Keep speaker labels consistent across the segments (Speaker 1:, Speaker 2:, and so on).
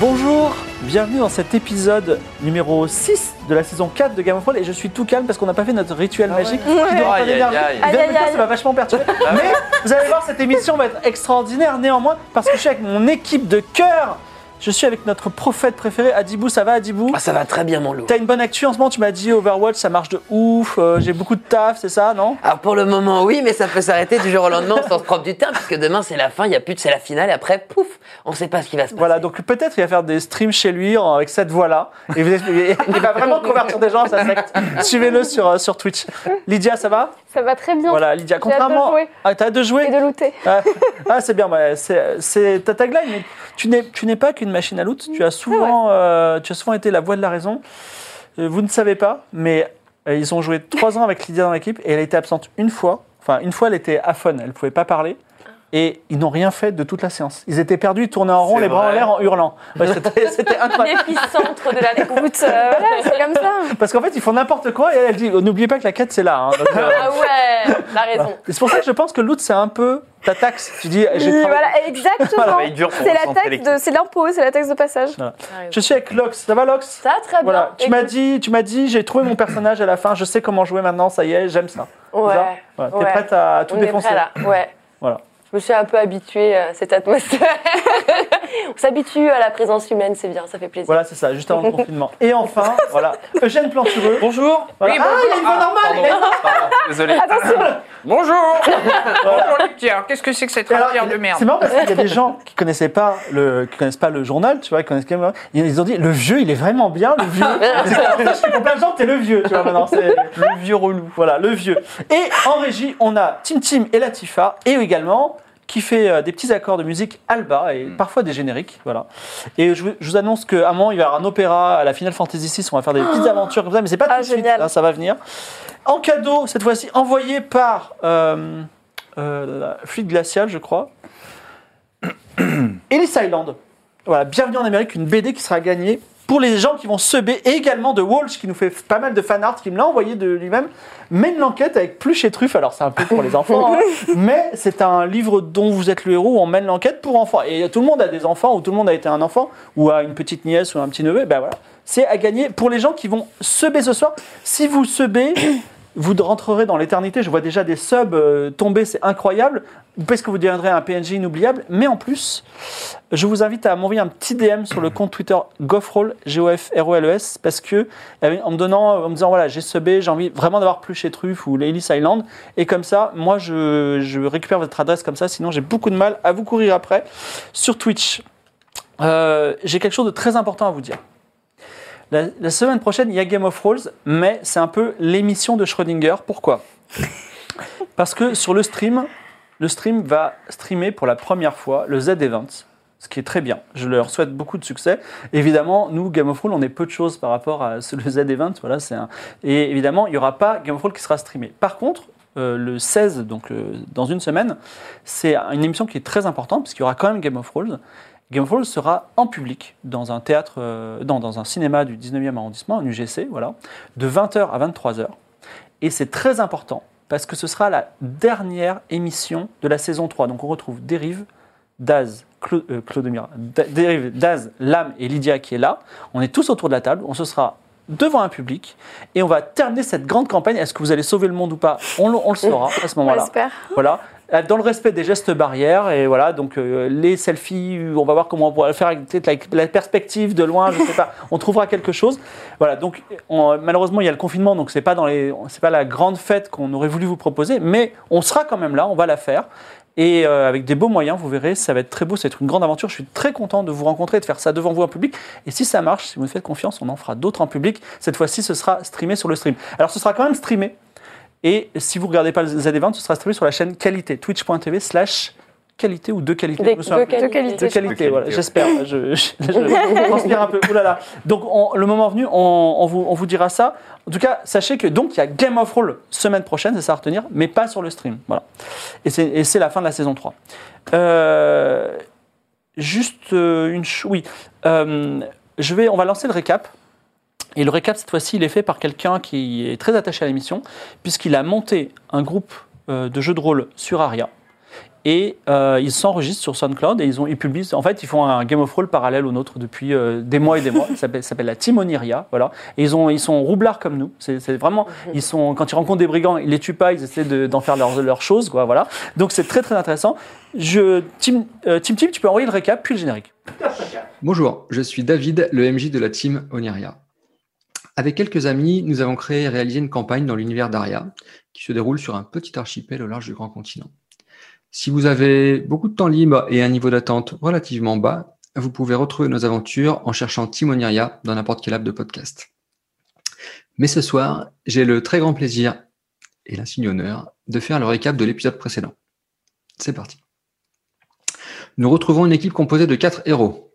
Speaker 1: Bonjour, bienvenue dans cet épisode numéro 6 de la saison 4 de Game of Thrones et je suis tout calme parce qu'on n'a pas fait notre rituel magique. qui devrait pas
Speaker 2: Aïe, aïe,
Speaker 1: m'énerver.
Speaker 2: aïe.
Speaker 1: Vous allez
Speaker 3: Aïe,
Speaker 1: me dire,
Speaker 3: aïe,
Speaker 1: ça m'a vachement perturbé. Mais vous allez voir, cette émission va être extraordinaire néanmoins parce que je suis avec mon équipe de cœur. Je suis avec notre prophète préféré, Adibou. Ça va, Adibou
Speaker 2: Ah, ça va très bien, mon loup.
Speaker 1: T'as une bonne actu en ce moment, tu m'as dit Overwatch, ça marche de ouf, euh, j'ai beaucoup de taf, c'est ça, non
Speaker 2: Alors pour le moment, oui, mais ça peut s'arrêter du jour au lendemain au sens propre du terme, parce que demain c'est la fin, il y a plus de, c'est la finale, et après, pouf, on sait pas ce qui va se passer.
Speaker 1: Voilà, donc peut-être il va faire des streams chez lui en- avec cette voix-là. Et, vous- et- il va vraiment convertir des gens à sa secte. Suivez-le sur, euh, sur Twitch. Lydia, ça va
Speaker 3: Ça va très bien.
Speaker 1: Voilà, Lydia,
Speaker 3: J'ai hâte de
Speaker 1: contrairement.
Speaker 3: jouer.
Speaker 1: Ah, t'as hâte de jouer
Speaker 3: Et de looter.
Speaker 1: Ah, ah, c'est bien, bah, c'est c'est ta tagline, mais tu n'es tu n'es pas qu'une machine à loot. Tu as, souvent, euh, tu as souvent été la voix de la raison. Euh, Vous ne savez pas, mais euh, ils ont joué trois ans avec Lydia dans l'équipe et elle a été absente une fois. Enfin, une fois, elle était à fun, elle ne pouvait pas parler. Et ils n'ont rien fait de toute la séance. Ils étaient perdus, ils tournaient en rond,
Speaker 2: C'est
Speaker 1: les bras en
Speaker 2: vrai.
Speaker 1: l'air, en hurlant. Ouais, C'était c'était incroyable.
Speaker 3: L'épicentre de la découte. euh, voilà, c'est comme ça.
Speaker 1: Parce qu'en fait, ils font n'importe quoi et elle, elle dit N'oubliez pas que la quête, c'est là. hein. Donc, euh,
Speaker 3: Ah ouais, la raison.
Speaker 1: Et C'est pour ça que je pense que loot, c'est un peu ta taxe. Tu dis, j'ai
Speaker 3: Oui,
Speaker 1: travaillé-
Speaker 3: voilà, exactement.
Speaker 4: travail dur pour
Speaker 3: C'est la
Speaker 4: recentrer les
Speaker 3: taxe de,
Speaker 4: clients.
Speaker 3: c'est l'impôt, c'est la taxe de passage.
Speaker 1: Je suis avec Lox. Ça va, Lox
Speaker 3: Ça très bien.
Speaker 1: Voilà, tu m'as dit, tu m'as dit, j'ai trouvé mon personnage à la fin, je sais comment jouer maintenant, ça y est, j'aime ça.
Speaker 5: Ouais,
Speaker 1: C'est ça Voilà, T'es
Speaker 5: ouais.
Speaker 1: prête à tout
Speaker 5: on
Speaker 1: défoncer.
Speaker 5: est prêt là. Ouais.
Speaker 1: Voilà.
Speaker 5: Je me suis un peu habituée à cette atmosphère. on s'habitue à la présence humaine, c'est bien, ça fait plaisir.
Speaker 1: Voilà, c'est ça, juste avant le confinement. Et enfin, voilà, Eugène Plantureux.
Speaker 4: Bonjour.
Speaker 1: Voilà. Ah, il y a une voix normale.
Speaker 4: Pardon, pardon, désolé. Bonjour. Bonjour Lucien. Qu'est-ce que c'est que cette
Speaker 1: Et alors,
Speaker 4: affaire de merde
Speaker 1: C'est marrant parce qu'il y a des gens qui connaissaient pas le, qui connaissent pas le journal, tu vois, qui connaissent quand même. Ils ont dit le vieux, il est vraiment bien, le vieux. je suis pour plein de gens, t'es le vieux, tu vois maintenant. c'est-
Speaker 4: Le vieux relou.
Speaker 1: Voilà, le vieux. Et en régie, on a Tim Tim et Latifa, et également qui fait euh, des petits accords de musique Alba et parfois des génériques. Voilà. Et je, vous- je vous annonce qu'à un moment, il va y avoir un opéra à la Final Fantasy VI, on va faire des petites aventures comme ça, mais c'est pas
Speaker 3: Ah,
Speaker 1: tout de suite,
Speaker 3: génial.
Speaker 1: hein, ça va venir. En cadeau, cette fois-ci, envoyé par euh, euh, la Fluide Glaciale, je crois. Ellis Island. Voilà, bienvenue en Amérique, une BD qui sera gagnée pour les gens qui vont seber, et également de Walsh qui nous fait pas mal de fan art, qui me l'a envoyé de lui-même. Mène l'enquête avec pluche et truffe, alors c'est un peu pour les enfants, hein. mais c'est un livre dont vous êtes le héros où on mène l'enquête pour enfants. Et tout le monde a des enfants, ou tout le monde a été un enfant, ou a une petite nièce ou un petit neveu, ben voilà. C'est à gagner pour les gens qui vont seber ce soir. Si vous sebez, vous rentrerez dans l'éternité. Je vois déjà des subs euh, tomber, c'est incroyable. Parce que vous deviendrez un PNJ inoubliable. Mais en plus, je vous invite à m'envoyer un petit DM sur le compte Twitter Goffroll, G-O-F-R-O-L-E-S, E parce que euh, en me donnant, en me disant voilà, j'ai subé, j'ai envie vraiment d'avoir plus chez Truff ou Lailis Island, et comme ça, moi je, je récupère votre adresse comme ça, sinon j'ai beaucoup de mal à vous courir après sur Twitch. Euh, j'ai quelque chose de très important à vous dire. La, la semaine prochaine, il y a Game of Thrones, mais c'est un peu l'émission de Schrödinger. Pourquoi Parce que sur le stream, le stream va streamer pour la première fois le Z-Event, ce qui est très bien. Je leur souhaite beaucoup de succès. Évidemment, nous, Game of Thrones, on est peu de choses par rapport à ce- le Z-Event. Voilà, c'est un- Et évidemment, il n'y aura pas Game of Thrones qui sera streamé. Par contre, euh, le 16, donc euh, dans une semaine, c'est une émission qui est très importante, parce qu'il y aura quand même Game of Thrones. Game of Thrones sera en public dans un théâtre, euh, non, dans un cinéma du 19e arrondissement, un UGC, voilà, de 20h à 23h. Et c'est très important parce que ce sera la dernière émission de la saison 3. Donc on retrouve Dérive, Daz, Cla- euh, Claude Mira, Da- Dérive, Daz, Lame et Lydia qui est là. On est tous autour de la table. On se sera devant un public. Et on va terminer cette grande campagne. Est-ce que vous allez sauver le monde ou pas on, le- on le saura à ce
Speaker 3: on
Speaker 1: moment-là.
Speaker 3: l'espère.
Speaker 1: Voilà. Euh, Dans le respect des gestes barrières, et voilà, donc euh, les selfies, on va voir comment on pourra le faire avec peut-être la, la perspective de loin, je sais pas, on trouvera quelque chose. Voilà, donc on- malheureusement il y a le confinement, donc c'est pas dans les, c'est pas la grande fête qu'on aurait voulu vous proposer, mais on sera quand même là, on va la faire. Et euh, avec des beaux moyens, vous verrez, ça va être très beau, ça va être une grande aventure. Je suis très content de vous rencontrer, de faire ça devant vous en public. Et si ça marche, si vous me faites confiance, on en fera d'autres en public. Cette fois-ci, ce sera streamé sur le stream. Alors, ce sera quand même streamé. Et si vous ne regardez pas le ZD20, ce sera streamé sur la chaîne qualité, twitch.tv slash qualité ou de qualité.
Speaker 5: Des-
Speaker 1: Je me souviens
Speaker 5: de
Speaker 1: plus.
Speaker 5: qualité.
Speaker 1: De
Speaker 5: je
Speaker 1: qualité, voilà,
Speaker 4: qualité.
Speaker 1: j'espère. Je, je- je transpire un peu. Ouh là là. Donc, on- le moment venu, on, on vous, on vous dira ça. En tout cas, sachez que donc il y a Game of Roll semaine prochaine, c'est ça à retenir, mais pas sur le stream. Voilà. Et c'est et c'est la fin de la saison 3. Euh, juste euh, une ch- oui. Euh, je vais, on va lancer le récap. Et le récap, cette fois-ci, il est fait par quelqu'un qui est très attaché à l'émission, puisqu'il a monté un groupe euh, de jeux de rôle sur Aria. Et euh, ils s'enregistrent sur SoundCloud et ils, ont, ils publient. En fait, ils font un Game of Roll parallèle au nôtre depuis euh, des mois et des mois. Ça s'appelle- ça s'appelle la Timoniria. Voilà. Et ils, ont, ils sont roublards comme nous. C'est c'est vraiment. Ils sont, quand ils rencontrent des brigands, ils les tuent pas, ils essaient de- d'en faire leurs leurs choses. Quoi, voilà. Donc c'est très très intéressant. Je, Tim, euh, Tim Tim, tu peux envoyer le récap puis le générique.
Speaker 6: Bonjour, je suis David, le MJ de la team Oniria. Avec quelques amis, nous avons créé et réalisé une campagne dans l'univers d'Aria, qui se déroule sur un petit archipel au large du grand continent. Si vous avez beaucoup de temps libre et un niveau d'attente relativement bas, vous pouvez retrouver nos aventures en cherchant Team Oniria dans n'importe quelle app de podcast. Mais ce soir, j'ai le très grand plaisir et l'insigne honneur de faire le récap de l'épisode précédent. C'est parti. Nous retrouvons une équipe composée de quatre héros.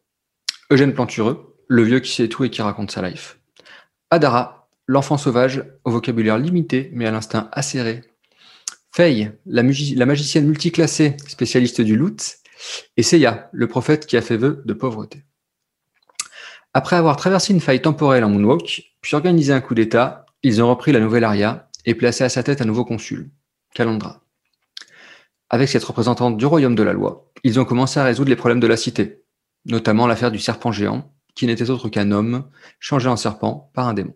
Speaker 6: Eugène Plantureux, le vieux qui sait tout et qui raconte sa life. Adara, l'enfant sauvage, au vocabulaire limité mais à l'instinct acéré. Faye, la, mugi- la magicienne multiclassée, spécialiste du loot. Et Seiya, le prophète qui a fait vœu de pauvreté. Après avoir traversé une faille temporelle en Moonwalk, puis organisé un coup d'État, ils ont repris la nouvelle aria et placé à sa tête un nouveau consul, Calandra. Avec cette représentante du royaume de la loi, ils ont commencé à résoudre les problèmes de la cité, notamment l'affaire du serpent géant, qui n'était autre qu'un homme changé en serpent par un démon.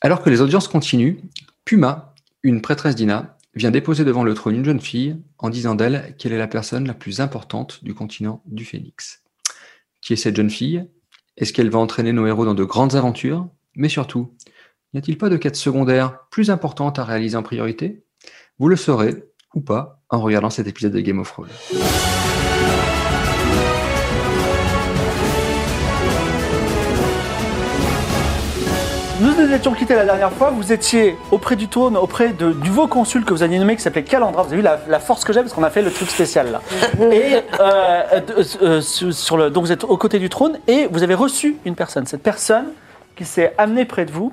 Speaker 6: Alors que les audiences continuent, Puma, une prêtresse d'Ina, vient déposer devant le trône une jeune fille en disant d'elle qu'elle est la personne la plus importante du continent du Phénix. Qui est cette jeune fille Est-ce qu'elle va entraîner nos héros dans de grandes aventures Mais surtout, n'y a-t-il pas de quête secondaire plus importante à réaliser en priorité Vous le saurez, ou pas, en regardant cet épisode de Game of Thrones.
Speaker 1: Nous nous étions quittés la dernière fois, vous étiez auprès du trône, auprès de, du nouveau consul que vous aviez nommé qui s'appelait Calandra. Vous avez vu la, la force que j'ai parce qu'on a fait le truc spécial là. et euh, de- euh, sur sur le, donc vous êtes aux côtés du trône et vous avez reçu une personne. Cette personne qui s'est amenée près de vous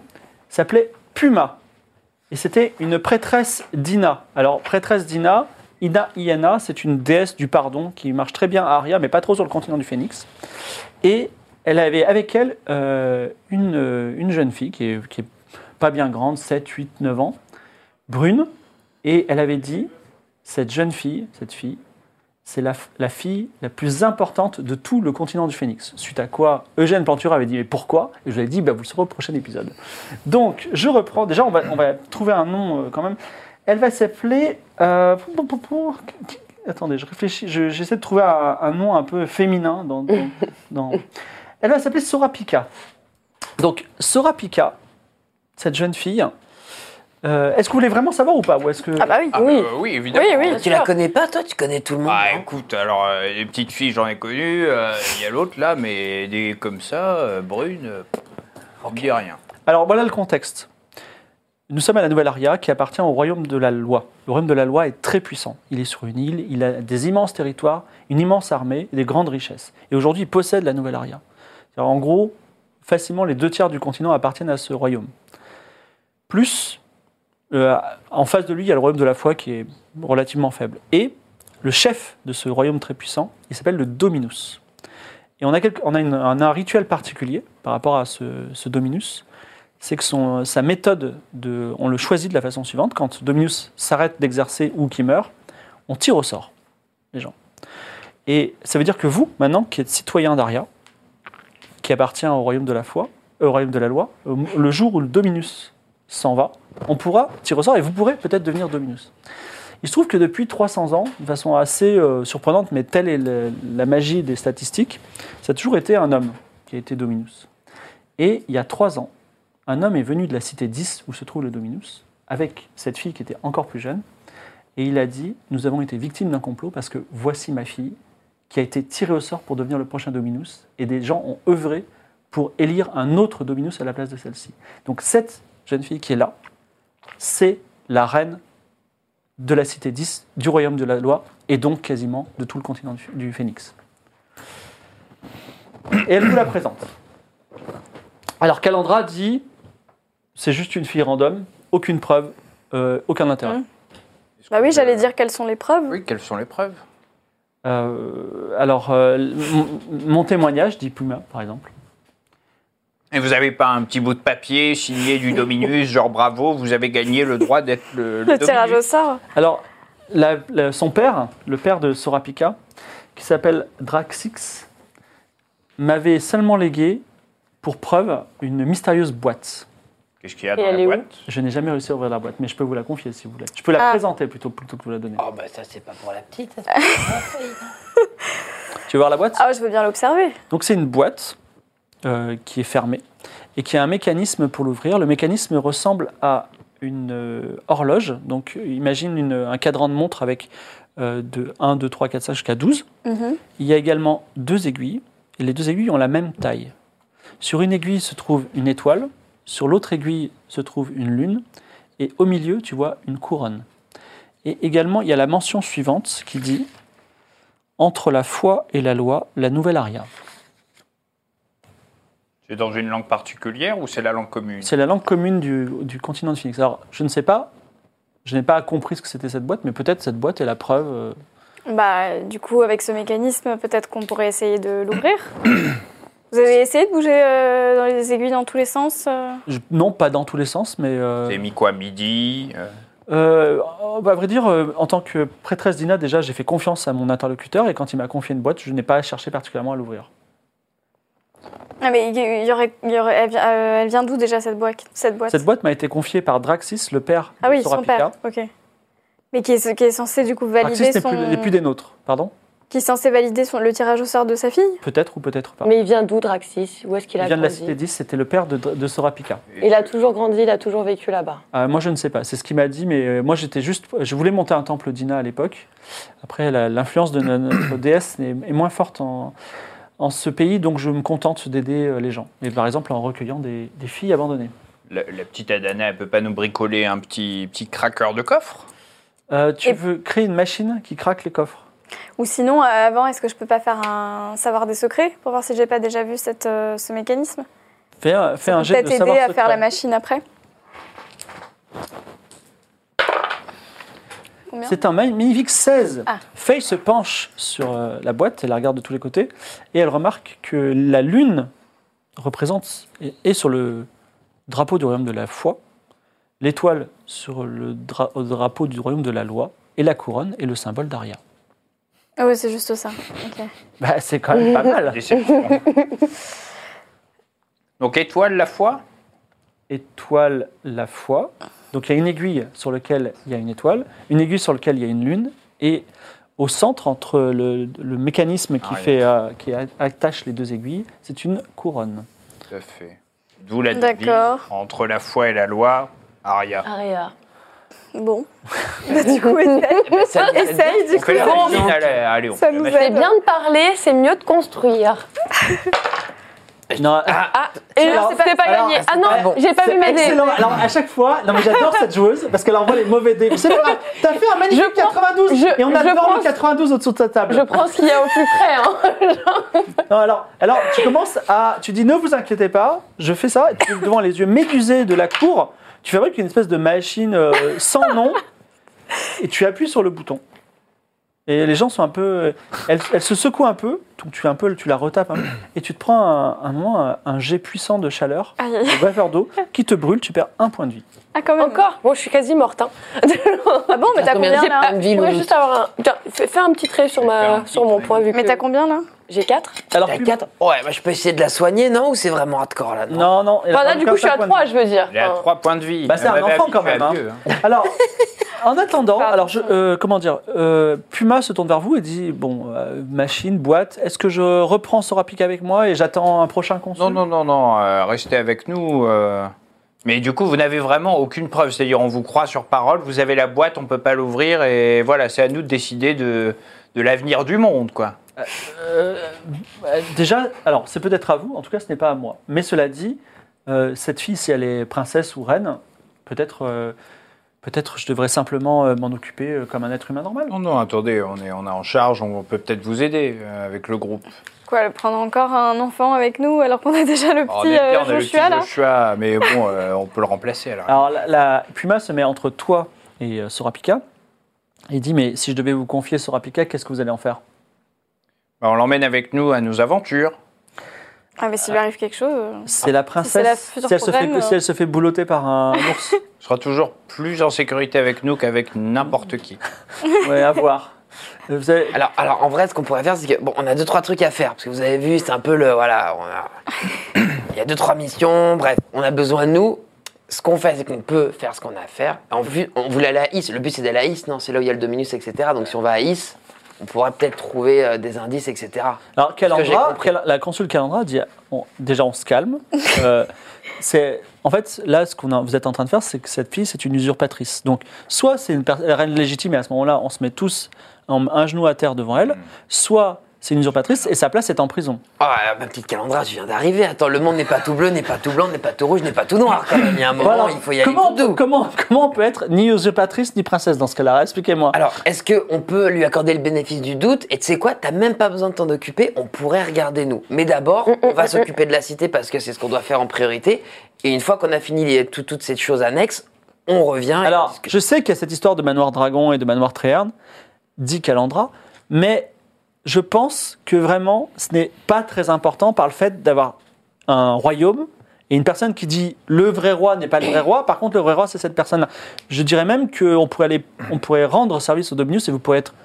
Speaker 1: s'appelait Puma. Et c'était une prêtresse d'Ina. Alors, prêtresse d'Ina, Ina Iana, c'est une déesse du pardon qui marche très bien à Aria, mais pas trop sur le continent du Phénix. Et elle avait avec elle euh, une, euh, une jeune fille qui est, qui est pas bien grande, 7, 8, 9 ans, brune. Et elle avait dit, cette jeune fille, cette fille, c'est la, f- la fille la plus importante de tout le continent du Phénix. Suite à quoi Eugène Plantura avait dit mais pourquoi Et je lui ai dit bah, vous le saurez au prochain épisode. Donc je reprends. Déjà on va, on va trouver un nom euh, quand même. Elle va s'appeler. euh, pou- pou- pou- pou- qui- qui- Attendez, je réfléchis. je- J'essaie de trouver un, un nom un peu féminin. Dans, dans- dans- Elle va s'appeler Sorapika. Donc Sorapika, cette jeune fille. euh, est-ce que vous voulez vraiment savoir ou pas ou est-ce que
Speaker 3: Ah bah oui.
Speaker 4: Ah,
Speaker 5: Oui.
Speaker 4: bah, oui, évidemment.
Speaker 5: Oui, oui.
Speaker 2: Tu la connais pas, toi Tu connais tout le monde
Speaker 4: Ah
Speaker 2: non
Speaker 4: écoute, alors euh, les petites filles j'en ai connues, euh, il y a l'autre là, mais des comme ça, euh, brunes, euh, on me dit rien.
Speaker 1: Alors voilà le contexte. Nous sommes à la Nouvelle Aria qui appartient au royaume de la loi. Le royaume de la loi est très puissant. Il est sur une île, il a des immenses territoires, une immense armée et des grandes richesses. Et aujourd'hui, il possède la Nouvelle Aria. C'est-à-dire, En gros, facilement les deux tiers du continent appartiennent à ce royaume. Plus, euh, en face de lui, il y a le royaume de la foi qui est relativement faible. Et le chef de ce royaume très puissant, il s'appelle le Dominus. Et on a, quelque- on a une- un, un rituel particulier par rapport à ce, ce Dominus c'est que son, euh, sa méthode, de, on le choisit de la façon suivante. Quand Dominus s'arrête d'exercer ou qu'il meurt, on tire au sort les gens. Et ça veut dire que vous, maintenant, qui êtes citoyen d'Aria, qui appartient au royaume de la foi, au royaume de la loi, euh, le jour où le Dominus s'en va, on pourra tirer au sort et vous pourrez peut-être devenir Dominus. Il se trouve que depuis 300 ans, de façon assez euh, surprenante, mais telle est le- la magie des statistiques, ça a toujours été un homme qui a été Dominus. Et il y a trois ans, un homme est venu de la cité 10 où se trouve le Dominus, avec cette fille qui était encore plus jeune, et il a dit Nous avons été victimes d'un complot parce que voici ma fille qui a été tirée au sort pour devenir le prochain Dominus, et des gens ont œuvré pour élire un autre Dominus à la place de celle-ci. Donc cette jeune fille qui est là, c'est la reine de la cité 10, du royaume de la loi, et donc quasiment de tout le continent du, du Phénix. Et elle vous la présente. Alors Calandra dit, c'est juste une fille random, aucune preuve, euh, aucun intérêt.
Speaker 3: Mm. Bah oui, j'allais dire quelles sont les preuves.
Speaker 4: Oui, quelles sont les preuves
Speaker 1: Euh, alors, euh, mon, mon témoignage, dit Puma, par exemple.
Speaker 4: Et vous n'avez pas un petit bout de papier signé du Dominus, genre bravo, vous avez gagné le droit d'être le,
Speaker 3: Le tirage au
Speaker 4: Dominus.
Speaker 3: sort.
Speaker 1: Alors, la- la- son père, le père de Sorapika, qui s'appelle Draxix, m'avait seulement légué, pour preuve, une mystérieuse boîte.
Speaker 4: Qu'est-ce qu'il y a
Speaker 5: Et
Speaker 4: dans
Speaker 5: elle
Speaker 4: la
Speaker 5: est où
Speaker 4: boîte
Speaker 1: Je n'ai jamais réussi à ouvrir la boîte, mais je peux vous la confier si vous voulez. Je peux la
Speaker 3: Ah.
Speaker 1: présenter plutôt, plutôt que vous la donner.
Speaker 2: Oh, bah ça, c'est pas pour la petite.
Speaker 1: Ah, Tu veux voir la boîte
Speaker 3: Ah, ouais, je veux bien l'observer.
Speaker 1: Donc c'est une boîte euh, qui est fermée et qui a un mécanisme pour l'ouvrir. Le mécanisme ressemble à une euh, horloge. Donc imagine une- un cadran de montre avec euh, de 1, 2, 3, 4, 5 jusqu'à 12.
Speaker 3: Mhm.
Speaker 1: Il y a également deux aiguilles et les deux aiguilles ont la même taille. Sur une aiguille se trouve une étoile, sur l'autre aiguille se trouve une lune et au milieu tu vois une couronne. Et également il y a la mention suivante qui dit entre la foi et la loi, la nouvelle aria.
Speaker 4: C'est dans une langue particulière ou c'est la langue commune
Speaker 1: C'est la langue commune du, du continent de Phoenix. Alors, je ne sais pas, je n'ai pas compris ce que c'était cette boîte, mais peut-être cette boîte est la preuve. euh,
Speaker 3: Bah, euh, du coup, avec ce mécanisme, peut-être qu'on pourrait essayer de l'ouvrir. Vous avez essayé de bouger euh, dans les aiguilles dans tous les sens euh
Speaker 1: je- non, pas dans tous les sens, mais. euh,
Speaker 4: C'est mis quoi midi euh,
Speaker 1: euh, oh, bah, à vrai dire, euh, en tant que prêtresse d'Ina, déjà, j'ai fait confiance à mon interlocuteur, et quand il m'a confié une boîte, je n'ai pas cherché particulièrement à l'ouvrir.
Speaker 3: Ah, mais il y- il y aurait, il y aurait- elle, vi- euh, elle vient d'où déjà cette boîte, cette boîte
Speaker 1: Cette boîte m'a été confiée par Draxis, le père
Speaker 3: Ah
Speaker 1: de
Speaker 3: oui, son
Speaker 1: Sorapika.
Speaker 3: père, ok. Mais qui est, qui est censé du coup
Speaker 1: Draxis
Speaker 3: valider
Speaker 1: n'est
Speaker 3: son...
Speaker 1: plus, n'est plus des nôtres, pardon
Speaker 3: Qui est censé valider son, le tirage au sort de sa fille
Speaker 1: Peut-être ou peut-être pas.
Speaker 5: Ah. Mais il vient d'où, Draxis Où est-ce qu'il
Speaker 1: il
Speaker 5: a
Speaker 1: vient de la
Speaker 5: grandi
Speaker 1: cité 10, c'était le père de, de Sorapika.
Speaker 5: Il a toujours grandi, il a toujours vécu là-bas.
Speaker 1: Euh, moi, je ne sais pas. C'est ce qu'il m'a dit, mais euh, moi, j'étais juste. Je voulais monter un temple d'Ina à l'époque. Après, la- l'influence de no- notre déesse est, est moins forte en, en ce pays, donc je me contente d'aider euh, les gens. Et par exemple, en recueillant des, des filles abandonnées.
Speaker 4: La, la petite Adana, elle peut pas nous bricoler un petit, petit craqueur de coffre
Speaker 1: Euh, tu
Speaker 3: Et-
Speaker 1: veux créer une machine qui craque les coffres
Speaker 3: Ou sinon, euh, avant, est-ce que je peux pas faire un savoir des secrets pour voir si j'ai pas déjà vu cette, euh, ce mécanisme
Speaker 1: Fais, un- fais
Speaker 3: Ça
Speaker 1: un
Speaker 3: peut
Speaker 1: jet de
Speaker 3: Peut-être
Speaker 1: savoir
Speaker 3: aider à
Speaker 1: secret.
Speaker 3: faire la machine après. Combien
Speaker 1: C'est un mag- magnifique 16.
Speaker 3: Ah.
Speaker 1: Faye se penche sur euh, la boîte, elle la regarde de tous les côtés, et elle remarque que la lune représente, et, et sur le drapeau du royaume de la foi, l'étoile sur le dra- au drapeau du royaume de la loi, et la couronne est le symbole d'Aria.
Speaker 3: Ah ouais, c'est juste ça. Ok.
Speaker 1: Bah, c'est quand même pas mal.
Speaker 4: Déception. Donc étoile la foi
Speaker 1: Étoile, la foi. Donc il y a une aiguille sur laquelle il y a une étoile, une aiguille sur laquelle il y a une lune, et au centre, entre le, le mécanisme qui,
Speaker 4: Aria.
Speaker 1: fait, euh, qui a- attache les deux aiguilles, c'est une couronne.
Speaker 4: Tout à fait. D'où la devise
Speaker 3: D'accord. Ah,
Speaker 4: entre la foi et la loi, Aria.
Speaker 5: Aria.
Speaker 3: Bon. Bah, du coup, essaye. Essaye, du
Speaker 4: On
Speaker 3: coup.
Speaker 4: fait la
Speaker 3: bon.
Speaker 4: machine, allez, allez, on
Speaker 3: Ça
Speaker 4: fait la
Speaker 3: nous
Speaker 4: machine.
Speaker 5: C'est bien de parler, c'est mieux de construire.
Speaker 1: Non,
Speaker 5: Et
Speaker 1: Alors,
Speaker 5: alors, c'est pas
Speaker 1: alors,
Speaker 5: gagné.
Speaker 1: c'est
Speaker 5: Ah
Speaker 1: pas
Speaker 5: non,
Speaker 1: bon.
Speaker 5: j'ai pas
Speaker 1: C'est
Speaker 5: vu ma dé.
Speaker 1: excellent. Alors à chaque fois, non mais j'adore cette joueuse parce qu'elle envoie les mauvais dés. C'est pas grave. T'as fait un magnifique
Speaker 5: Je prends-
Speaker 1: 92
Speaker 5: je-
Speaker 1: et on a
Speaker 5: je
Speaker 1: le
Speaker 5: prends-
Speaker 1: 92 au-dessous de ta table.
Speaker 5: Je prends ce qu'il y a au plus près. hein.
Speaker 1: Non, alors, alors tu commences à, tu dis ne vous inquiétez pas, je fais ça. Et tu, devant les yeux médusés de la cour, tu fabriques une espèce de machine euh, sans nom et tu appuies sur le bouton. Et Et les gens sont un peu. Elle, elle se secoue un peu, donc tu, un peu, tu la retapes un peu, et tu te prends un, un moment un, un jet puissant de chaleur,
Speaker 5: Ah,
Speaker 3: Aïe, aïe.
Speaker 1: de vapeur d'eau, qui te brûle, tu perds un point de vie.
Speaker 3: Ah, quand même.
Speaker 5: Encore Bon, je suis quasi morte. Hein.
Speaker 3: Ah bon, mais
Speaker 2: T'as
Speaker 3: t'as
Speaker 2: combien de
Speaker 3: combien
Speaker 2: jets
Speaker 3: là
Speaker 2: Pas de ville,
Speaker 5: Ouais,
Speaker 2: ou-
Speaker 5: juste avoir un. Tiens, fais, fais un petit trait sur,
Speaker 4: Faire un
Speaker 5: ma...
Speaker 4: petit
Speaker 5: sur mon
Speaker 4: trait.
Speaker 5: point vu
Speaker 3: Mais
Speaker 5: que
Speaker 3: t'as combien là
Speaker 5: j'ai 4.
Speaker 1: Alors,
Speaker 2: T'as
Speaker 1: plus-
Speaker 2: quatre Ouais, bah, je peux essayer de la soigner, non Ou c'est vraiment hardcore là
Speaker 1: Non, non. elle a
Speaker 5: Enfin, Bah là,
Speaker 1: perdu
Speaker 5: du coup, je suis à
Speaker 1: quatre points de
Speaker 5: 3, je veux dire.
Speaker 4: Il a
Speaker 5: Enfin,
Speaker 4: trois points de vie.
Speaker 1: Bah, c'est
Speaker 4: Elle
Speaker 1: un
Speaker 4: m'avait
Speaker 1: enfant, quand
Speaker 4: habitué à
Speaker 1: même,
Speaker 4: vieux, hein.
Speaker 1: Alors, en attendant,
Speaker 3: Pardon.
Speaker 1: alors je, euh, comment dire, euh, Puma se tourne vers vous et dit bon, euh, machine, boîte, est-ce que je reprends Sorapic avec moi et j'attends un prochain consul
Speaker 4: Non, non, non, non, euh, restez avec nous. euh. Mais du coup, vous n'avez vraiment aucune preuve. C'est-à-dire, on vous croit sur parole, vous avez la boîte, on ne peut pas l'ouvrir, et voilà, c'est à nous de décider de, de l'avenir du monde, quoi.
Speaker 1: Euh, Déjà, alors c'est peut-être à vous, en tout cas ce n'est pas à moi. Mais cela dit, euh, cette fille, si elle est princesse ou reine, peut-être, euh, peut-être je devrais simplement euh, m'en occuper euh, comme un être humain normal.
Speaker 4: Non, non, attendez, on est, on est en charge, on peut peut-être vous aider euh, avec le groupe.
Speaker 3: Quoi, prendre encore un enfant avec nous alors qu'on a déjà le
Speaker 1: Oh,
Speaker 4: Alors,
Speaker 3: petit
Speaker 4: bien,
Speaker 3: euh,
Speaker 4: Oh, on a le
Speaker 3: Joshua
Speaker 4: petit
Speaker 3: là
Speaker 4: Joshua, mais bon, euh, on peut le remplacer alors.
Speaker 1: Alors la, la Puma se met entre toi et euh, Sorapika et dit mais si je devais vous confier Sorapika, qu'est-ce que vous allez en faire
Speaker 4: Bah, on l'emmène avec nous à nos aventures.
Speaker 3: Ah, mais s'il lui arrive quelque chose. euh,
Speaker 1: C'est la hein.
Speaker 3: c'est la
Speaker 1: princesse.
Speaker 3: future
Speaker 1: si, elle se fait,
Speaker 3: reine,
Speaker 1: si elle se fait boulotter par un ours,
Speaker 4: On sera toujours plus en sécurité avec nous qu'avec n'importe qui.
Speaker 1: ouais, à voir. Euh, Vous avez-
Speaker 2: Alors, alors, en vrai, ce qu'on pourrait faire, c'est que bon, on a deux trois trucs à faire parce que vous avez vu, c'est un peu le voilà, on a- il y a deux trois missions. Bref, on a besoin de nous. Ce qu'on fait, c'est qu'on peut faire ce qu'on a à faire. En vue, on voulait aller à Is. Le but, c'est d'aller à Is, non C'est là où il y a le Dominus, etc. Donc, si on va à Is, on pourra peut-être trouver euh, des indices, etc.
Speaker 1: Alors,
Speaker 2: que j'ai
Speaker 1: Calandra,
Speaker 2: compris.
Speaker 1: Cal- la consul Calandra dit bon, déjà, on se calme. Euh, c'est en fait là, ce qu'on a- vous êtes en train de faire, c'est que cette fille, c'est une usurpatrice. Donc, soit c'est une per- la reine légitime, et à ce moment-là, on se met tous en- un genou à terre devant
Speaker 2: Hmm.
Speaker 1: elle, soit c'est une usurpatrice et sa place est en prison.
Speaker 2: Ah, ma petite Calandra, tu viens d'arriver. Attends, le monde n'est pas tout bleu, n'est pas tout blanc, n'est pas tout rouge, n'est pas tout noir. Quand même, il y a un moment,
Speaker 1: Voilà.
Speaker 2: il faut y aller
Speaker 1: comment,
Speaker 2: tout doux.
Speaker 1: comment, comment on peut être ni usurpatrice ni princesse dans ce cas-là Expliquez-moi.
Speaker 2: Alors, est-ce qu'on peut lui accorder le bénéfice du doute Et tu sais quoi, t'as même pas besoin de t'en occuper, on pourrait regarder nous. Mais d'abord,
Speaker 3: Mm,
Speaker 2: on va s'occuper de la cité parce que c'est ce qu'on doit faire en priorité. Et une fois qu'on a fini les- tout- toutes ces choses annexes, on revient. et on
Speaker 1: Alors,
Speaker 2: discute.
Speaker 1: je sais qu'il y a cette histoire de manoir dragon et de manoir Tréherne, dit Calandra, mais je pense que vraiment, ce n'est pas très important par le fait d'avoir un royaume et une personne qui dit le vrai roi n'est pas le vrai roi, par contre, le vrai roi, c'est cette personne-là. Je dirais même qu'on pourrait, aller, on pourrait rendre service au Dominus et vous pourrez être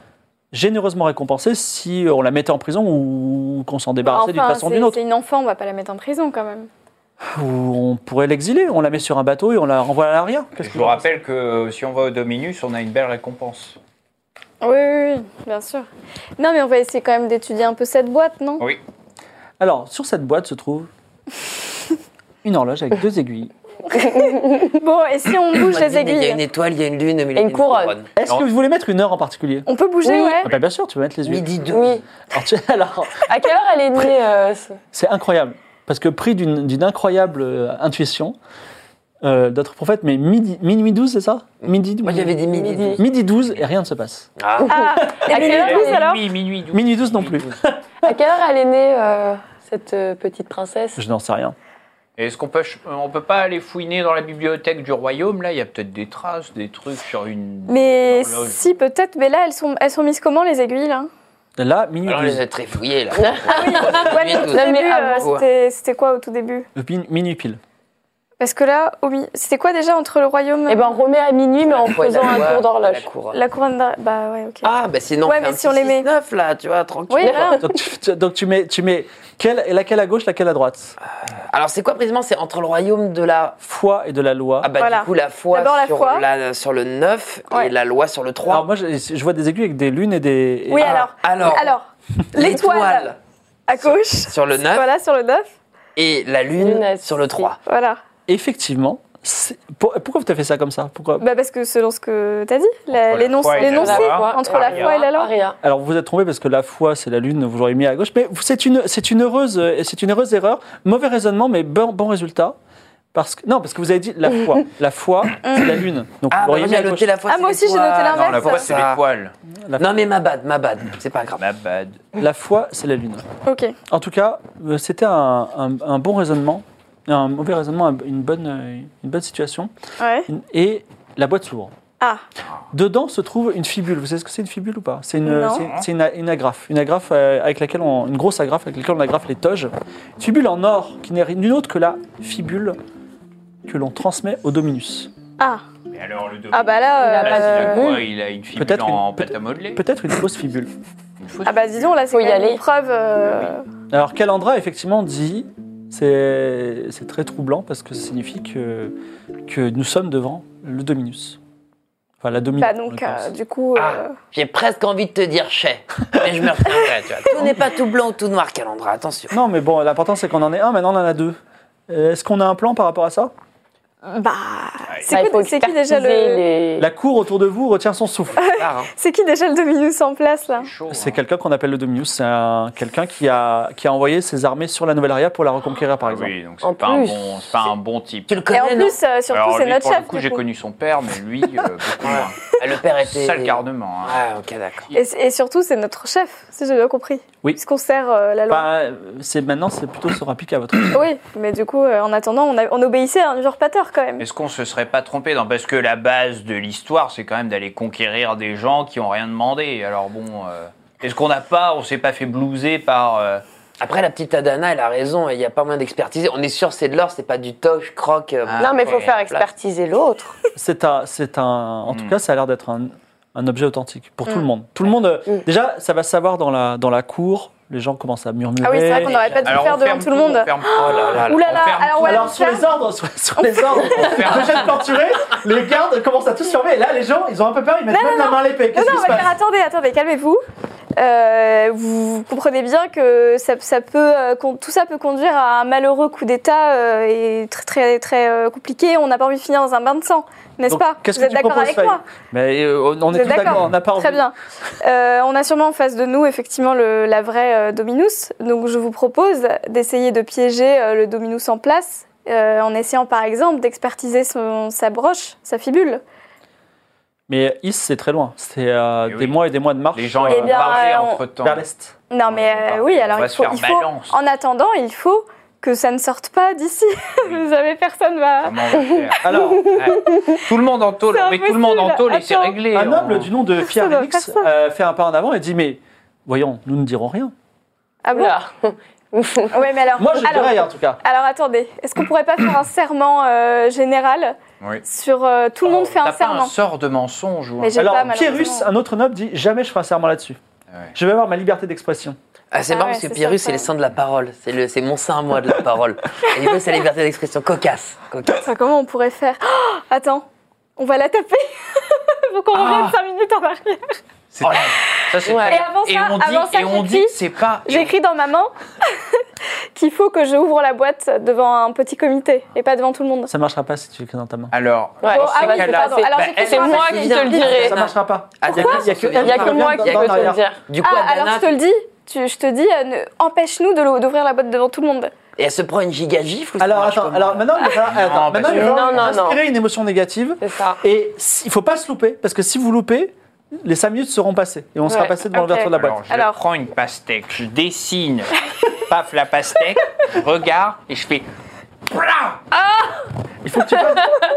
Speaker 1: généreusement récompensé si on la mettait en prison ou qu'on s'en débarrassait d'une
Speaker 3: enfin,
Speaker 1: façon ou
Speaker 3: c'est
Speaker 1: d'une autre.
Speaker 3: c'est une enfant, on va pas la mettre en prison quand même.
Speaker 1: Ou on pourrait l'exiler, on la met sur un bateau et on la renvoie à l'arrière. Qu'est-ce
Speaker 4: Je
Speaker 1: que
Speaker 4: vous
Speaker 1: vous en
Speaker 4: rappelle que euh, si on va au Dominus, on a une belle récompense.
Speaker 3: Oui, oui, oui, bien sûr. Non, mais on va essayer quand même d'étudier un peu cette boîte, non
Speaker 4: Oui.
Speaker 1: Alors, sur cette boîte se trouve une horloge avec deux aiguilles.
Speaker 3: Bon, et si on
Speaker 2: On
Speaker 3: bouge
Speaker 2: m'a
Speaker 3: les
Speaker 2: dit, Il y a une
Speaker 3: aiguilles
Speaker 2: étoile, il y a une lune, mais il y a
Speaker 5: Et une couronne.
Speaker 1: Est-ce que vous voulez mettre une heure en particulier
Speaker 3: On peut bouger,
Speaker 5: Oui.
Speaker 3: ouais
Speaker 1: ah bah Bien sûr, tu peux mettre les yeux.
Speaker 2: Midi deux.
Speaker 5: Oui.
Speaker 1: Alors, tu- alors,
Speaker 5: À quelle heure elle est née euh, ce-
Speaker 1: c'est incroyable. Parce que pris d'une d'une incroyable euh, intuition, euh, d'autres prophètes, mais midi, minuit 12, c'est ça Midi
Speaker 2: Moi, j'avais dit midi.
Speaker 5: Midi.
Speaker 1: Midi 12 et rien ne se passe.
Speaker 2: Ah,
Speaker 3: Ah, et
Speaker 5: À
Speaker 3: minuit
Speaker 5: quelle heure
Speaker 3: douze, alors
Speaker 4: Minuit, minuit, douze.
Speaker 1: Minuit 12 non plus.
Speaker 5: À quelle heure elle est née, euh, cette euh, petite princesse
Speaker 1: Je n'en sais rien.
Speaker 4: Est-ce qu'on peut, ch- euh, on peut pas aller fouiner dans la bibliothèque du royaume là Il y a peut-être des traces, des trucs sur une.
Speaker 3: Mais
Speaker 4: Horloge.
Speaker 3: si, peut-être, mais là, elles sont, elles sont mises comment les aiguilles là
Speaker 1: Là, minuit
Speaker 2: Alors, euh,
Speaker 1: 12,
Speaker 2: les très fouillés là.
Speaker 3: Ah Ouais, mais au tout
Speaker 5: Non, mais
Speaker 3: début,
Speaker 5: avant,
Speaker 3: euh,
Speaker 2: quoi.
Speaker 3: c'était- c'était quoi au tout début
Speaker 1: euh, min- minuit pile.
Speaker 3: Parce que là, au mi- c'était quoi déjà entre le royaume
Speaker 5: Eh ben, on remet à minuit, mais en
Speaker 2: La couronne,
Speaker 5: faisant
Speaker 2: la
Speaker 5: un tour
Speaker 2: couronne,
Speaker 5: d'horloge.
Speaker 2: la couronne.
Speaker 3: La couronne d'Ara- Bah ouais, ok.
Speaker 2: Ah, bah sinon,
Speaker 3: Ouais,
Speaker 2: on fait
Speaker 3: mais
Speaker 2: un
Speaker 3: si on
Speaker 2: petit
Speaker 3: les met-
Speaker 2: 6-9, là, tu vois, tranquille.
Speaker 3: Oui, voilà.
Speaker 1: Donc, tu, tu- donc tu mets, tu mets quelle, laquelle à gauche, laquelle à droite
Speaker 2: Alors, c'est quoi précisément C'est entre le royaume de la.
Speaker 1: Foi et de la loi.
Speaker 2: Ah, bah
Speaker 3: Voilà.
Speaker 2: du coup, la foi,
Speaker 3: D'abord la
Speaker 2: sur,
Speaker 3: foi.
Speaker 2: la- sur le 9 et
Speaker 3: Ouais.
Speaker 2: la loi sur le 3.
Speaker 1: Alors moi, je, je vois des aiguilles avec des lunes et des... et-
Speaker 3: Oui,
Speaker 2: Ah,
Speaker 3: alors.
Speaker 2: alors.
Speaker 3: Alors, l'étoile à gauche.
Speaker 2: sur le 9
Speaker 3: Voilà, sur le 9.
Speaker 2: et la lune
Speaker 5: Lunettes.
Speaker 2: sur le 3.
Speaker 3: Voilà.
Speaker 1: Effectivement. c'est- pour- pourquoi vous as fait ça comme ça Pourquoi
Speaker 3: Bah parce que selon ce que t'as dit, la-
Speaker 4: Entre la
Speaker 3: l'énonce-
Speaker 4: foi et la
Speaker 3: l'énoncé,
Speaker 4: loi.
Speaker 3: quoi, entre la
Speaker 5: Ah,
Speaker 4: Aria.
Speaker 3: foi et la loi.
Speaker 5: Aria.
Speaker 1: Alors vous vous êtes trompé parce que la foi c'est la lune, vous l'auriez mis à gauche. Mais vous- c'est une, c'est une heureuse, euh, c'est une heureuse erreur. Mauvais raisonnement, mais bon, bon résultat. Parce que non, parce que vous avez dit la foi. la foi, c'est la lune. Donc
Speaker 2: Ah,
Speaker 1: vous
Speaker 2: bah,
Speaker 1: l'auriez
Speaker 2: moi,
Speaker 1: mis à
Speaker 2: j'ai
Speaker 1: gauche.
Speaker 2: noté la fois.
Speaker 3: Ah,
Speaker 2: c'est
Speaker 3: moi aussi, j'ai noté
Speaker 2: l'étoile.
Speaker 3: l'inverse.
Speaker 4: Non, la voix, c'est
Speaker 2: Ça.
Speaker 4: l'étoile.
Speaker 2: Ah. Non, mais ma bad, ma bad. C'est pas grave.
Speaker 4: Ma bah, bad.
Speaker 1: La foi, c'est la lune.
Speaker 3: Ok.
Speaker 1: En tout cas, euh, c'était un, un- un bon raisonnement, un mauvais raisonnement, une bonne, euh, une bonne situation.
Speaker 3: Ouais.
Speaker 1: Et la boîte s'ouvre.
Speaker 3: Ah,
Speaker 1: Dedans se trouve une fibule. Vous savez ce que c'est une fibule ou pas C'est une,
Speaker 3: Non.
Speaker 1: c'est- c'est une, a- une agrafe. Une agrafe euh, avec laquelle on, une grosse agrafe avec laquelle on agrafe les toges. Une fibule en or qui n'est rien- nul autre que la fibule que l'on transmet au Dominus.
Speaker 3: ah,
Speaker 4: Mais alors, le
Speaker 3: ah bah
Speaker 5: Il a
Speaker 3: là.
Speaker 5: pas
Speaker 3: euh,
Speaker 5: de
Speaker 4: là, quoi Il a une fibule
Speaker 1: Peut-être
Speaker 4: en
Speaker 1: une-
Speaker 4: pâte à modeler.
Speaker 1: Peut-être une fausse fibule.
Speaker 3: Ah bah dis donc, là, c'est
Speaker 5: Faut y
Speaker 3: quand même
Speaker 5: aller.
Speaker 3: une preuve. euh,
Speaker 1: Alors Calandra effectivement dit, c'est c'est très troublant parce que ça signifie que, que nous sommes devant le Dominus. Enfin la Dominus.
Speaker 3: Bah donc, euh, du coup.
Speaker 2: Ah.
Speaker 3: euh,
Speaker 2: J'ai presque envie de te dire chais. Mais je me retiendrai, tu vois. Tout n'est pas tout blanc ou tout noir, Calandra, attention.
Speaker 1: Non mais bon, l'important c'est qu'on en ait un, maintenant on en a deux. Euh, Est-ce qu'on a un plan par rapport à ça
Speaker 4: Ah.
Speaker 3: Bah.
Speaker 5: Bah,
Speaker 3: C'est
Speaker 5: il faut
Speaker 3: quoi- c'est qui déjà
Speaker 5: expertiser
Speaker 3: le.
Speaker 5: les-
Speaker 1: La cour autour de vous retient son souffle.
Speaker 2: Ah, hein.
Speaker 3: C'est qui déjà le Dominus en place là
Speaker 4: Chaud,
Speaker 1: Ah, C'est
Speaker 4: hein.
Speaker 1: quelqu'un qu'on appelle le Dominus. C'est un- quelqu'un qui a, qui a envoyé ses armées sur la Nouvelle-Aria pour la reconquérir, par
Speaker 4: Ah
Speaker 1: exemple.
Speaker 4: Oui, donc
Speaker 5: En
Speaker 4: c'est pas, un
Speaker 5: plus,
Speaker 4: bon- c'est pas un bon type.
Speaker 2: Tu le connais,
Speaker 3: Et en
Speaker 2: non
Speaker 3: plus, euh, surtout,
Speaker 4: Alors,
Speaker 3: c'est
Speaker 4: lui,
Speaker 3: notre
Speaker 4: pour
Speaker 3: chef.
Speaker 4: le coup,
Speaker 3: du
Speaker 4: j'ai
Speaker 3: coup.
Speaker 4: connu son père, mais lui, euh, beaucoup moins.
Speaker 2: Ah, Le père était.
Speaker 4: Sale garnement. hein.
Speaker 2: Ah, ok, d'accord.
Speaker 3: Et, et surtout, c'est notre chef, si j'ai bien compris.
Speaker 1: Oui.
Speaker 3: Puisqu'on sert euh, la loi.
Speaker 1: Pas- c'est maintenant, c'est plutôt se rapplique à votre.
Speaker 3: Oui, mais du coup, euh, en attendant, on, a- on obéissait à un usurpateur quand même.
Speaker 4: Est-ce qu'on se serait pas trompé dans... Parce que la base de l'histoire, c'est quand même d'aller conquérir des gens qui ont rien demandé. Alors bon, euh, est-ce qu'on n'a pas, on s'est pas fait blouser par... euh,
Speaker 2: Après, la petite Adana, elle a raison, il n'y a pas moyen d'expertiser. On est sûr, c'est de l'or, c'est pas du toche, croque. euh,
Speaker 4: Ah,
Speaker 5: Non, mais il faut
Speaker 4: ouais.
Speaker 5: faire expertiser l'autre.
Speaker 1: C'est un, c'est un, en tout
Speaker 4: Mm.
Speaker 1: cas, ça a l'air d'être un, un objet authentique pour tout
Speaker 3: Mm.
Speaker 1: le monde. Tout le monde, euh,
Speaker 5: Mm.
Speaker 1: déjà, ça va se savoir dans la, dans la cour. Les gens commencent à murmurer.
Speaker 3: Ah oui, c'est vrai qu'on n'aurait pas dû
Speaker 4: Alors,
Speaker 3: le faire
Speaker 4: on
Speaker 3: devant
Speaker 4: ferme
Speaker 3: tout le
Speaker 4: on
Speaker 3: monde.
Speaker 4: ferme-
Speaker 2: Oh là là là.
Speaker 3: Ouh là
Speaker 4: on
Speaker 3: là,
Speaker 4: ferme
Speaker 3: alors
Speaker 4: tout.
Speaker 3: ouais,
Speaker 1: Alors
Speaker 3: ça-
Speaker 1: sur les ordres, sur, sur les ordres,
Speaker 4: ferme.
Speaker 1: déjà torturé, les gardes commencent à tous fermer. Et là, les gens, ils ont un peu peur, ils mettent
Speaker 3: Non,
Speaker 1: même
Speaker 3: non,
Speaker 1: la main à l'épée.
Speaker 3: Non,
Speaker 1: Qu'est-ce
Speaker 3: non,
Speaker 1: qui
Speaker 3: on
Speaker 1: se
Speaker 3: va
Speaker 1: passe
Speaker 3: faire. Attendez, attendez, calmez-vous. Euh, vous comprenez bien que ça, ça peut, euh, con- tout ça peut conduire à un malheureux coup d'État euh, et très très très euh, compliqué. On n'a pas envie de finir dans un bain de sang, n'est-ce
Speaker 1: Donc,
Speaker 3: pas
Speaker 1: qu'est-ce que
Speaker 3: Vous
Speaker 1: tu
Speaker 3: êtes d'accord
Speaker 1: proposes,
Speaker 3: avec
Speaker 1: Faye
Speaker 3: moi
Speaker 1: Mais euh, on
Speaker 3: Vous
Speaker 1: est
Speaker 3: êtes
Speaker 1: tous d'accord,
Speaker 3: d'accord
Speaker 1: on n'a pas
Speaker 3: Très
Speaker 1: envie.
Speaker 3: bien. Euh, on a sûrement en face de nous effectivement le- la vraie euh, Dominus. Donc je vous propose d'essayer de piéger euh, le Dominus en place euh, en essayant par exemple d'expertiser son- sa broche, sa fibule.
Speaker 1: Mais Is, c'est très loin. C'est euh,
Speaker 4: Eh oui.
Speaker 1: des mois et des mois de marche
Speaker 4: Les gens,
Speaker 3: Eh
Speaker 4: ils vont
Speaker 3: bien,
Speaker 4: parler
Speaker 3: euh, on-
Speaker 4: entre-temps.
Speaker 1: vers l'est.
Speaker 3: Non, mais
Speaker 4: On va
Speaker 3: euh,
Speaker 4: pas-
Speaker 3: oui,
Speaker 4: on
Speaker 3: alors
Speaker 4: va
Speaker 3: il
Speaker 4: se
Speaker 3: faut,
Speaker 4: faire
Speaker 3: il faut-
Speaker 4: balance.
Speaker 3: en attendant, il faut que ça ne sorte pas d'ici. Vous savez, personne va.
Speaker 4: Comment on va faire
Speaker 1: Alors,
Speaker 4: Ouais. tout le monde en tôle,
Speaker 3: Ah. C'est
Speaker 4: on met tout le monde en
Speaker 3: impossible.
Speaker 4: tôle et c'est
Speaker 3: Attends.
Speaker 4: réglé. hein.
Speaker 1: un
Speaker 4: on-
Speaker 1: noble du nom de Pierre
Speaker 3: doit
Speaker 1: Elix
Speaker 3: faire ça.
Speaker 1: fait un pas en avant et dit Mais voyons, nous ne dirons rien.
Speaker 3: Ah bon
Speaker 5: Oula.
Speaker 3: Ouais, mais alors.
Speaker 1: Moi, je
Speaker 3: alors,
Speaker 1: dirais hein. rien, en tout cas.
Speaker 3: alors, attendez, est-ce qu'on pourrait pas faire un serment euh, général
Speaker 4: Oui.
Speaker 3: sur euh, tout le monde fait
Speaker 4: T'as
Speaker 3: un
Speaker 4: pas Oh, un
Speaker 3: serment
Speaker 4: sort de mensonge ou un-
Speaker 3: Mais j'ai
Speaker 1: Alors,
Speaker 3: pas malheureusement.
Speaker 1: Pierrus, un autre noble, dit Jamais je ferai un serment là-dessus.
Speaker 4: Ah Ouais.
Speaker 1: Je vais avoir ma liberté d'expression.
Speaker 2: Ah, c'est
Speaker 3: Ah
Speaker 2: marrant
Speaker 3: ouais,
Speaker 2: parce que
Speaker 3: c'est
Speaker 2: Pyrrhus,
Speaker 3: ça, ça.
Speaker 2: c'est les seins de la parole. C'est le- c'est mon sein, moi, de la parole. Et du coup, c'est la liberté d'expression. Cocasse. cocasse.
Speaker 3: Enfin, comment on pourrait faire Oh, Attends, on va la taper. Faut qu'on revienne 5 minutes en arrière.
Speaker 4: C'est- Ça, c'est
Speaker 5: Ouais.
Speaker 4: très-
Speaker 3: Oh. Et avant ça-
Speaker 4: et on dit,
Speaker 3: avant ça,
Speaker 4: et on
Speaker 3: j'écris.
Speaker 4: dit que c'est pas.
Speaker 3: J'ai écrit dans ma main qu'il faut que je ouvre la boîte devant un petit comité et pas devant tout le monde.
Speaker 1: Ça ne marchera pas si tu l'écris dans ta main.
Speaker 4: Alors,
Speaker 5: Ouais,
Speaker 3: Bon,
Speaker 5: c'est
Speaker 3: ah oui,
Speaker 5: vrai
Speaker 3: c'est
Speaker 5: que
Speaker 3: pardon.
Speaker 5: là,
Speaker 3: Alors,
Speaker 2: bah,
Speaker 3: j'ai fait
Speaker 5: c'est
Speaker 3: sur un
Speaker 5: moi
Speaker 3: papier.
Speaker 5: qui te le dirai.
Speaker 1: Ça ne marchera pas. Il
Speaker 2: Ah,
Speaker 1: y a
Speaker 2: d'accord,
Speaker 1: que- il y a
Speaker 2: ça
Speaker 1: que
Speaker 2: se
Speaker 5: Il n'y a
Speaker 1: elle
Speaker 5: que
Speaker 1: revient
Speaker 5: moi qui
Speaker 1: dans
Speaker 5: peux te le
Speaker 1: l'arrière.
Speaker 5: dire.
Speaker 2: Du coup,
Speaker 3: Ah, alors
Speaker 2: Adana,
Speaker 3: je te le dis, tu- je te dis, euh, ne- empêche-nous de l'o- d'ouvrir la boîte devant tout le monde.
Speaker 2: et elle se prend une giga gifle ou ça
Speaker 1: Alors,
Speaker 2: marche
Speaker 1: attends,
Speaker 2: comment
Speaker 1: alors maintenant, il va falloir- attends,
Speaker 4: Non,
Speaker 1: maintenant, il
Speaker 5: parce
Speaker 1: va
Speaker 5: que-
Speaker 1: falloir
Speaker 5: Non, non, non.
Speaker 1: inspirer une émotion négative.
Speaker 5: C'est ça.
Speaker 1: Et si- il ne faut pas se louper, parce que si vous loupez, les 5 minutes seront passées. Et on sera
Speaker 5: Ouais,
Speaker 1: passé devant
Speaker 3: ok.
Speaker 1: l'ouverture de la boîte.
Speaker 4: alors, je
Speaker 3: Alors.
Speaker 4: prends une pastèque, je dessine, paf la pastèque, je regarde et je fais. Plah
Speaker 1: Il faut que tu fasses.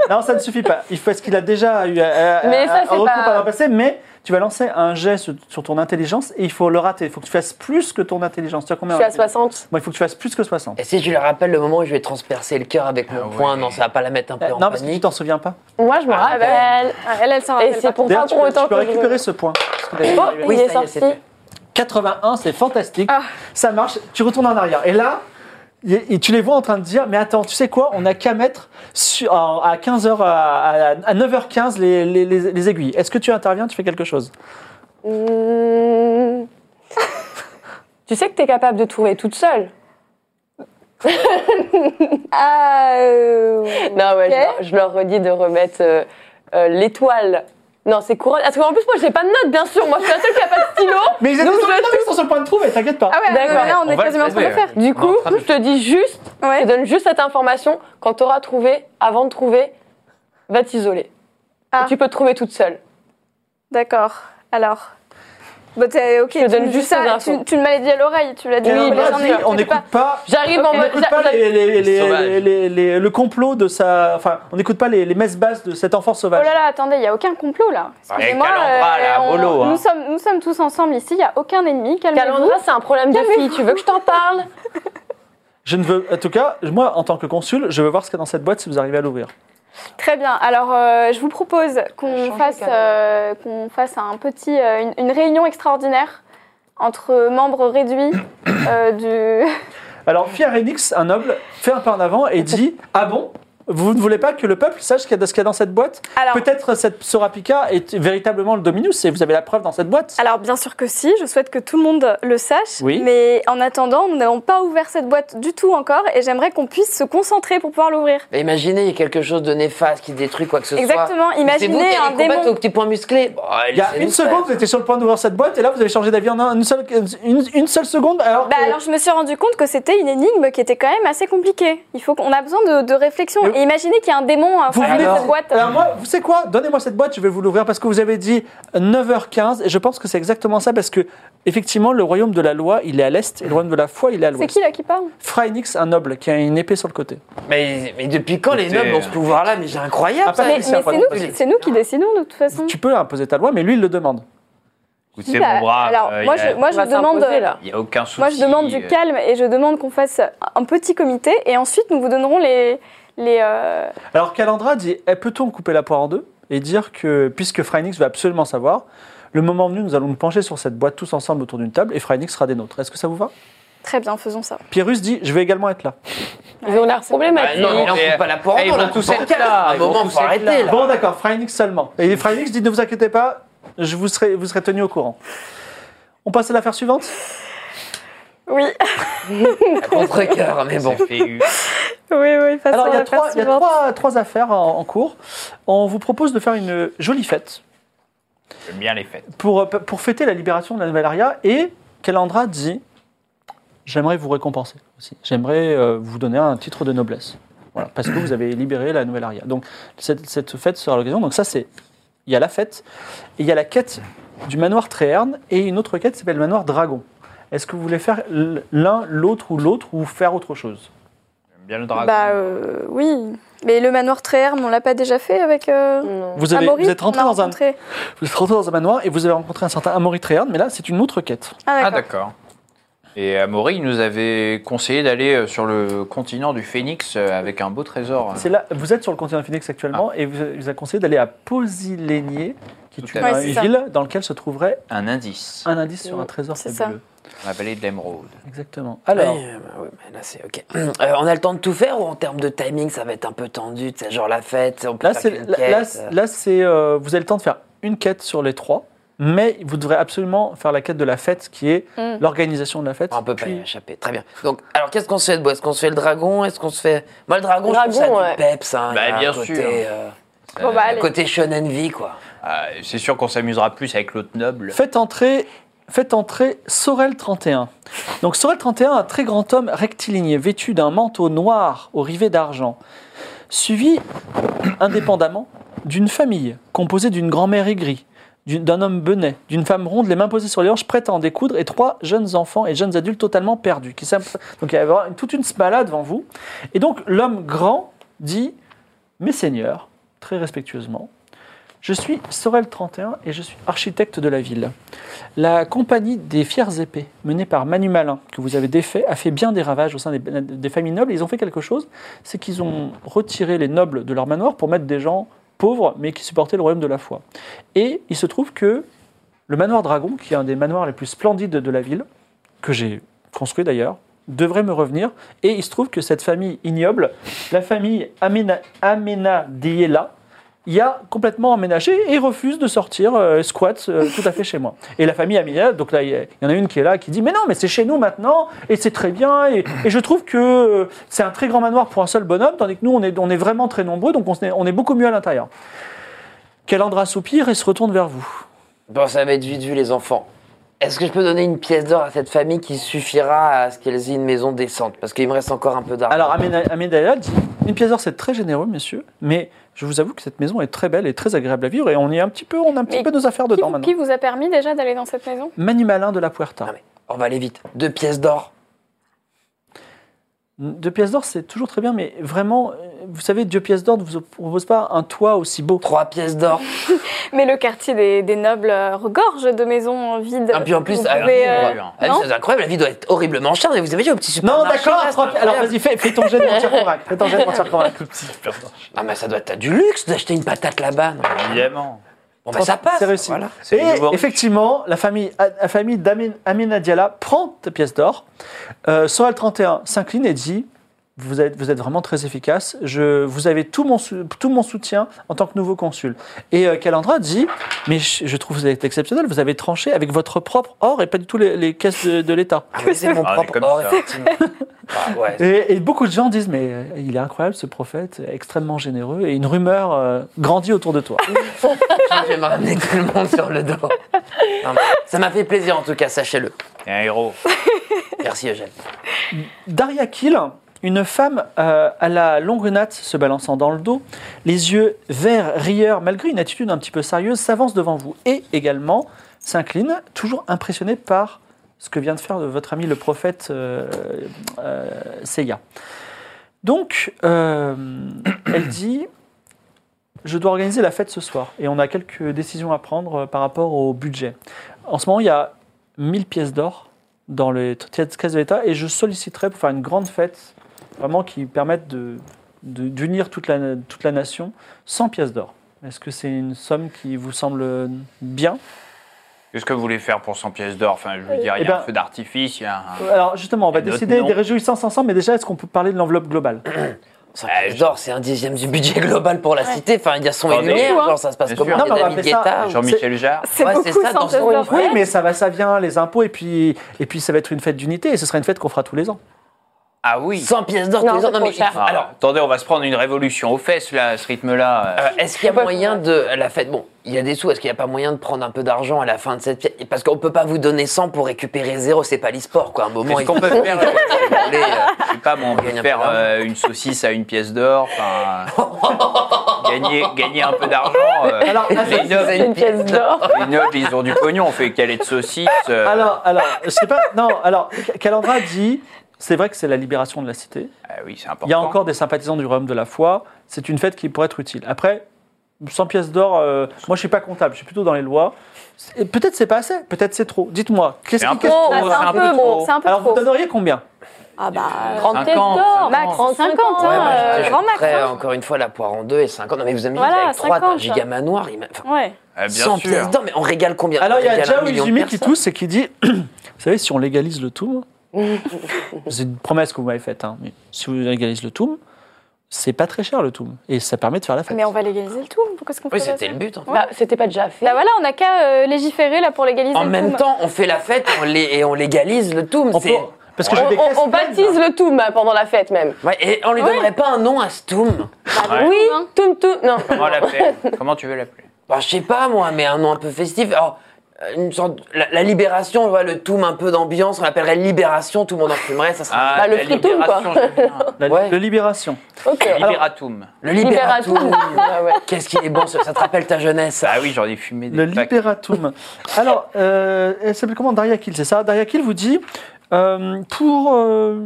Speaker 1: non, ça ne suffit pas. Il faut ce qu'il a déjà eu euh,
Speaker 5: Mais
Speaker 1: euh,
Speaker 5: ça,
Speaker 1: un
Speaker 5: c'est
Speaker 1: recours
Speaker 5: pas-
Speaker 1: par le passé, mais tu vas lancer un jet sur, sur ton intelligence et il faut le rater. Il faut que tu fasses plus que ton intelligence. Tu as
Speaker 5: Je
Speaker 1: combien
Speaker 5: suis à
Speaker 1: en intelligence
Speaker 5: 60.
Speaker 1: Bon, il faut que tu fasses plus que 60.
Speaker 2: Et si je lui rappelle le moment où je vais transpercer le cœur avec mon
Speaker 4: ouais.
Speaker 2: poing, non, ça va pas la mettre un peu
Speaker 1: Ah Euh,
Speaker 2: en
Speaker 1: non, parce que tu
Speaker 2: panique.
Speaker 1: t'en souviens pas.
Speaker 5: Moi, je me
Speaker 3: Ah, bah,
Speaker 5: rappelle.
Speaker 3: Ah, Elle, elle s'en
Speaker 5: Et
Speaker 3: rappelle.
Speaker 5: c'est
Speaker 3: pas.
Speaker 5: pour
Speaker 1: D'ailleurs,
Speaker 5: pas
Speaker 1: tu
Speaker 5: pour
Speaker 1: peux, tu
Speaker 5: autant
Speaker 1: peux
Speaker 5: que je-
Speaker 1: récupérer ce point. parce que d'ailleurs,
Speaker 5: Oh,
Speaker 1: il est
Speaker 5: il
Speaker 2: Oui,
Speaker 5: est
Speaker 2: ça y est, c'est
Speaker 5: sorti.
Speaker 2: fait.
Speaker 1: 81, c'est fantastique.
Speaker 5: Ah.
Speaker 1: Ça marche. Tu retournes en arrière. Et là. et- et tu les vois en train de dire, mais attends, tu sais quoi, on n'a qu'à mettre sur- en- à 15h, à, à- à 9h15 les, les- les- les aiguilles. Est-ce que tu interviens, tu fais quelque chose
Speaker 5: Mmh. Tu sais que t'es capable de trouver toute seule.
Speaker 3: Ah, euh,
Speaker 5: Non, ouais,
Speaker 3: Ok.
Speaker 5: je leur- je, leur redis de remettre euh, euh, l'étoile. Non, c'est couronne. Parce qu'en plus, moi, j'ai pas de notes, bien sûr. Moi, je suis la seule qui a pas de stylo.
Speaker 1: Mais ils étaient
Speaker 5: Donc,
Speaker 1: sur,
Speaker 5: je-
Speaker 1: non, mais ils sont sur le point de trouver, t'inquiète pas.
Speaker 3: Ah ouais,
Speaker 5: D'accord.
Speaker 3: euh, là on,
Speaker 4: On
Speaker 3: est
Speaker 4: va le
Speaker 3: quasiment en train de le
Speaker 4: trouver,
Speaker 3: faire.
Speaker 5: Du
Speaker 4: On est
Speaker 5: coup,
Speaker 4: en train de-
Speaker 5: je te dis juste, je
Speaker 3: Ouais.
Speaker 5: te donne juste cette information. Quand tu auras trouvé, avant de trouver, va t'isoler.
Speaker 3: Ah.
Speaker 5: Et Tu peux te trouver toute seule.
Speaker 3: D'accord. Alors, Bah, t'es- ok,
Speaker 5: Je te
Speaker 3: tu
Speaker 5: donne
Speaker 3: me dis
Speaker 5: juste les
Speaker 3: ça,
Speaker 5: infos.
Speaker 3: tu, tu me l'as dit à l'oreille, tu l'as dit à
Speaker 5: Oui, bah, bien
Speaker 3: l'oreille.
Speaker 5: sûr.
Speaker 3: j'en ai-
Speaker 1: on
Speaker 3: j'écoute
Speaker 1: n'écoute pas.
Speaker 5: J'arrive en
Speaker 3: Euh,
Speaker 1: On
Speaker 5: mode.
Speaker 1: n'écoute
Speaker 5: j'a-
Speaker 1: pas
Speaker 5: j'a-
Speaker 1: les- les- les-
Speaker 2: Sauvage.
Speaker 1: les- les- le complot de sa. Enfin, on n'écoute pas les, les messes basses de cet enfant
Speaker 3: Oh
Speaker 1: sauvage.
Speaker 3: là là, attendez, il n'y a aucun complot là. Excusez-moi. euh,
Speaker 4: Calandra, là,
Speaker 3: on-
Speaker 4: mollo, hein.
Speaker 3: nous, sommes, nous sommes tous ensemble ici, il n'y a aucun ennemi. Calmez-vous.
Speaker 5: Calandra, c'est un problème de fille. Tu veux que je t'en parle
Speaker 1: Je ne veux. En tout cas, moi, en tant que consul, je veux voir ce qu'il y a dans cette boîte si vous arrivez à l'ouvrir.
Speaker 3: Très bien, alors euh, je vous propose qu'on
Speaker 5: Change de
Speaker 3: fasse,
Speaker 5: cadre.
Speaker 3: euh, qu'on fasse un petit, euh, une, une réunion extraordinaire entre membres réduits euh, du.
Speaker 1: Alors, Fier Enix, un noble, fait un pas en avant et dit Ah bon Vous ne voulez pas que le peuple sache ce qu'il y a- ce qu'il y a dans cette boîte
Speaker 3: Alors,
Speaker 1: Peut-être cette Sorapika est véritablement le Dominus et vous avez la preuve dans cette boîte.
Speaker 3: Alors bien sûr que si, je souhaite que tout le monde le sache,
Speaker 1: Oui.
Speaker 3: mais en attendant, nous n'avons pas ouvert cette boîte du tout encore et j'aimerais qu'on puisse se concentrer pour pouvoir l'ouvrir.
Speaker 2: Mais imaginez, il y a quelque chose de néfaste qui détruit quoi que ce soit.
Speaker 3: Exactement,
Speaker 2: C'est vous
Speaker 3: imaginez
Speaker 2: qui
Speaker 3: un
Speaker 2: allez combattre
Speaker 3: démon.
Speaker 2: au petit point musclé. Bon,
Speaker 1: Il y a
Speaker 2: laissez-nous
Speaker 1: une seconde, vous étiez sur le point d'ouvrir cette boîte et là, vous avez changé d'avis en un- une, seule, une, une seule seconde. Alors,
Speaker 3: Bah
Speaker 1: que-
Speaker 3: alors je me suis rendu compte que c'était une énigme qui était quand même assez compliquée. Il faut qu'on a besoin de, de réflexion.
Speaker 1: Mais-
Speaker 3: Et imaginez qu'il y a un démon à
Speaker 1: Vous
Speaker 3: faire
Speaker 1: voulez-
Speaker 3: cette boîte.
Speaker 1: Alors moi, vous savez quoi Donnez-moi cette boîte, je vais vous l'ouvrir parce que vous avez dit 9h15 et je pense que c'est exactement ça parce que effectivement le royaume de la loi il est à l'est et le royaume de la foi il est à
Speaker 3: C'est
Speaker 1: l'ouest.
Speaker 3: qui là qui parle
Speaker 1: Frynix, un noble qui a une épée sur le côté.
Speaker 2: Mais, mais depuis quand les
Speaker 4: Écoutez, euh,
Speaker 2: nobles ont ce pouvoir-là Mais c'est
Speaker 1: Ah,
Speaker 2: incroyable
Speaker 1: pas
Speaker 2: ça.
Speaker 3: Mais,
Speaker 1: oui,
Speaker 3: mais
Speaker 1: c'est un
Speaker 3: c'est
Speaker 1: problème
Speaker 3: nous,
Speaker 1: possible.
Speaker 3: c'est nous qui décidons de toute façon.
Speaker 1: Tu peux imposer ta loi mais lui il le demande.
Speaker 4: Écoutez,
Speaker 3: Bah,
Speaker 4: mon brave,
Speaker 3: alors
Speaker 4: euh,
Speaker 3: moi
Speaker 4: il y a-
Speaker 3: je, moi,
Speaker 5: On va
Speaker 3: je demande.
Speaker 5: s'imposer, là.
Speaker 4: il n'y a aucun souci.
Speaker 3: Moi, je demande du
Speaker 4: euh,
Speaker 3: calme et je demande qu'on fasse un petit comité et ensuite nous vous donnerons les. les euh,
Speaker 1: Alors Calandra dit Eh, peut-on couper la poire en deux et dire que puisque Frynix veut absolument savoir le moment venu, nous allons nous pencher sur cette boîte tous ensemble autour d'une table et Frynix sera des nôtres. Est-ce que ça vous va
Speaker 3: Très bien, faisons ça.
Speaker 1: Pyrrhus dit Je vais également être là.
Speaker 5: Ils ont l'air
Speaker 2: Bah,
Speaker 5: problématiques.
Speaker 2: non, mais là, on
Speaker 4: Et-
Speaker 2: coupe pas la poire.
Speaker 4: et ils
Speaker 2: on la
Speaker 4: vont tous
Speaker 2: coupe en
Speaker 4: être
Speaker 2: quatre.
Speaker 4: là,
Speaker 2: À un
Speaker 4: ils vont
Speaker 2: moment,
Speaker 4: tous
Speaker 2: faut
Speaker 4: être
Speaker 2: arrêter
Speaker 4: là.
Speaker 2: là.
Speaker 1: Bon, d'accord, Frynix seulement. Et Frynix dit ne vous inquiétez pas, je vous serai, vous serez tenu au courant. On passe à l'affaire suivante
Speaker 3: Oui,
Speaker 2: Contre cœur, mais bon.
Speaker 4: euh, ça fait eu.
Speaker 3: oui, oui, façon
Speaker 1: Alors, il y a,
Speaker 3: à faire
Speaker 1: trois, il y a
Speaker 3: suivante.
Speaker 1: trois, trois affaires en, en cours. On vous propose de faire une jolie fête
Speaker 4: J'aime bien les fêtes.
Speaker 1: pour, euh, pour fêter la libération de la Nouvelle-Aria. Et Calandra dit J'aimerais vous récompenser aussi. J'aimerais euh, vous donner un titre de noblesse. Voilà, parce que vous avez libéré la Nouvelle-Aria. Donc, cette, cette fête sera l'occasion. Donc, ça, c'est. Il y a la fête, et il y a la quête du manoir Tréherne, et une autre quête qui s'appelle le manoir Dragon. Est-ce que vous voulez faire l- l'un, l'autre ou l'autre, ou faire autre chose
Speaker 4: J'aime bien le dragon.
Speaker 3: Bah euh, oui, mais le manoir Tréherme, on l'a pas déjà fait avec. euh,
Speaker 5: Non.
Speaker 1: vous, avez,
Speaker 3: Amaury
Speaker 1: vous êtes rentré
Speaker 3: On a
Speaker 1: dans un,
Speaker 3: rencontré.
Speaker 1: Vous êtes rentré dans un manoir et vous avez rencontré un certain Amaury Tréherne, mais là, c'est une autre quête.
Speaker 3: Ah
Speaker 4: Ah
Speaker 3: d'accord.
Speaker 4: d'accord. Et Amaury il nous avait conseillé d'aller euh, sur le continent du Phénix euh, avec un beau trésor.
Speaker 1: C'est là, vous êtes sur le continent Phoenix actuellement et vous, vous a conseillé d'aller à Posilénier, qui
Speaker 4: Ah. Tout
Speaker 1: est une,
Speaker 4: à fait.
Speaker 3: Ouais, c'est ça. Oh,
Speaker 1: ville dans laquelle se trouverait
Speaker 4: Un indice.
Speaker 1: un indice sur un trésor
Speaker 3: C'est
Speaker 1: fabuleux.
Speaker 4: La vallée de l'émeraude.
Speaker 1: Exactement. Alors,
Speaker 2: Oui, euh, bah oui, mais là c'est ok. Euh, on a le temps de tout faire ou en termes de timing ça va être un peu tendu, tu sais, genre la fête, on peut
Speaker 1: là,
Speaker 2: faire
Speaker 1: c'est,
Speaker 2: qu'une
Speaker 1: là,
Speaker 2: quête,
Speaker 1: là,
Speaker 2: euh.
Speaker 1: c'est- là, c'est, euh, vous avez le temps de faire une quête sur les trois, mais vous devrez absolument faire la quête de la fête, qui est
Speaker 3: Mm.
Speaker 1: l'organisation de la fête.
Speaker 2: On peut pas
Speaker 1: Puis-
Speaker 2: y échapper. Très bien. Donc, alors qu'est-ce qu'on se fait de bois Est-ce qu'on se fait le dragon Est-ce qu'on se fait. Moi, le dragon, je trouve
Speaker 5: Dragon,
Speaker 2: ça
Speaker 5: ouais.
Speaker 2: du peps. Hein.
Speaker 4: Bah,
Speaker 2: Il y a un
Speaker 4: bien
Speaker 2: côté,
Speaker 4: sûr.
Speaker 2: euh,
Speaker 3: Bon, bah,
Speaker 2: un
Speaker 3: allez.
Speaker 2: côté shonen vie, quoi.
Speaker 4: Ah, c'est sûr qu'on s'amusera plus avec l'autre noble.
Speaker 1: Faites entrer, faites entrer Sorel 31. Donc Sorel 31, un très grand homme rectiligne, vêtu d'un manteau noir aux rivets d'argent, suivi indépendamment d'une famille composée d'une grand-mère aigrie, d'une- d'un homme benet, d'une femme ronde, les mains posées sur les hanches, prête à en découdre, et trois jeunes enfants et jeunes adultes totalement perdus. Qui s'app- donc il va y avoir une- toute une balade devant vous. Et donc l'homme grand dit, mes seigneurs, très respectueusement, je suis Sorel 31 et je suis architecte de la ville. La compagnie des fières épées, menée par Manu Malin, que vous avez défait, a fait bien des ravages au sein des, des familles nobles. Ils ont fait quelque chose, c'est qu'ils ont retiré les nobles de leur manoir pour mettre des gens pauvres, mais qui supportaient le royaume de la foi. Et il se trouve que le manoir Dragon, qui est un des manoirs les plus splendides de la ville, que j'ai construit d'ailleurs, devrait me revenir. Et il se trouve que cette famille ignoble, la famille Amena, Amena Diela, y a complètement emménagé et refuse de sortir euh, squat euh, tout à fait chez moi. Et la famille Amina, donc là, il y a- il y en a une qui est là, qui dit Mais non, mais c'est chez nous maintenant, et c'est très bien, et, et je trouve que euh, c'est un très grand manoir pour un seul bonhomme, tandis que nous, on est, on est vraiment très nombreux, donc on est, on est beaucoup mieux à l'intérieur. Calandra soupire et se retourne vers vous.
Speaker 2: Bon, ça va être vite vu, les enfants. Est-ce que je peux donner une pièce d'or à cette famille qui suffira à ce qu'elles aient une maison décente Parce qu'il me reste encore un peu d'argent.
Speaker 1: Alors, Amena- Amedaya dit Une pièce d'or, c'est très généreux, messieurs, mais je vous avoue que cette maison est très belle et très agréable à vivre et on y est un petit peu, on a un petit
Speaker 3: Mais
Speaker 1: peu nos affaires
Speaker 3: Qui,
Speaker 1: dedans
Speaker 3: vous-
Speaker 1: maintenant.
Speaker 3: qui vous a permis déjà d'aller dans cette maison
Speaker 1: Manimalin de la Puerta.
Speaker 2: Ah, mais- on va aller vite. Deux pièces d'or.
Speaker 1: Deux pièces d'or, c'est toujours très bien, mais vraiment, euh, vous savez, deux pièces d'or ne vous propose pas un toit aussi beau.
Speaker 2: Trois pièces d'or.
Speaker 3: Mais le quartier des, des nobles euh, regorge de maisons euh, vides.
Speaker 2: Ah, puis en plus,
Speaker 3: Vous
Speaker 2: ah,
Speaker 3: pouvez,
Speaker 4: la vie,
Speaker 3: euh,
Speaker 4: hein.
Speaker 2: Ah, mais
Speaker 3: non
Speaker 2: C'est incroyable, la vie doit être horriblement chère. mais Vous avez vu au petit
Speaker 1: Non,
Speaker 2: supermarché
Speaker 1: d'accord,
Speaker 2: là, c'est
Speaker 1: trois pi- alors
Speaker 2: incroyable.
Speaker 1: vas-y, fais, fais ton jet de mentir convaincre. Fais ton jet de mentir convaincre.
Speaker 2: Ah, mais ça doit être du luxe d'acheter une patate là-bas. Non,
Speaker 4: Évidemment.
Speaker 2: Bon, bah, ça passe.
Speaker 1: C'est réussi.
Speaker 2: Voilà.
Speaker 4: C'est
Speaker 1: Et
Speaker 4: les nouveaux riches.
Speaker 1: effectivement, la famille, la famille d'Amina Diala prend ta pièce d'or. Euh, Sorel 31 s'incline et dit vous êtes, vous êtes vraiment très efficace. Je, vous avez tout mon, sou- tout mon soutien en tant que nouveau consul. Et euh, Calandra dit Mais je, je trouve que vous êtes exceptionnel. Vous avez tranché avec votre propre or et pas du tout les, les caisses de, de l'État.
Speaker 2: Ah, mais c'est mon
Speaker 4: Ah, on est
Speaker 2: propre
Speaker 4: comme
Speaker 2: or,
Speaker 4: ça.
Speaker 2: effectivement. Ah, ouais.
Speaker 1: Et, et beaucoup de gens disent Mais euh, il est incroyable ce prophète, extrêmement généreux. Et une rumeur euh, grandit autour de toi.
Speaker 2: Ah, je vais me ramener tout le monde sur le dos. Non, mais ça m'a fait plaisir en tout cas, sachez-le.
Speaker 4: Et un héros.
Speaker 2: Merci Eugène.
Speaker 1: Daria Kill, une femme euh, à la longue natte se balançant dans le dos, les yeux verts, rieurs, malgré une attitude un petit peu sérieuse, s'avance devant vous et également s'incline, toujours impressionnée par ce que vient de faire votre ami le prophète euh, euh, Seiya. Donc, euh, elle dit Je dois organiser la fête ce soir et on a quelques décisions à prendre euh, par rapport au budget. En ce moment, il y a 1000 pièces d'or dans les t- t- caisses de l'État et je solliciterai pour faire une grande fête, vraiment qui permette de- de- d'unir toute, la, toute la nation, 100 pièces d'or. Est-ce que c'est une somme qui vous semble bien
Speaker 4: Qu'est-ce que vous voulez faire pour 100 pièces d'or Enfin, je veux dire, il y a
Speaker 1: Eh ben-
Speaker 4: un feu d'artifice, il y a un...
Speaker 1: Alors justement, on va
Speaker 4: Et d'autres
Speaker 1: décider
Speaker 4: non.
Speaker 1: des réjouissances ensemble, mais déjà, est-ce qu'on peut parler de l'enveloppe globale
Speaker 2: Cinq
Speaker 4: Ah,
Speaker 2: pièces d'or, c'est un dixième du budget global pour la cité. Enfin, il y a son et
Speaker 4: Pardon.
Speaker 2: lumière,
Speaker 3: Beaucoup, hein.
Speaker 2: genre, ça se passe
Speaker 4: Oh, Bien
Speaker 2: comment
Speaker 4: sûr.
Speaker 2: les
Speaker 1: Non, mais on va
Speaker 2: David
Speaker 1: appeler ça-
Speaker 2: Guetta
Speaker 4: Jean-Michel Jarre.
Speaker 3: C'est
Speaker 2: Ouais, Ah, c'est
Speaker 3: beaucoup
Speaker 2: ça, dans
Speaker 3: sans
Speaker 2: son-
Speaker 3: pièces d'or.
Speaker 1: Oui, mais ça va, ça vient, les impôts, et puis, et puis ça va être une fête d'unité, et ce sera une fête qu'on fera tous les ans.
Speaker 4: Ah oui Ah.
Speaker 2: 100 pièces d'or
Speaker 5: Non,
Speaker 2: tous les ans.
Speaker 5: c'est
Speaker 2: Non,
Speaker 5: trop
Speaker 2: mais
Speaker 5: cher.
Speaker 2: il- alors,
Speaker 4: Alors, attendez, on va se prendre une révolution aux fesses, là, à ce rythme-là.
Speaker 2: euh, est-ce qu'il y a
Speaker 5: On
Speaker 3: Bah,
Speaker 5: peut-
Speaker 2: moyen de la fête Bon, il y a des sous. Est-ce qu'il n'y a pas moyen de prendre un peu d'argent à la fin de cette pièce Parce qu'on peut pas vous donner 100 pour récupérer zéro. C'est pas l'e-sport, quoi. À un moment,
Speaker 4: Qu'est-ce
Speaker 2: il
Speaker 4: qu'on
Speaker 2: faut-
Speaker 4: peut faire euh, si vous voulez, euh, Je sais pas, moi, on peut
Speaker 2: Gagner un peu
Speaker 4: faire
Speaker 2: d'argent.
Speaker 4: euh, une saucisse à une pièce d'or, enfin... euh, gagner, gagner un peu d'argent. euh,
Speaker 1: Alors,
Speaker 4: les, nobles,
Speaker 5: une pièce d'or.
Speaker 4: les nobles, ils ont du pognon, on fait écaler de saucisse. euh,
Speaker 1: Alors, alors, je sais pas, non, alors, Calandra dit, c'est vrai que c'est la libération de la cité,
Speaker 4: ah oui, c'est important.
Speaker 1: Il y a encore des sympathisants du royaume de la foi. C'est une fête qui pourrait être utile. Après, 100 pièces d'or, euh, moi je suis pas comptable, je suis plutôt dans les lois. Et Peut-être c'est pas assez, peut-être c'est trop. Dites-moi, qu'est-ce
Speaker 4: C'est un
Speaker 1: qui
Speaker 4: peu
Speaker 1: qu'est-ce-
Speaker 4: trop,
Speaker 3: Ah,
Speaker 4: c'est un peu trop.
Speaker 3: C'est un peu
Speaker 1: Alors vous
Speaker 3: trop.
Speaker 1: donneriez combien
Speaker 3: Ah bah.
Speaker 5: 30 pièces
Speaker 4: Cinquante,
Speaker 5: d'or.
Speaker 4: cinquante.
Speaker 3: Max, 50,
Speaker 2: Ouais, bah,
Speaker 3: hein,
Speaker 2: moi, je-
Speaker 3: euh,
Speaker 2: je
Speaker 3: grand max,
Speaker 2: ferais,
Speaker 3: hein.
Speaker 2: encore une fois la poire en deux et 50. Non, mais vous avez mis
Speaker 3: Voilà, hein.
Speaker 2: avec 3 d'un
Speaker 3: 50,
Speaker 2: giga manoir. il m'a- enfin,
Speaker 3: Ouais.
Speaker 4: Ah, bien
Speaker 2: 100
Speaker 4: sûr.
Speaker 2: pièces d'or, mais on régale combien
Speaker 1: Bah, Alors il y
Speaker 2: On
Speaker 1: a
Speaker 2: régale un
Speaker 1: Jao
Speaker 2: million de
Speaker 1: Izumi qui
Speaker 2: personnes
Speaker 1: tousse et qui dit Vous savez, si on légalise le Toum, c'est une promesse que vous m'avez faite, hein, mais si on légalise le Toum, c'est pas très cher le Toum. Et ça permet de faire la fête.
Speaker 3: Mais on va légaliser le tout. Pourquoi est-ce qu'on
Speaker 2: Oui,
Speaker 3: fait pas
Speaker 2: c'était
Speaker 3: ça
Speaker 2: le but. en fait.
Speaker 5: Bah, c'était pas déjà fait.
Speaker 3: Bah voilà, on n'a qu'à euh, légiférer là pour légaliser
Speaker 2: En
Speaker 3: le
Speaker 2: même
Speaker 3: tout.
Speaker 2: temps, on fait la fête et on, lé- et on légalise le tout.
Speaker 1: On peut- Parce que j'ai
Speaker 5: on,
Speaker 1: des
Speaker 5: on-
Speaker 1: caisses
Speaker 5: on
Speaker 1: pleines.
Speaker 5: baptise le Toum hein, pendant la fête même.
Speaker 2: et on lui donnerait pas un nom à ce Toum
Speaker 4: Ouais.
Speaker 5: Oui, Bah, Toum Toum. Non.
Speaker 4: Comment l'appeler Comment tu veux l'appeler
Speaker 2: Bah, Je sais pas moi, mais un nom un peu festif. Alors, euh, une sorte de- la, la libération, on voit le Toum un peu d'ambiance, on l'appellerait Libération, tout le monde en fumerait, ça serait
Speaker 1: Ah,
Speaker 5: Bah, le
Speaker 4: Ah, la
Speaker 5: fritum, quoi.
Speaker 4: libération, j'aime bien.
Speaker 1: La,
Speaker 2: Ouais.
Speaker 1: la libération.
Speaker 5: Ok.
Speaker 4: Liberatum.
Speaker 2: le
Speaker 5: Libératum.
Speaker 2: Libératum.
Speaker 5: Ah ouais.
Speaker 2: Qu'est-ce qu'il est bon, ce- ça te rappelle ta jeunesse. ça.
Speaker 4: Ah oui, j'en ai fumé des
Speaker 1: Le
Speaker 4: packs.
Speaker 1: Liberatum. Alors, euh, elle s'appelle comment Daria Kill, c'est ça Daria Kill vous dit euh, pour. euh,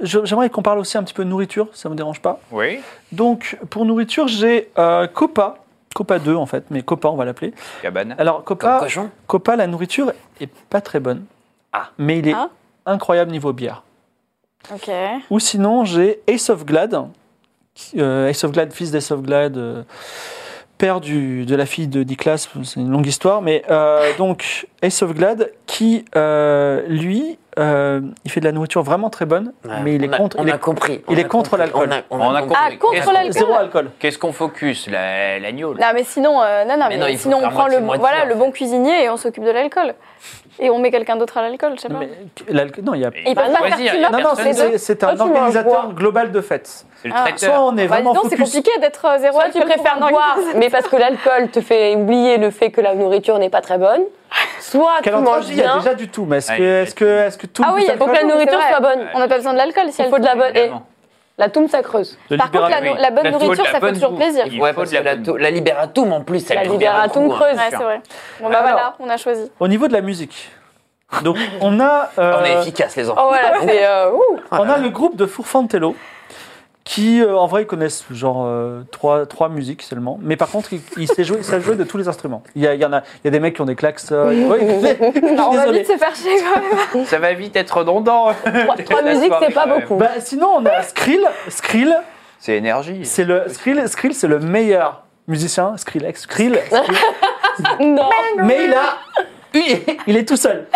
Speaker 1: je- J'aimerais qu'on parle aussi un petit peu de nourriture, ça ne me dérange pas.
Speaker 4: Oui.
Speaker 1: Donc, pour nourriture, j'ai euh, Copa. Copa 2, en fait, mais Copa, on va l'appeler.
Speaker 4: Cabane.
Speaker 1: Alors,
Speaker 2: Comme
Speaker 1: Copa,
Speaker 2: cochon.
Speaker 1: Copa, la nourriture est pas très bonne.
Speaker 2: Ah.
Speaker 1: Mais il est
Speaker 3: Ah.
Speaker 1: incroyable niveau bière.
Speaker 3: Ok.
Speaker 1: Ou sinon, j'ai Ace of Glad. qui- euh, Ace of Glad, fils d'Ace of Glad, euh, père du- de la fille de Niklas. C'est une longue histoire. Mais euh, donc, Ace of Glad, qui, euh, lui, euh, il fait de la nourriture vraiment très bonne,
Speaker 2: Ouais,
Speaker 1: mais il est
Speaker 2: on a-
Speaker 1: contre.
Speaker 2: On
Speaker 1: il est-
Speaker 2: a compris.
Speaker 1: il
Speaker 2: on
Speaker 1: est
Speaker 2: a
Speaker 1: contre
Speaker 2: compris,
Speaker 1: l'alcool.
Speaker 2: on a- on a
Speaker 4: On a
Speaker 2: compris.
Speaker 3: Ah,
Speaker 4: compris.
Speaker 3: contre
Speaker 4: Qu'est-ce-
Speaker 3: l'alcool.
Speaker 1: Zéro alcool.
Speaker 4: Qu'est-ce qu'on focus la- L'agneau, là
Speaker 3: Non, mais sinon, euh, non, non,
Speaker 2: Mais
Speaker 3: mais,
Speaker 2: non, il faut
Speaker 3: sinon
Speaker 2: faire
Speaker 3: on prend le,
Speaker 2: moitié-moitié, en
Speaker 3: voilà, le
Speaker 2: fait.
Speaker 3: bon cuisinier et on s'occupe de l'alcool. Et on met quelqu'un d'autre à l'alcool, je sais pas.
Speaker 1: Mais l'alcool- Non, il y a.
Speaker 3: Ils
Speaker 4: Bah,
Speaker 3: peuvent pas
Speaker 4: choisir,
Speaker 3: faire
Speaker 4: y a
Speaker 3: tout leur-
Speaker 1: Non, non,
Speaker 4: personne,
Speaker 1: c'est- c'est c'est
Speaker 5: Toi,
Speaker 1: un
Speaker 5: tu vas
Speaker 1: organisateur
Speaker 5: boire.
Speaker 1: global de fêtes.
Speaker 4: C'est le
Speaker 3: Ah.
Speaker 1: Soit
Speaker 4: traiteur.
Speaker 1: on est
Speaker 3: Bah, dis
Speaker 1: vraiment
Speaker 3: donc, c'est
Speaker 1: focus.
Speaker 3: compliqué d'être euh, zéro Ah
Speaker 5: Toi,
Speaker 3: alcool
Speaker 5: tu préfères
Speaker 3: pour un
Speaker 5: boire,
Speaker 3: organisme.
Speaker 5: mais parce que l'alcool te fait oublier le fait que la nourriture n'est pas très bonne. soit tu
Speaker 1: Quelle entrave
Speaker 5: manges
Speaker 1: il y a
Speaker 5: bien.
Speaker 1: déjà du tout, mais est-ce
Speaker 2: Ah,
Speaker 4: Ouais,
Speaker 1: que, est-ce que, est-ce que tout
Speaker 3: hein. Ah
Speaker 1: le
Speaker 3: oui,
Speaker 1: goût
Speaker 3: il y a
Speaker 5: Faut que la
Speaker 3: Oui,
Speaker 5: nourriture
Speaker 3: c'est vrai.
Speaker 5: soit bonne.
Speaker 3: On n'a pas besoin de l'alcool si
Speaker 5: Il
Speaker 3: elle
Speaker 5: faut de la bonne. Et
Speaker 4: Évidemment.
Speaker 5: la toum, ça creuse.
Speaker 1: de
Speaker 3: Par contre, la,
Speaker 1: libération
Speaker 3: no- la bonne
Speaker 4: La-
Speaker 3: nourriture,
Speaker 4: la
Speaker 3: ça fait
Speaker 4: bonne
Speaker 3: toujours
Speaker 4: bouffe.
Speaker 3: plaisir.
Speaker 4: Il
Speaker 2: Ah, Ouais,
Speaker 4: faut
Speaker 2: parce
Speaker 4: de la
Speaker 2: que la,
Speaker 4: bonne
Speaker 2: to- la liberatum en plus, elle
Speaker 5: La
Speaker 2: libère un
Speaker 5: libératum
Speaker 2: tout, hein. Ah
Speaker 5: creuse.
Speaker 3: Ouais, c'est vrai. Bon, bah
Speaker 1: Alors.
Speaker 3: voilà, on a choisi.
Speaker 1: Au niveau de la musique. Donc, on a, euh,
Speaker 2: On est efficace, les enfants.
Speaker 5: Oh voilà, c'est. euh, ouh.
Speaker 1: on a le groupe de Fourfantello qui, euh, en vrai, ils connaissent genre euh, trois, trois musiques seulement. Mais par contre, ils, ils savent jouer, ils savent jouer de tous les instruments. Il y, a, il y en a, il y a des mecs qui ont des klaxons. Ouais,
Speaker 3: Alors, on va
Speaker 1: désolé.
Speaker 3: vite se faire chier quand même.
Speaker 4: Ça va vite être redondant.
Speaker 5: Trois, trois musiques, c'est pas beaucoup.
Speaker 1: Bah, sinon, on a Skrill. Skrill,
Speaker 4: C'est énergie.
Speaker 1: c'est le, Skrill, Skrill, c'est le meilleur musicien. Skrill, Skrill.
Speaker 5: Non.
Speaker 1: Mais il a. Il est tout seul.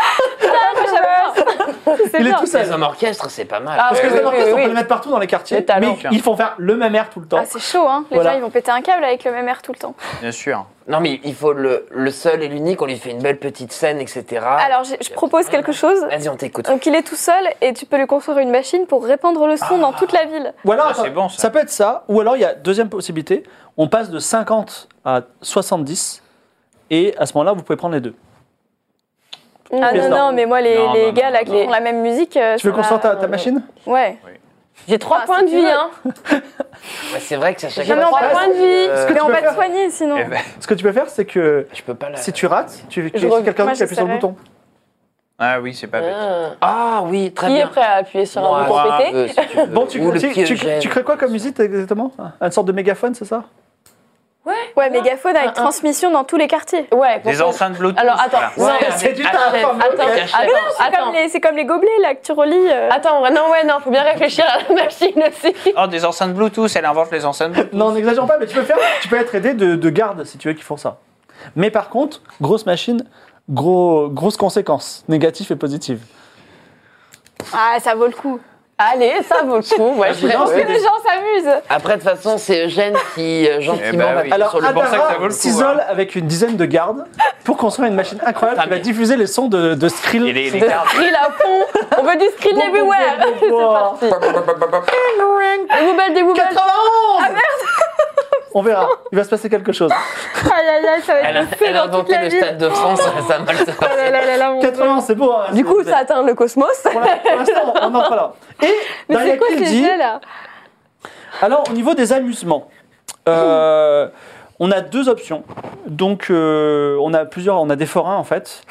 Speaker 3: C'est
Speaker 1: Il est
Speaker 3: bien.
Speaker 1: tout seul.
Speaker 2: Les hommes orchestres, c'est pas mal.
Speaker 5: Ah,
Speaker 1: Parce que
Speaker 5: oui,
Speaker 1: les
Speaker 5: oui,
Speaker 1: orchestres,
Speaker 5: oui,
Speaker 1: on peut
Speaker 5: oui.
Speaker 1: les mettre partout dans les quartiers.
Speaker 5: Les talents.
Speaker 1: Mais ils font faire le même air tout le temps.
Speaker 3: Ah, c'est chaud, hein. Les
Speaker 1: Voilà.
Speaker 3: gens, ils vont péter un câble avec le même air tout le temps.
Speaker 4: Bien sûr.
Speaker 2: Non, mais il faut le, le seul et l'unique, on lui fait une belle petite scène, etc.
Speaker 3: Alors, euh, j'ai- je propose quelque chose.
Speaker 2: Vas-y, on t'écoute.
Speaker 3: Donc, il est tout seul et tu peux lui construire une machine pour répandre le son dans toute la ville.
Speaker 1: Ou alors,
Speaker 4: Ah, c'est
Speaker 1: attends,
Speaker 4: bon,
Speaker 1: ça.
Speaker 4: ça.
Speaker 1: peut être ça. Ou alors, il y a deuxième possibilité. On passe de 50 à 70. Et à ce moment-là, vous pouvez prendre les deux.
Speaker 3: Ah
Speaker 1: Mais
Speaker 3: non,
Speaker 1: non.
Speaker 3: non, mais moi, les,
Speaker 4: Non,
Speaker 3: les
Speaker 4: non,
Speaker 3: gars
Speaker 4: non,
Speaker 3: là, qui
Speaker 4: non.
Speaker 3: font la même musique. euh,
Speaker 1: Tu veux
Speaker 3: ça
Speaker 1: qu'on
Speaker 3: va-
Speaker 1: sorte ta, ta machine
Speaker 3: Ouais.
Speaker 5: J'ai trois
Speaker 3: Ah,
Speaker 5: points
Speaker 3: si
Speaker 5: de
Speaker 3: tu
Speaker 5: vie,
Speaker 3: veux.
Speaker 5: hein.
Speaker 2: Ouais, c'est vrai que ça
Speaker 5: J'ai
Speaker 2: chacun.
Speaker 5: trois points de vie.
Speaker 2: Euh,
Speaker 1: que
Speaker 3: Mais
Speaker 1: tu
Speaker 3: on
Speaker 1: peux
Speaker 3: va te
Speaker 1: faire-
Speaker 3: soigner sinon.
Speaker 4: Eh ben,
Speaker 1: Ce que tu peux faire, c'est que
Speaker 2: Je peux pas la.
Speaker 1: si tu rates, tu tu-
Speaker 5: reviens.
Speaker 1: quelqu'un d'autre
Speaker 3: Moi,
Speaker 1: qui
Speaker 3: je
Speaker 1: appuie sur le
Speaker 3: savais.
Speaker 1: bouton.
Speaker 4: Ah oui, c'est pas bête.
Speaker 5: Ah.
Speaker 2: Ah oui, très
Speaker 5: Qui est
Speaker 2: bien.
Speaker 5: prêt à appuyer sur un
Speaker 2: Moi,
Speaker 5: bouton
Speaker 2: si tu
Speaker 5: pété
Speaker 2: veux, si tu veux.
Speaker 1: Bon, tu,
Speaker 2: Ou le
Speaker 1: tu,
Speaker 2: petit
Speaker 1: tu-
Speaker 2: Eugène.
Speaker 1: tu crées quoi comme musique exactement Une sorte de mégaphone, c'est ça
Speaker 3: Ouais, mégaphone avec
Speaker 5: Un- un-
Speaker 3: transmission dans tous les quartiers.
Speaker 5: Ouais.
Speaker 4: Des
Speaker 5: pour-
Speaker 4: enceintes Bluetooth.
Speaker 5: Alors attends,
Speaker 4: voilà.
Speaker 5: non,
Speaker 2: Ouais,
Speaker 1: C'est du
Speaker 2: Achète,
Speaker 1: tarpin,
Speaker 5: attends,
Speaker 1: ok.
Speaker 5: attends,
Speaker 3: C'est comme,
Speaker 5: attends,
Speaker 3: les, c'est comme les gobelets là que tu relis. euh.
Speaker 5: attends, ouais, non, ouais, non, faut bien réfléchir à la machine aussi.
Speaker 4: Oh, des enceintes Bluetooth, elle invente les enceintes Bluetooth.
Speaker 1: Non, n'exagérons pas, mais tu peux faire, tu peux être aidé de, de gardes si tu veux qui font ça. Mais par contre, grosse machine, gros, grosses conséquences, négatives et positives.
Speaker 3: Ah, ça vaut le coup.
Speaker 5: Allez, ça vaut le coup. Ouais, je
Speaker 1: Non,
Speaker 5: dirais,
Speaker 1: c'est
Speaker 5: ouais.
Speaker 3: Les gens s'amusent.
Speaker 2: Après, de toute façon, c'est Eugène qui euh,
Speaker 4: Eh
Speaker 2: gentiment
Speaker 4: ben
Speaker 2: va
Speaker 4: oui.
Speaker 2: tirer
Speaker 1: Alors,
Speaker 2: sur le
Speaker 4: pour ça que ça vaut
Speaker 1: Adara
Speaker 4: le coup, hein.
Speaker 1: s'isole avec une dizaine de gardes pour construire une machine incroyable qui va diffuser les sons de, de Skrill.
Speaker 4: Et les, les
Speaker 5: De
Speaker 4: cartes.
Speaker 5: Skrill à fond. On veut du Skrill
Speaker 1: Bon, bon,
Speaker 5: everywhere.
Speaker 1: bon,
Speaker 5: C'est
Speaker 1: bon,
Speaker 5: parti.
Speaker 2: banc.
Speaker 5: Des nouvelles, des nouvelles. Ah,
Speaker 1: 91 On verra, il va se passer quelque chose.
Speaker 3: Aïe aïe aïe, ça va
Speaker 2: Elle a,
Speaker 3: être fait
Speaker 2: elle a
Speaker 3: dans toute
Speaker 2: inventé
Speaker 3: la
Speaker 2: le
Speaker 3: ville.
Speaker 2: Stade de France, ça m'a le
Speaker 3: Ah là là là là, mon-
Speaker 1: 91, c'est beau. hein.
Speaker 5: Du coup, ça atteint le cosmos.
Speaker 1: Pour la- pour l'instant, on n'en est pas là. Et
Speaker 3: Mais c'est
Speaker 1: Daria
Speaker 3: quoi
Speaker 1: Kill
Speaker 3: ces
Speaker 1: dit,
Speaker 3: jeux là
Speaker 1: Alors, au niveau des amusements, euh, on a deux options. Donc, euh, on a plusieurs, on a des forains en fait.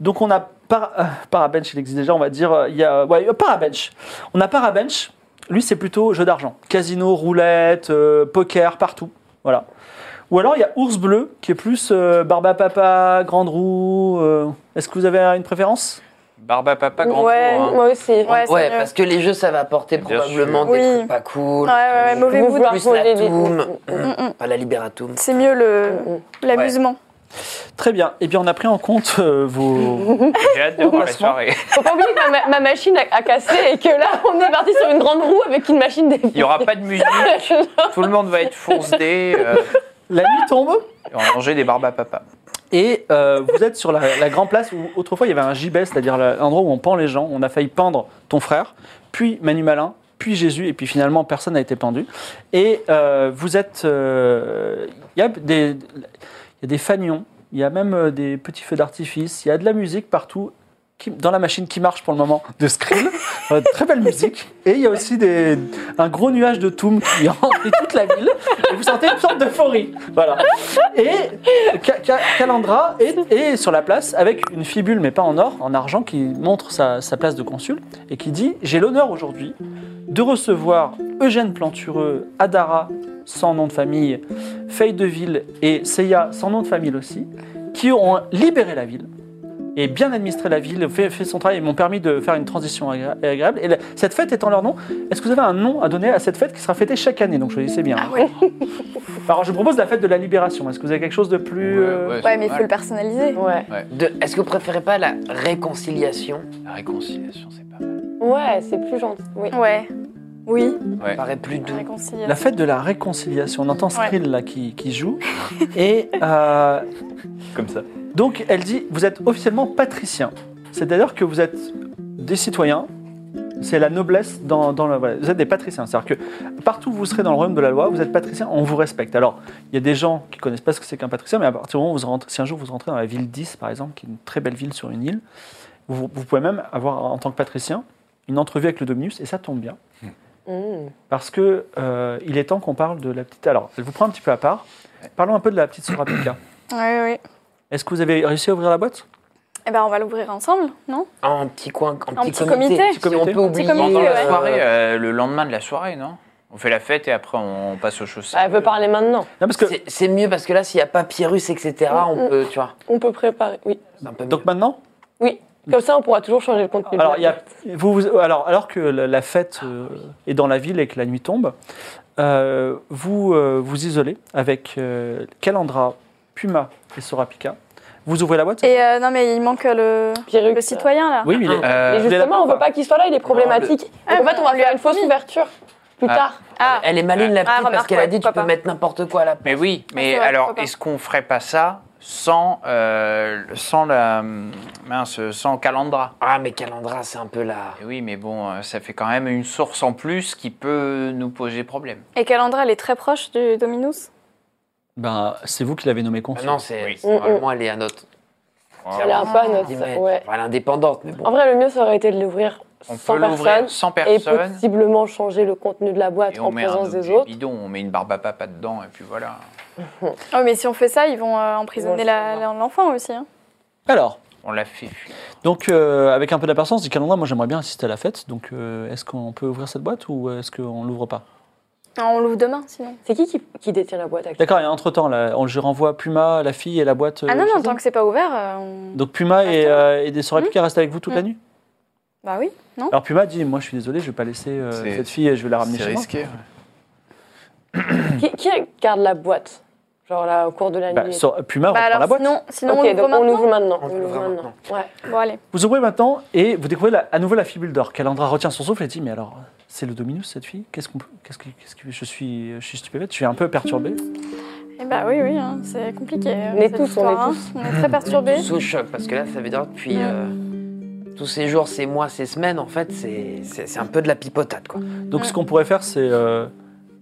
Speaker 1: Donc, on a par, euh, Parabench, il existe déjà, on va dire. euh, Il y a, ouais, euh, Parabench. On a Parabench, lui, c'est plutôt jeu d'argent. Casino, roulette, euh, poker, partout. Voilà. Ou alors, il y a Ours Bleu, qui est plus euh, Barba Papa, Grande Roue. euh, Est-ce que vous avez une préférence
Speaker 4: Barba Papa, grand
Speaker 5: Ouais,
Speaker 4: tour, hein.
Speaker 5: moi aussi.
Speaker 3: Ouais, c'est
Speaker 2: Ouais,
Speaker 3: mieux.
Speaker 2: parce que les jeux, ça va apporter
Speaker 4: Bien
Speaker 2: probablement
Speaker 3: sûr.
Speaker 2: des
Speaker 3: Oui.
Speaker 2: trucs pas cool.
Speaker 3: Ouais, ouais, ouais, mauvais
Speaker 5: Vous
Speaker 3: goût.
Speaker 5: vouloir
Speaker 2: plus
Speaker 5: poser
Speaker 2: la
Speaker 5: des-
Speaker 2: toum,
Speaker 3: Mm, mm.
Speaker 2: pas la liberatum.
Speaker 3: C'est mieux le l'amusement.
Speaker 1: Très bien. Eh bien, on a pris en compte euh, vos,
Speaker 4: J'ai hâte de voir la soirée.
Speaker 5: Faut pas oublier que ma, ma machine a, a cassé et que là, on est parti sur une grande roue avec une machine des.
Speaker 4: Il n'y aura pas de musique, tout le monde va être foncedé, euh,
Speaker 1: La nuit tombe
Speaker 4: et on va manger des barbes à papa.
Speaker 1: et euh, vous êtes sur la, la grande place où autrefois il y avait un gibet, c'est-à-dire la- l'endroit où on pend les gens. On a failli pendre ton frère, puis Manu Malin, puis Jésus, et puis finalement personne n'a été pendu. Et euh, vous êtes. euh, Il y, a des- il y a des fanions, il y a même euh, des petits feux d'artifice, il y a de la musique partout. qui- dans la machine qui marche pour le moment, de Skrill, Euh, très belle musique. Et il y a aussi des, un gros nuage de Toum qui remplit toute la ville. Et vous sentez une sorte d'euphorie. Voilà. Et Ca- Ca- Calandra est, est sur la place avec une fibule, mais pas en or, en argent, qui montre sa, sa place de consul et qui dit J'ai l'honneur aujourd'hui de recevoir Eugène Plantureux, Adara, sans nom de famille, Feuille de Ville et Seiya, sans nom de famille aussi, qui ont libéré la ville et bien administré la ville, fait, fait son travail et m'ont permis de faire une transition agré- agréable. Et la- cette fête est en leur nom. Est-ce que vous avez un nom à donner à cette fête qui sera fêtée chaque année Donc choisissez bien.
Speaker 3: Ah ouais.
Speaker 1: Alors je propose la fête de la libération. Est-ce que vous avez quelque chose de plus... euh,
Speaker 3: Ouais, mais il faut le personnaliser.
Speaker 5: Ouais.
Speaker 2: De- Est-ce que vous préférez pas la réconciliation
Speaker 4: La réconciliation, c'est pas mal.
Speaker 5: Ouais, c'est plus gentil. Oui.
Speaker 3: Ouais. Oui.
Speaker 2: Ça paraît plus doux.
Speaker 1: La
Speaker 3: Réconciliation.
Speaker 1: fête de la réconciliation. On entend
Speaker 3: Ouais.
Speaker 1: Skrill là qui, qui joue. Et euh,
Speaker 4: Comme ça.
Speaker 1: donc elle dit, vous êtes officiellement patricien. C'est-à-dire que vous êtes des citoyens c'est la noblesse dans, dans la- voilà, Vous êtes des patriciens, c'est-à-dire que partout où vous serez dans le royaume de la loi, vous êtes patricien, on vous respecte. Alors, il y a des gens qui connaissent pas ce que c'est qu'un patricien, mais à partir du moment où vous rentrez, si un jour vous rentrez dans la ville 10, par exemple, qui est une très belle ville sur une île, vous, vous pouvez même avoir, en tant que patricien, une entrevue avec le Dominus, et ça tombe bien.
Speaker 5: Mmh.
Speaker 1: Parce que euh, il est temps qu'on parle de la petite. Alors, je vous prends un petit peu à part. Parlons un peu de la petite Sorapika.
Speaker 3: Oui, oui.
Speaker 1: Est-ce que vous avez réussi à ouvrir la boîte
Speaker 3: Eh ben, on va l'ouvrir ensemble, non
Speaker 2: En petit coin, en petit,
Speaker 3: petit
Speaker 2: comité.
Speaker 3: comité.
Speaker 2: Si on
Speaker 1: Petit
Speaker 2: peut
Speaker 3: comité,
Speaker 2: oublier.
Speaker 4: Pendant la
Speaker 3: ouais.
Speaker 4: soirée, euh, le lendemain de la soirée, non On fait la fête et après on passe aux choses.
Speaker 3: Ah,
Speaker 5: Elle peut parler maintenant.
Speaker 1: Non, parce que
Speaker 2: C'est- C'est mieux parce que là, s'il n'y a pas Pyrrhus, etc., on
Speaker 5: Mm.
Speaker 2: peut, tu vois,
Speaker 5: On peut préparer, oui.
Speaker 2: c'est un peu mieux.
Speaker 1: donc maintenant,
Speaker 5: Oui. Comme ça, on pourra toujours changer le contenu. de
Speaker 1: Mm. alors
Speaker 5: la
Speaker 1: il y a-
Speaker 5: carte.
Speaker 1: vous, vous- alors alors que la, la fête euh, est dans la ville et que la nuit tombe, euh, vous euh, vous isolez avec euh, Calandra, Puma et Sorapika. Vous ouvrez la boîte.
Speaker 3: Et euh, non, mais il manque euh,
Speaker 5: Pierruc.
Speaker 3: le, le citoyen, là.
Speaker 1: Oui, mais il
Speaker 2: Ah.
Speaker 1: est-
Speaker 4: Euh,
Speaker 5: Et
Speaker 1: vous allez
Speaker 5: justement, on
Speaker 1: l'avoir,
Speaker 5: veut pas qu'il soit là, il est problématique. Donc,
Speaker 3: Ah,
Speaker 5: en fait, on va
Speaker 3: on lui
Speaker 5: faire
Speaker 3: a
Speaker 5: une fausse
Speaker 3: promis.
Speaker 5: ouverture plus
Speaker 4: Ah.
Speaker 5: tard.
Speaker 3: Ah,
Speaker 2: Elle est maligne, la petite, parce
Speaker 3: remarque,
Speaker 2: qu'elle a
Speaker 3: ouais,
Speaker 2: dit tu
Speaker 3: pourquoi
Speaker 2: peux
Speaker 3: pas.
Speaker 2: mettre n'importe quoi là.
Speaker 4: Mais oui, mais
Speaker 3: c'est vrai,
Speaker 4: alors
Speaker 3: pourquoi pas.
Speaker 4: est-ce qu'on ferait pas ça sans, euh, sans la mince, sans Calandra
Speaker 2: Ah, mais Calandra, c'est un peu la.
Speaker 4: Eh Oui, mais bon, euh, ça fait quand même une source en plus qui peut nous poser problème.
Speaker 3: Et Calandra, elle est très proche du Dominus.
Speaker 1: Ben, c'est vous qui l'avez nommé
Speaker 2: Ah
Speaker 1: consul.
Speaker 2: non, c'est
Speaker 4: Oui.
Speaker 2: c'est
Speaker 3: Mm,
Speaker 2: vraiment elle est à notre.
Speaker 5: Elle a un peu à notre.
Speaker 2: Ah, Ouais.
Speaker 5: ouais.
Speaker 2: Enfin, elle est indépendante, mais bon.
Speaker 5: En vrai, le mieux, ça aurait été de l'ouvrir
Speaker 4: On
Speaker 5: sans
Speaker 4: peut l'ouvrir
Speaker 5: personne.
Speaker 4: sans
Speaker 5: Et
Speaker 4: personne.
Speaker 5: possiblement changer le contenu de la boîte
Speaker 4: Et
Speaker 5: en
Speaker 4: on met un
Speaker 5: présence des
Speaker 4: objet
Speaker 5: autres.
Speaker 4: bidon, on met une barbe à papa dedans, et puis voilà.
Speaker 3: Oh, mais si on fait ça, ils vont euh, emprisonner
Speaker 5: Ils vont le
Speaker 3: la-
Speaker 5: savoir.
Speaker 3: la- l'enfant aussi. hein.
Speaker 1: Alors.
Speaker 4: On l'a fait fuir.
Speaker 1: Donc, euh, avec un peu d'aperçence, dit Calandra, moi j'aimerais bien assister à la fête. Donc, euh, est-ce qu'on peut ouvrir cette boîte ou euh, est-ce qu'on l'ouvre pas
Speaker 3: Ah, On l'ouvre demain, sinon.
Speaker 5: C'est qui, qui qui détient la boîte actuellement
Speaker 1: D'accord, et entre-temps, là, on, je renvoie Puma, la fille et la boîte.
Speaker 3: Ah
Speaker 1: euh,
Speaker 3: non,
Speaker 1: chez
Speaker 3: non, Mmh.
Speaker 1: eux.
Speaker 3: tant que c'est pas ouvert, euh, on...
Speaker 1: Donc Puma et, euh, et des Sorapika restent avec vous toute la nuit
Speaker 3: Bah oui.
Speaker 1: Alors Puma dit, moi je suis désolé, je vais pas laisser euh,
Speaker 4: C'est-
Speaker 1: cette fille, je vais la ramener
Speaker 4: C'est
Speaker 1: chez moi.
Speaker 4: risqué. ouais.
Speaker 5: Qui, qui garde la boîte Genre là, au cours de la
Speaker 1: Bah,
Speaker 5: nuit.
Speaker 1: Sor- Puma
Speaker 3: Bah
Speaker 1: reprend la
Speaker 3: alors,
Speaker 1: boîte.
Speaker 3: sinon, sinon
Speaker 5: ok,
Speaker 3: on l'ouvre
Speaker 5: donc on
Speaker 3: maintenant.
Speaker 5: ouvre maintenant.
Speaker 2: On
Speaker 5: On
Speaker 2: l'ouvre
Speaker 5: ouvre maintenant.
Speaker 2: maintenant.
Speaker 5: Ouais.
Speaker 3: Bon, allez.
Speaker 1: Vous ouvrez maintenant et vous découvrez la- à nouveau la fibule d'or. Calandra retient son souffle et dit, mais alors, c'est le Dominus cette fille Qu'est-ce qu'on peut- qu'est-ce que, qu'est-ce que- je suis, je suis stupéfaite, je suis un peu perturbé.
Speaker 3: Eh bah oui, oui, hein, c'est compliqué. euh,
Speaker 5: On est
Speaker 3: cette
Speaker 5: tous, on est
Speaker 3: histoire,
Speaker 5: tous.
Speaker 3: hein. On est très perturbés.
Speaker 2: Sous choc, parce que là, ça veut dire depuis
Speaker 3: Ouais.
Speaker 2: euh, tous ces jours, ces mois, ces semaines, en fait, c'est c'est- c'est un peu de la pipotade, quoi.
Speaker 1: Donc ce qu'on pourrait faire, c'est euh,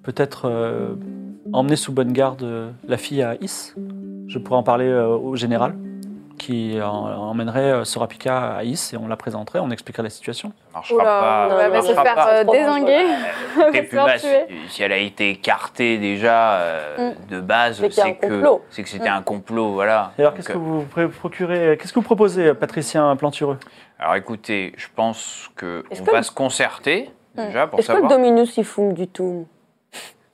Speaker 1: peut-être euh, emmener sous bonne garde euh, la fille à Is. Je pourrais en parler euh, au général, qui en- emmènerait euh, Sorapika à Is et on la présenterait, on expliquerait la situation.
Speaker 4: Ça marchera
Speaker 3: Oula,
Speaker 4: Ah, pas.
Speaker 3: on
Speaker 5: non,
Speaker 4: ça
Speaker 3: va
Speaker 5: non,
Speaker 3: se
Speaker 4: marchera
Speaker 3: faire
Speaker 4: pas.
Speaker 3: euh,
Speaker 5: Trop
Speaker 3: désinguer.
Speaker 4: Écoutez,
Speaker 3: on va se faire tuer.
Speaker 4: Puma,
Speaker 3: Mm.
Speaker 4: si, si elle a été écartée déjà euh, de base,
Speaker 5: C'est qu'il y a un
Speaker 4: c'est que
Speaker 5: complot.
Speaker 4: c'est que c'était un complot, voilà.
Speaker 1: Et alors,
Speaker 4: Donc,
Speaker 1: qu'est-ce que vous pré- procurez Qu'est-ce que vous proposez, Patricien Plantureux
Speaker 4: Alors écoutez, je pense que
Speaker 5: Est-ce
Speaker 4: on
Speaker 5: que
Speaker 4: va
Speaker 5: le- Hmm.
Speaker 4: se concerter déjà pour
Speaker 5: Est-ce que le
Speaker 4: savoir.
Speaker 5: Dominus, il fume du tout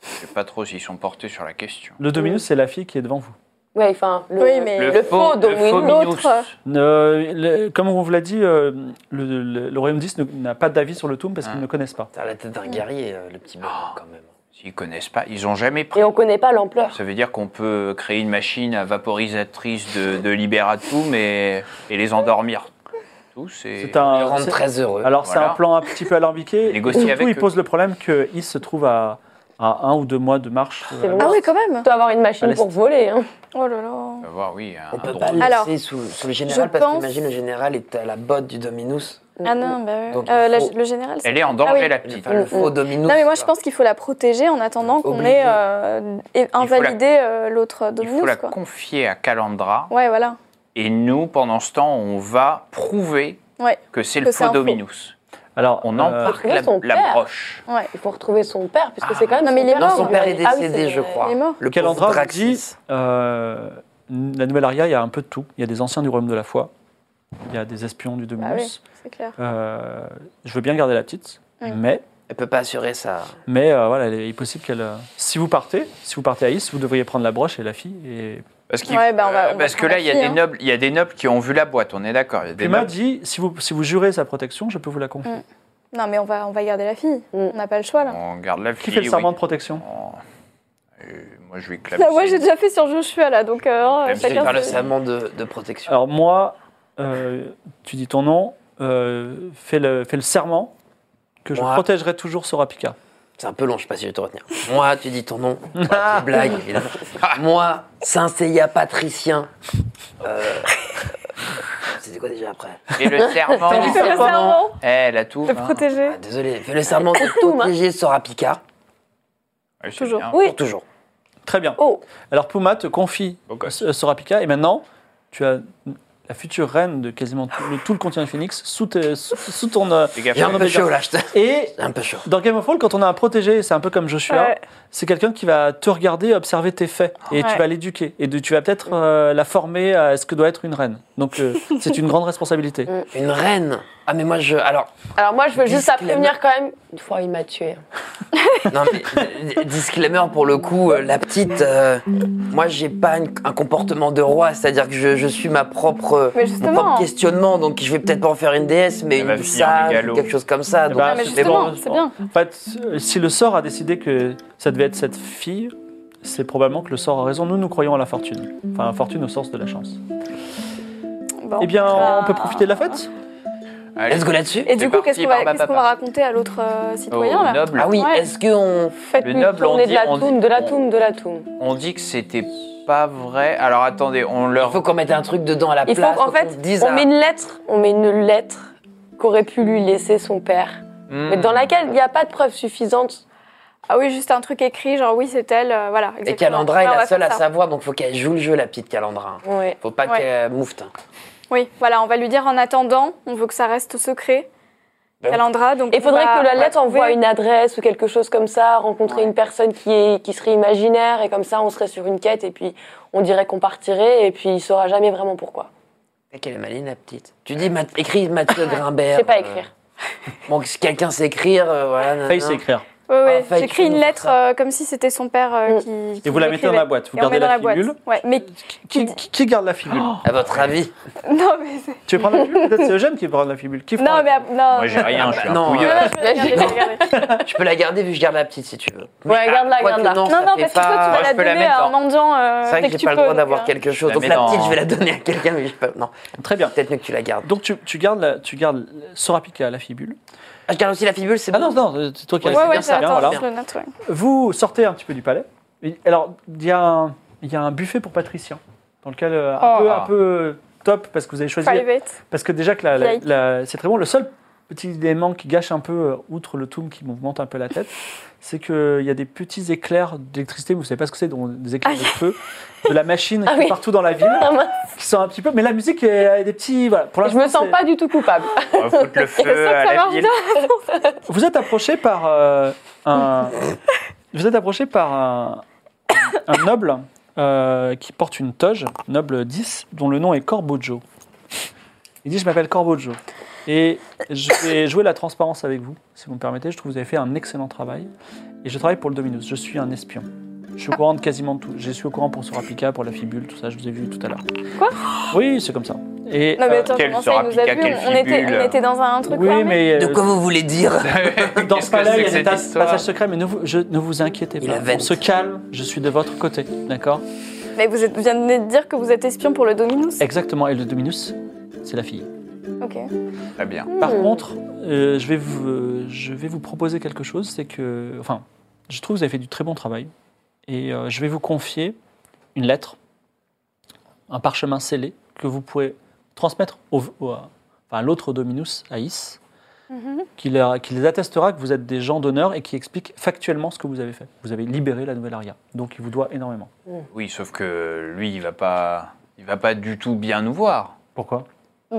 Speaker 4: Je sais pas trop s'ils sont portés sur la question.
Speaker 1: Le Dominus, c'est la fille qui est devant vous.
Speaker 5: Ouais, enfin, le,
Speaker 3: Oui, mais-
Speaker 5: le,
Speaker 4: faux-
Speaker 5: faux
Speaker 4: le faux
Speaker 5: Dominus.
Speaker 4: Minus.
Speaker 3: l'autre.
Speaker 1: Euh, le- comme on vous l'a dit, euh, le, le- le Royaume 10 ne- n'a pas d'avis sur le tomb parce qu'ils
Speaker 4: Ah.
Speaker 1: ne connaissent pas.
Speaker 2: T'as la tête
Speaker 3: Mm.
Speaker 2: d'un guerrier, euh, le petit bonhomme, quand même.
Speaker 4: S'ils connaissent pas, ils ont jamais pris.
Speaker 5: Et on connaît pas l'ampleur.
Speaker 4: Ça veut dire qu'on peut créer une machine à vaporisatrice de, de Liberatum et, et les endormir tous et
Speaker 1: C'est un-
Speaker 2: Il rend
Speaker 1: Ah, c'est-
Speaker 2: très heureux.
Speaker 1: Alors, c'est
Speaker 4: Voilà.
Speaker 1: un plan un petit peu alambiqué.
Speaker 4: Négocier
Speaker 1: Surtout,
Speaker 4: avec
Speaker 1: il
Speaker 4: eux.
Speaker 1: pose le problème que Is se trouve à, à un ou deux mois de marche. euh,
Speaker 5: C'est
Speaker 3: Ah
Speaker 5: bon.
Speaker 3: oui, quand même.
Speaker 5: On doit avoir une machine
Speaker 1: Allez,
Speaker 5: pour voler. hein.
Speaker 3: Oh là là.
Speaker 4: on va voir, oui. un-
Speaker 2: on
Speaker 4: un
Speaker 2: peut
Speaker 4: drone.
Speaker 2: pas le
Speaker 3: Alors,
Speaker 2: laisser sous, sous le général,
Speaker 3: je
Speaker 2: parce
Speaker 3: pense-
Speaker 2: qu'imagine, le général est à la botte du Dominus.
Speaker 3: Ah non, bah oui.
Speaker 2: Donc,
Speaker 3: Euh, la-
Speaker 2: faut-
Speaker 3: le général, c'est...
Speaker 4: Elle est en danger
Speaker 3: Ah oui.
Speaker 4: la
Speaker 2: Le,
Speaker 4: petite.
Speaker 2: enfin, le faux Dominus.
Speaker 3: Non, mais moi, je
Speaker 2: quoi.
Speaker 3: pense qu'il faut la protéger en attendant qu'on
Speaker 2: Obligé.
Speaker 3: ait euh, et-
Speaker 4: la-
Speaker 3: invalidé euh, l'autre
Speaker 4: Il faut
Speaker 3: Dominus,
Speaker 4: la
Speaker 3: quoi.
Speaker 4: confier à Calandra
Speaker 3: Ouais, voilà.
Speaker 4: et nous, pendant ce temps, on va prouver
Speaker 3: Ouais,
Speaker 4: que c'est
Speaker 3: que
Speaker 4: le
Speaker 3: c'est un
Speaker 4: faux
Speaker 3: faux.
Speaker 4: Dominus.
Speaker 1: Alors,
Speaker 2: Euh,
Speaker 1: euh,
Speaker 4: On embarque
Speaker 5: retrouver
Speaker 4: la,
Speaker 5: son
Speaker 4: la
Speaker 5: père.
Speaker 4: broche.
Speaker 5: Il faut retrouver son père, puisque c'est quand même.
Speaker 3: Non, mais il est
Speaker 2: Non,
Speaker 3: mort.
Speaker 2: son
Speaker 3: Ah,
Speaker 2: père
Speaker 3: oui.
Speaker 2: est
Speaker 5: Ah oui,
Speaker 2: décédé,
Speaker 5: c'est-
Speaker 2: je crois.
Speaker 3: Il est mort.
Speaker 2: Le pauvre
Speaker 1: Calandra vous
Speaker 2: Draxis.
Speaker 1: dit euh, la nouvelle aria, il y a un peu de tout. Il y a des anciens du royaume de la foi, il y a des espions du Dominus.
Speaker 3: Ah oui, c'est clair.
Speaker 1: Euh, je veux bien garder la petite,
Speaker 3: Mm.
Speaker 1: mais,
Speaker 2: Elle peut pas assurer ça.
Speaker 1: mais euh, voilà, il est possible qu'elle. euh, si vous partez, si vous partez à Is, vous devriez prendre la broche et la fille. Et
Speaker 4: Parce, qu'il- euh,
Speaker 3: Ouais, bah, on va- on va
Speaker 4: parce que
Speaker 3: prendre
Speaker 4: là,
Speaker 3: la
Speaker 4: il y, a
Speaker 3: fille,
Speaker 4: des
Speaker 3: hein.
Speaker 4: nobles, il y a des nobles qui ont vu la boîte, on est d'accord. Il y a des
Speaker 1: Puma
Speaker 4: nobles.
Speaker 1: dit si vous, si vous jurez sa protection, je peux vous la confier.
Speaker 3: Mm. Non, mais on va, on va garder la fille.
Speaker 5: Mm.
Speaker 3: On n'a pas le choix, là.
Speaker 4: On garde la
Speaker 1: Qui
Speaker 4: fille.
Speaker 1: fait le serment
Speaker 4: oui.
Speaker 1: de protection
Speaker 4: Oh. Euh, Moi, je vais
Speaker 2: Ah,
Speaker 3: Là, moi, j'ai
Speaker 4: clamser.
Speaker 3: déjà fait sur Joshua, là, donc euh,
Speaker 4: Même si
Speaker 3: chacun...
Speaker 4: Bien
Speaker 2: Par le
Speaker 3: se-
Speaker 2: serment de, de protection.
Speaker 1: Alors moi, euh, tu dis ton nom, euh, fais, le, fais le serment que je
Speaker 2: Moi.
Speaker 1: protégerai toujours Sorapika.
Speaker 2: C'est un peu long, je sais pas si je vais te retenir. Moi, tu dis ton nom. Voilà, petite blague, évidemment. Moi, Saint Seiya Patricien. euh, c'était quoi déjà après
Speaker 4: Et le serment.
Speaker 3: Tu fais le serment
Speaker 4: Eh, la touffe.
Speaker 3: de
Speaker 4: hein.
Speaker 3: protéger.
Speaker 2: Ah, Désolé, fais le serment de
Speaker 5: Tout, hein.
Speaker 2: protéger Sora Picard
Speaker 4: Ouais, Ah, c'est
Speaker 3: Toujours.
Speaker 4: bien.
Speaker 5: Oui.
Speaker 2: pour toujours.
Speaker 1: Très bien.
Speaker 5: Oh.
Speaker 1: Alors Puma te confie
Speaker 4: Beau gosse.
Speaker 1: euh, Sorapika et maintenant tu as la future reine de quasiment tout le, tout le continent phoenix sous, tes- sous, sous ton... euh,
Speaker 4: Fais gaffe.
Speaker 2: J'ai un peu chaud là, je te-
Speaker 1: et
Speaker 2: j'ai un peu chaud.
Speaker 1: dans Game of Thrones, quand on a un protégé, c'est un peu comme Joshua,
Speaker 3: Ouais.
Speaker 1: c'est quelqu'un qui va te regarder, observer tes faits, et
Speaker 3: Ouais.
Speaker 1: tu vas l'éduquer, et de- tu vas peut-être euh, la former à ce que doit être une reine. Donc euh, c'est une grande responsabilité.
Speaker 2: Une reine. Ah mais moi je alors
Speaker 5: Alors moi, je veux juste la
Speaker 2: Disclaimer.
Speaker 5: prévenir quand même. Une fois, il m'a tué.
Speaker 2: non mais euh, disclaimer pour le coup euh, la petite euh, moi j'ai pas une- un comportement de roi c'est-à-dire que je, je suis ma propre
Speaker 3: Mais
Speaker 2: mon propre
Speaker 3: justement,
Speaker 2: questionnement donc je vais peut-être pas en faire une déesse mais
Speaker 4: Elle va
Speaker 2: une
Speaker 4: finir en
Speaker 2: sage
Speaker 4: mégalo. Eh ben,
Speaker 2: ou quelque chose comme ça donc,
Speaker 1: bah,
Speaker 3: Ah mais
Speaker 2: mais
Speaker 3: justement,
Speaker 2: bon
Speaker 3: c'est bien.
Speaker 1: En fait, euh, si le sort a décidé que ça devait être cette fille, c'est probablement que le sort a raison. Nous, nous croyons à la fortune. Enfin, la fortune au sens de la chance.
Speaker 3: Bon.
Speaker 1: Eh bien,
Speaker 3: Ah.
Speaker 1: on peut profiter de la fête
Speaker 4: Allez.
Speaker 2: let's go là-dessus
Speaker 3: Et du
Speaker 4: C'est
Speaker 3: coup,
Speaker 4: parti, bah,
Speaker 3: qu'est-ce qu'on va,
Speaker 4: Barba
Speaker 3: qu'est-ce qu'on
Speaker 4: Papa.
Speaker 3: va raconter à l'autre euh,
Speaker 4: Au
Speaker 3: citoyen là
Speaker 4: noble.
Speaker 2: ah oui
Speaker 3: Ouais.
Speaker 2: est-ce que on
Speaker 4: Le
Speaker 3: Faites-nous
Speaker 4: noble, on
Speaker 5: Tourner de
Speaker 4: dit,
Speaker 5: la
Speaker 4: on dit-
Speaker 5: toune, de la
Speaker 4: on-
Speaker 5: toune, de la toune.
Speaker 4: On dit que c'était pas vrai. Alors attendez, on leur.
Speaker 2: faut qu'on mette un truc dedans à la
Speaker 5: Il faut
Speaker 2: place
Speaker 5: qu'en
Speaker 2: qu'on
Speaker 5: fait,
Speaker 2: dise
Speaker 5: on
Speaker 2: à-
Speaker 5: met une lettre, on met une lettre qu'aurait pu lui laisser son père,
Speaker 4: Hmm.
Speaker 5: mais dans laquelle il n'y a pas de preuve suffisante.
Speaker 3: Ah oui, juste un truc écrit, genre oui, c'est elle, euh, voilà.
Speaker 2: et
Speaker 3: exactement.
Speaker 2: Calandra est
Speaker 3: Ah, on va
Speaker 2: la
Speaker 3: faire
Speaker 2: seule à
Speaker 3: ça.
Speaker 2: savoir donc faut qu'elle joue le jeu la petite Calandra
Speaker 5: Ouais.
Speaker 2: faut pas
Speaker 3: Ouais.
Speaker 2: qu'elle moufte hein.
Speaker 3: Oui, voilà, on va lui dire en attendant, on veut que ça reste secret.
Speaker 2: Ben oui.
Speaker 3: Calandra, donc.
Speaker 5: Il
Speaker 3: on
Speaker 5: faudrait
Speaker 3: va-
Speaker 5: que la
Speaker 3: on va
Speaker 5: lettre envoie
Speaker 3: trouver-
Speaker 5: une adresse ou quelque chose comme ça, rencontrer une personne qui, est, qui serait imaginaire, et comme ça on serait sur une quête, et puis on dirait qu'on partirait, et puis il saura jamais vraiment pourquoi.
Speaker 2: Et Quelle est maligne la petite. Tu dis Math- écris Mathieu Grimbert.
Speaker 5: Je sais pas
Speaker 2: euh,
Speaker 5: écrire.
Speaker 2: bon, si quelqu'un sait écrire, euh, voilà. nanana.
Speaker 1: Faille, c'est écrire.
Speaker 3: Oui, oui,
Speaker 2: Ah, fait,
Speaker 3: j'écris une
Speaker 2: écris-nous
Speaker 3: lettre
Speaker 2: ça.
Speaker 3: euh, comme si c'était son père euh,
Speaker 5: Mm.
Speaker 3: qui, qui.
Speaker 1: Et vous la mettez dans la
Speaker 3: l'écrivait.
Speaker 1: boîte. Vous
Speaker 3: Et on
Speaker 1: gardez
Speaker 3: met dans
Speaker 1: la
Speaker 3: la boîte. Oh.
Speaker 1: figure.
Speaker 3: Ouais.
Speaker 5: Mais
Speaker 1: Qui, qui- qui garde la figure
Speaker 2: À votre avis
Speaker 3: Non, mais c'est.
Speaker 1: Tu veux prendre la figure Peut-être c'est Eugène qui veut prendre la figure. Qui prend
Speaker 3: Non, mais. ah, Non.
Speaker 4: Moi j'ai rien, je suis un
Speaker 2: Non,
Speaker 4: couilleux.
Speaker 3: Non, euh, non, je vais regarder, je vais regarder.
Speaker 2: Je peux la garder vu que je garde la petite si tu veux.
Speaker 5: Ouais, garde-la,
Speaker 2: Quoique,
Speaker 5: garde-la.
Speaker 2: Non, ça
Speaker 3: Non, non,
Speaker 2: fait
Speaker 3: parce que toi,
Speaker 2: pas-
Speaker 3: tu vas
Speaker 4: Moi, je
Speaker 3: la
Speaker 4: peux la
Speaker 3: donner
Speaker 4: mettre
Speaker 3: à un
Speaker 4: dans-
Speaker 3: mendiant. euh,
Speaker 2: C'est vrai
Speaker 3: dès
Speaker 2: que j'ai pas le droit
Speaker 3: donc,
Speaker 2: d'avoir
Speaker 3: euh,
Speaker 2: quelque chose.
Speaker 4: la
Speaker 2: Donc
Speaker 4: mets
Speaker 2: la
Speaker 4: dans-
Speaker 2: petite, je vais la donner à quelqu'un, mais je peux. Non,
Speaker 1: Très bien.
Speaker 2: peut-être mieux que tu la gardes.
Speaker 1: Donc tu, tu gardes, la, tu gardes Sorapika, la fibule.
Speaker 2: Ah, je garde aussi la fibule, c'est
Speaker 1: Ah
Speaker 2: bon.
Speaker 1: non, non, c'est toi qui as
Speaker 2: Ouais,
Speaker 3: Ouais,
Speaker 2: c'est
Speaker 3: ouais,
Speaker 2: bien ça,
Speaker 3: ça,
Speaker 2: bien,
Speaker 3: attends,
Speaker 2: voilà.
Speaker 3: je le note, ouais.
Speaker 1: Vous sortez un petit peu du palais. Et- Alors, il y, a un- il y a un buffet pour patriciens, dans lequel euh, un,
Speaker 4: Oh.
Speaker 1: peu, un peu top, parce que vous avez choisi.
Speaker 3: Private.
Speaker 1: Parce que déjà que la- la-
Speaker 3: VIP.
Speaker 1: la- c'est très bon. Le seul petit élément qui gâche un peu, euh, outre le toum qui mouvemente un peu la tête, c'est qu'il y a des petits éclairs d'électricité, mais vous savez pas ce que c'est, dont des éclairs de feu, de la machine
Speaker 5: Ah
Speaker 1: qui est
Speaker 5: oui.
Speaker 1: partout dans la ville,
Speaker 5: Ah mince.
Speaker 1: qui sont un petit peu. Mais la musique est des petits. Voilà, pour
Speaker 5: Je me
Speaker 1: l'instant,
Speaker 5: sens
Speaker 1: c'est-
Speaker 5: pas du tout coupable.
Speaker 4: On va foutre le
Speaker 3: C'est
Speaker 4: feu
Speaker 3: ça que
Speaker 4: à
Speaker 3: ça
Speaker 4: la
Speaker 3: marche
Speaker 4: ville.
Speaker 3: bien.
Speaker 1: Vous êtes approché par euh, un. vous êtes approché par un, un noble euh, qui porte une toge, noble 10, dont le nom est Corbojo. Il dit Je m'appelle Corbojo. Et je vais jouer la transparence avec vous, si vous me permettez. Je trouve que vous avez fait un excellent travail. Et je travaille pour le Dominus. Je suis un espion. Je suis au courant de quasiment tout. Je suis au courant pour Sorapika, pour la fibule, tout ça, je vous ai vu tout à l'heure.
Speaker 3: Quoi
Speaker 1: Oui, c'est comme ça. Et,
Speaker 3: Non, mais
Speaker 1: euh,
Speaker 3: attends,
Speaker 4: quel
Speaker 3: comment ça, il nous a
Speaker 4: Sorapika,
Speaker 3: vu
Speaker 4: quelle
Speaker 3: on, on était,
Speaker 4: fibule.
Speaker 3: on était dans un truc
Speaker 1: oui,
Speaker 3: fermé.
Speaker 1: mais.
Speaker 2: De
Speaker 1: euh,
Speaker 2: quoi vous voulez dire
Speaker 1: dans
Speaker 4: Qu'est-ce
Speaker 1: ce
Speaker 4: que c'est
Speaker 1: palais, il y
Speaker 4: que
Speaker 1: a des
Speaker 4: cette
Speaker 1: tas-
Speaker 4: histoire
Speaker 1: passages secrets, mais ne vous, je- ne vous inquiétez
Speaker 2: Il
Speaker 1: pas.
Speaker 2: invente.
Speaker 1: On se calme, je suis de votre côté, d'accord
Speaker 3: Mais vous êtes- vous venez de dire que vous êtes espion pour le Dominus.
Speaker 1: Exactement, et le Dominus, c'est la fille.
Speaker 3: Ok.
Speaker 4: Très bien.
Speaker 1: Par
Speaker 5: Hmm.
Speaker 1: contre, euh, je, vais vous, euh, je vais vous proposer quelque chose, c'est que... Enfin, je trouve que vous avez fait du très bon travail, et euh, je vais vous confier une lettre, un parchemin scellé, que vous pourrez transmettre au, au- à- enfin, à l'autre Dominus, Aïs, qui, leur- qui les attestera que vous êtes des gens d'honneur et qui explique factuellement ce que vous avez fait. Vous avez libéré la nouvelle aria, donc il vous doit énormément.
Speaker 4: Oui, sauf que lui, il va pas, il va pas du tout bien nous voir.
Speaker 1: Pourquoi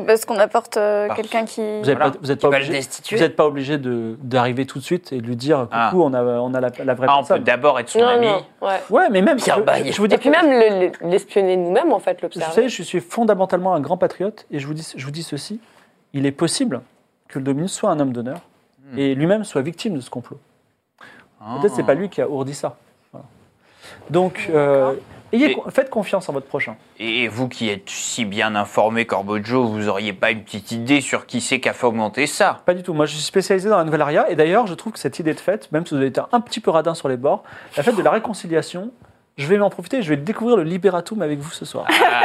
Speaker 3: Parce qu'on apporte euh,
Speaker 4: Parce-
Speaker 3: quelqu'un qui.
Speaker 1: Vous n'êtes
Speaker 4: Voilà.
Speaker 1: pas, vous êtes
Speaker 2: Tu
Speaker 1: pas
Speaker 2: vas le
Speaker 1: obligé. Vous
Speaker 2: destituer
Speaker 1: n'êtes pas obligé de- d'arriver tout de suite et de lui dire coucou,
Speaker 4: Ah.
Speaker 1: on a, on a la, la vraie
Speaker 4: Ah, on peut
Speaker 1: personne.
Speaker 4: d'abord être son
Speaker 5: Non,
Speaker 4: ami.
Speaker 5: non, ouais.
Speaker 1: Ouais, mais même. Je,
Speaker 2: Pierre Baille.
Speaker 1: je- je vous dis,
Speaker 5: Et puis même le- le- l'espionner nous-mêmes, en fait,
Speaker 1: vous savez,
Speaker 5: l'observer.
Speaker 1: je suis fondamentalement un grand patriote et je vous dis, je vous dis ceci il est possible que le Dominus soit un homme d'honneur
Speaker 4: Hmm.
Speaker 1: et lui-même soit victime de ce complot.
Speaker 4: Ah.
Speaker 1: Peut-être que c'est pas lui qui a ourdi ça. Voilà. Donc, euh, ayez
Speaker 4: Et-
Speaker 1: con- faites confiance en votre prochain.
Speaker 4: Et vous qui êtes si bien informé, Corbojo, vous auriez pas une petite idée sur qui c'est qui a fomenté ça
Speaker 1: Pas du tout. Moi, je suis spécialisé dans la nouvelle aria. Et d'ailleurs, je trouve que cette idée de fête, même si vous avez été un petit peu radin sur les bords, la fête de la réconciliation, je vais m'en profiter. et Je vais découvrir le Liberatum avec vous ce soir.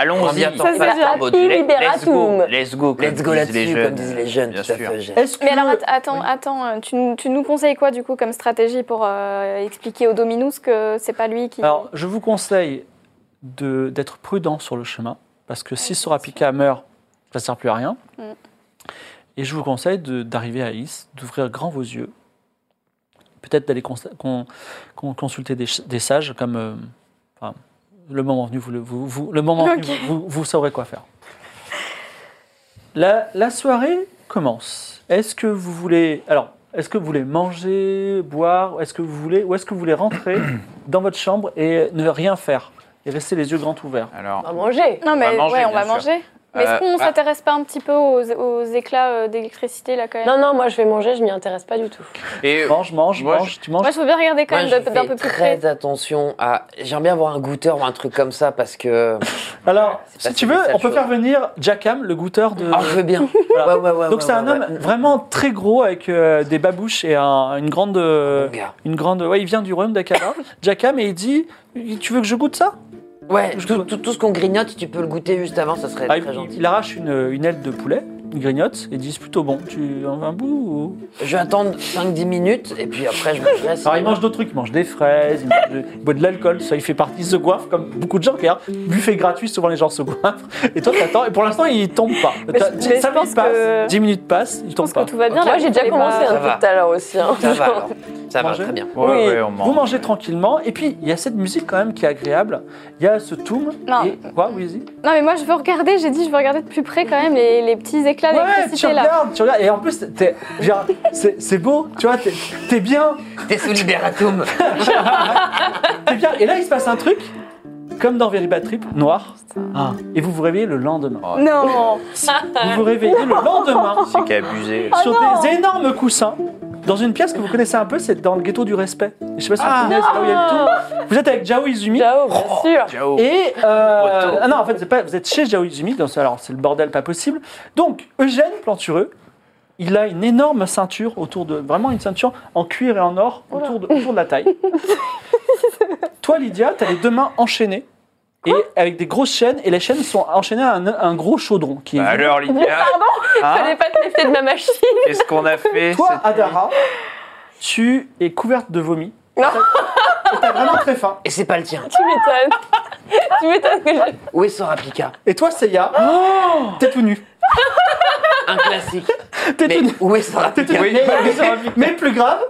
Speaker 2: On
Speaker 4: Allons-y.
Speaker 2: vient de t'en
Speaker 5: Ça, c'est
Speaker 2: faire
Speaker 5: déjà
Speaker 2: Corbojo.
Speaker 5: pire.
Speaker 4: Let- Let's go.
Speaker 5: Liberatum.
Speaker 4: Let's go. comme
Speaker 2: Let's go
Speaker 4: disent les
Speaker 2: là-dessus,
Speaker 4: jeunes.
Speaker 2: comme disent les jeunes,
Speaker 4: Bien
Speaker 2: tout à
Speaker 4: sûr.
Speaker 2: fait. Gérard.
Speaker 1: Est-ce que
Speaker 3: Mais alors, att- attends, attends, euh, tu, nous- tu nous conseilles quoi du coup comme stratégie pour euh, expliquer au Dominus que c'est pas lui qui.
Speaker 1: Alors, je vous conseille de- d'être prudent sur le chemin, Parce que si Sorapika meurt, ça ne sert plus à rien.
Speaker 3: Mm.
Speaker 1: Et je vous conseille de- d'arriver à Is, d'ouvrir grand vos yeux. Peut-être d'aller consta- con- con- consulter des, ch- des sages comme. euh, enfin, le moment venu, vous, le, vous, vous- le moment venu,
Speaker 3: Ok.
Speaker 1: vous, vous- vous saurez quoi faire. La, la soirée commence. Est-ce que vous voulez. Alors, est-ce que vous voulez manger, boire Est-ce que vous voulez. Ou est-ce que vous voulez rentrer dans votre chambre et ne rien faire Et rester les yeux grands ouverts
Speaker 5: On va
Speaker 4: Alors,
Speaker 5: manger.
Speaker 3: Non, mais
Speaker 4: manger,
Speaker 3: ouais, on
Speaker 4: bien
Speaker 3: va
Speaker 4: sûr.
Speaker 3: manger. Mais est-ce
Speaker 4: Euh,
Speaker 3: qu'on
Speaker 4: ah.
Speaker 3: s'intéresse pas un petit peu aux, aux éclats euh, d'électricité là quand même
Speaker 5: Non, non, moi je vais manger, je m'y intéresse pas du tout.
Speaker 2: Euh,
Speaker 4: et
Speaker 1: Mange, mange,
Speaker 4: Moi,
Speaker 1: mange, tu manges.
Speaker 3: Moi, je veux bien regarder quand
Speaker 2: Moi,
Speaker 3: même
Speaker 2: je
Speaker 3: de- d'un
Speaker 2: fais
Speaker 3: peu plus près.
Speaker 2: très attention à. J'aime bien avoir un goûteur ou un truc comme ça parce que.
Speaker 1: Alors,
Speaker 2: c'est
Speaker 1: si
Speaker 2: pas
Speaker 1: tu
Speaker 2: si
Speaker 1: veux,
Speaker 2: sale
Speaker 1: on peut
Speaker 2: chose.
Speaker 1: faire venir Jackam, le goûteur de.
Speaker 2: Oh, je veux bien.
Speaker 1: Voilà.
Speaker 2: Ouais, ouais, ouais,
Speaker 1: Donc
Speaker 2: ouais,
Speaker 1: c'est un
Speaker 2: ouais,
Speaker 1: homme
Speaker 2: ouais.
Speaker 1: vraiment très gros avec euh, des babouches et un- une grande, euh,
Speaker 2: Mon gars.
Speaker 1: une grande. Ouais, il vient du royaume d'Akala, Jackam, et il dit, tu veux que je goûte ça
Speaker 2: Ouais,
Speaker 1: Je-
Speaker 2: tout, tout- tout ce qu'on grignote, si tu peux le goûter juste avant, ça serait
Speaker 1: Ah, il,
Speaker 2: très gentil.
Speaker 1: il arrache une, une aile de poulet, il grignote et dit c'est plutôt bon. Tu en veux un bout ou...
Speaker 2: Je vais attendre 5-10 minutes et puis après je mangerai.
Speaker 1: Alors il mange d'autres trucs, il mange des fraises, il, mange de- il boit de l'alcool, ça il fait partie, il se goiffe comme beaucoup de gens. Regarde, buffet gratuit, souvent les gens se goiffent. Et toi t'attends et pour l'instant il tombe pas.
Speaker 3: Mais je- mais je
Speaker 1: 5
Speaker 3: pense
Speaker 1: minutes passent,
Speaker 3: que-
Speaker 1: 10 minutes passent, il
Speaker 3: Je
Speaker 1: tombe
Speaker 3: pense que
Speaker 1: pas.
Speaker 3: tout va bien. bah,
Speaker 5: Moi j'ai déjà commencé
Speaker 2: Ça
Speaker 5: un
Speaker 2: va.
Speaker 5: peu tout à l'heure aussi. hein.
Speaker 2: Ça va alors. Ça va,
Speaker 1: Manger
Speaker 2: très bien.
Speaker 4: Ah, Ouais,
Speaker 1: Oui,
Speaker 4: ouais, on mange.
Speaker 1: vous mangez tranquillement. Et puis, il y a cette musique quand même qui est agréable. Il y a ce toum.
Speaker 3: Non.
Speaker 1: Et quoi, Wheezy
Speaker 3: Non, mais moi, je veux regarder, j'ai dit, je veux regarder de plus près quand même les, les petits éclats
Speaker 1: Ouais, tu
Speaker 3: d'électricité là.
Speaker 1: regardes, tu regardes. Et en plus, t'es- genre, c'est c'est beau, tu vois, t'es t'es bien,
Speaker 2: T'es sous liberatum.
Speaker 1: t'es bien. Et là, il se passe un truc, comme dans Very Bad Trip, noir. Ah. Et vous vous réveillez le lendemain.
Speaker 3: Ah. Non
Speaker 1: Vous vous réveillez le lendemain
Speaker 4: c'est qu'à abuser.
Speaker 5: Ah.
Speaker 1: sur des énormes coussins. Dans une pièce que vous connaissez un peu, c'est dans le ghetto du respect. Je sais pas si vous
Speaker 4: Ah.
Speaker 1: connaissez là où il y a le toum. Vous êtes avec Jao Izumi.
Speaker 5: Ciao, bien sûr.
Speaker 4: Ciao.
Speaker 1: Et euh,
Speaker 4: Retour.
Speaker 1: ah non, en fait, c'est pas, vous êtes chez Jao Izumi, donc c'est- alors c'est le bordel pas possible. Donc Eugène Plantureux, il a une énorme ceinture autour de, vraiment une ceinture en cuir et en or autour de, autour de la taille. Toi, Lydia, t'as les deux mains enchaînées et avec des grosses chaînes, et les chaînes sont enchaînées à un, un gros chaudron qui est.
Speaker 4: Bah alors, Lydia, hein,
Speaker 3: Ah.
Speaker 5: Je n'ai pas te lifter de ma machine.
Speaker 4: qu'est-ce qu'on a fait
Speaker 1: Toi, ah,
Speaker 4: cette-
Speaker 1: Adara, tu es couverte de vomi.
Speaker 5: Non.
Speaker 1: Et T'as vraiment très faim.
Speaker 2: Et c'est pas le tien.
Speaker 5: Tu m'étonnes. tu m'étonnes que
Speaker 3: Ah,
Speaker 5: je.
Speaker 2: Où est Sorapika
Speaker 1: Et toi, Seiya, t'es tout nu.
Speaker 2: Un classique.
Speaker 1: T'es
Speaker 2: Mais
Speaker 1: tout nu.
Speaker 2: où est
Speaker 1: T'es tout
Speaker 2: Sorapika
Speaker 1: nu. Mais- mais- mais plus grave,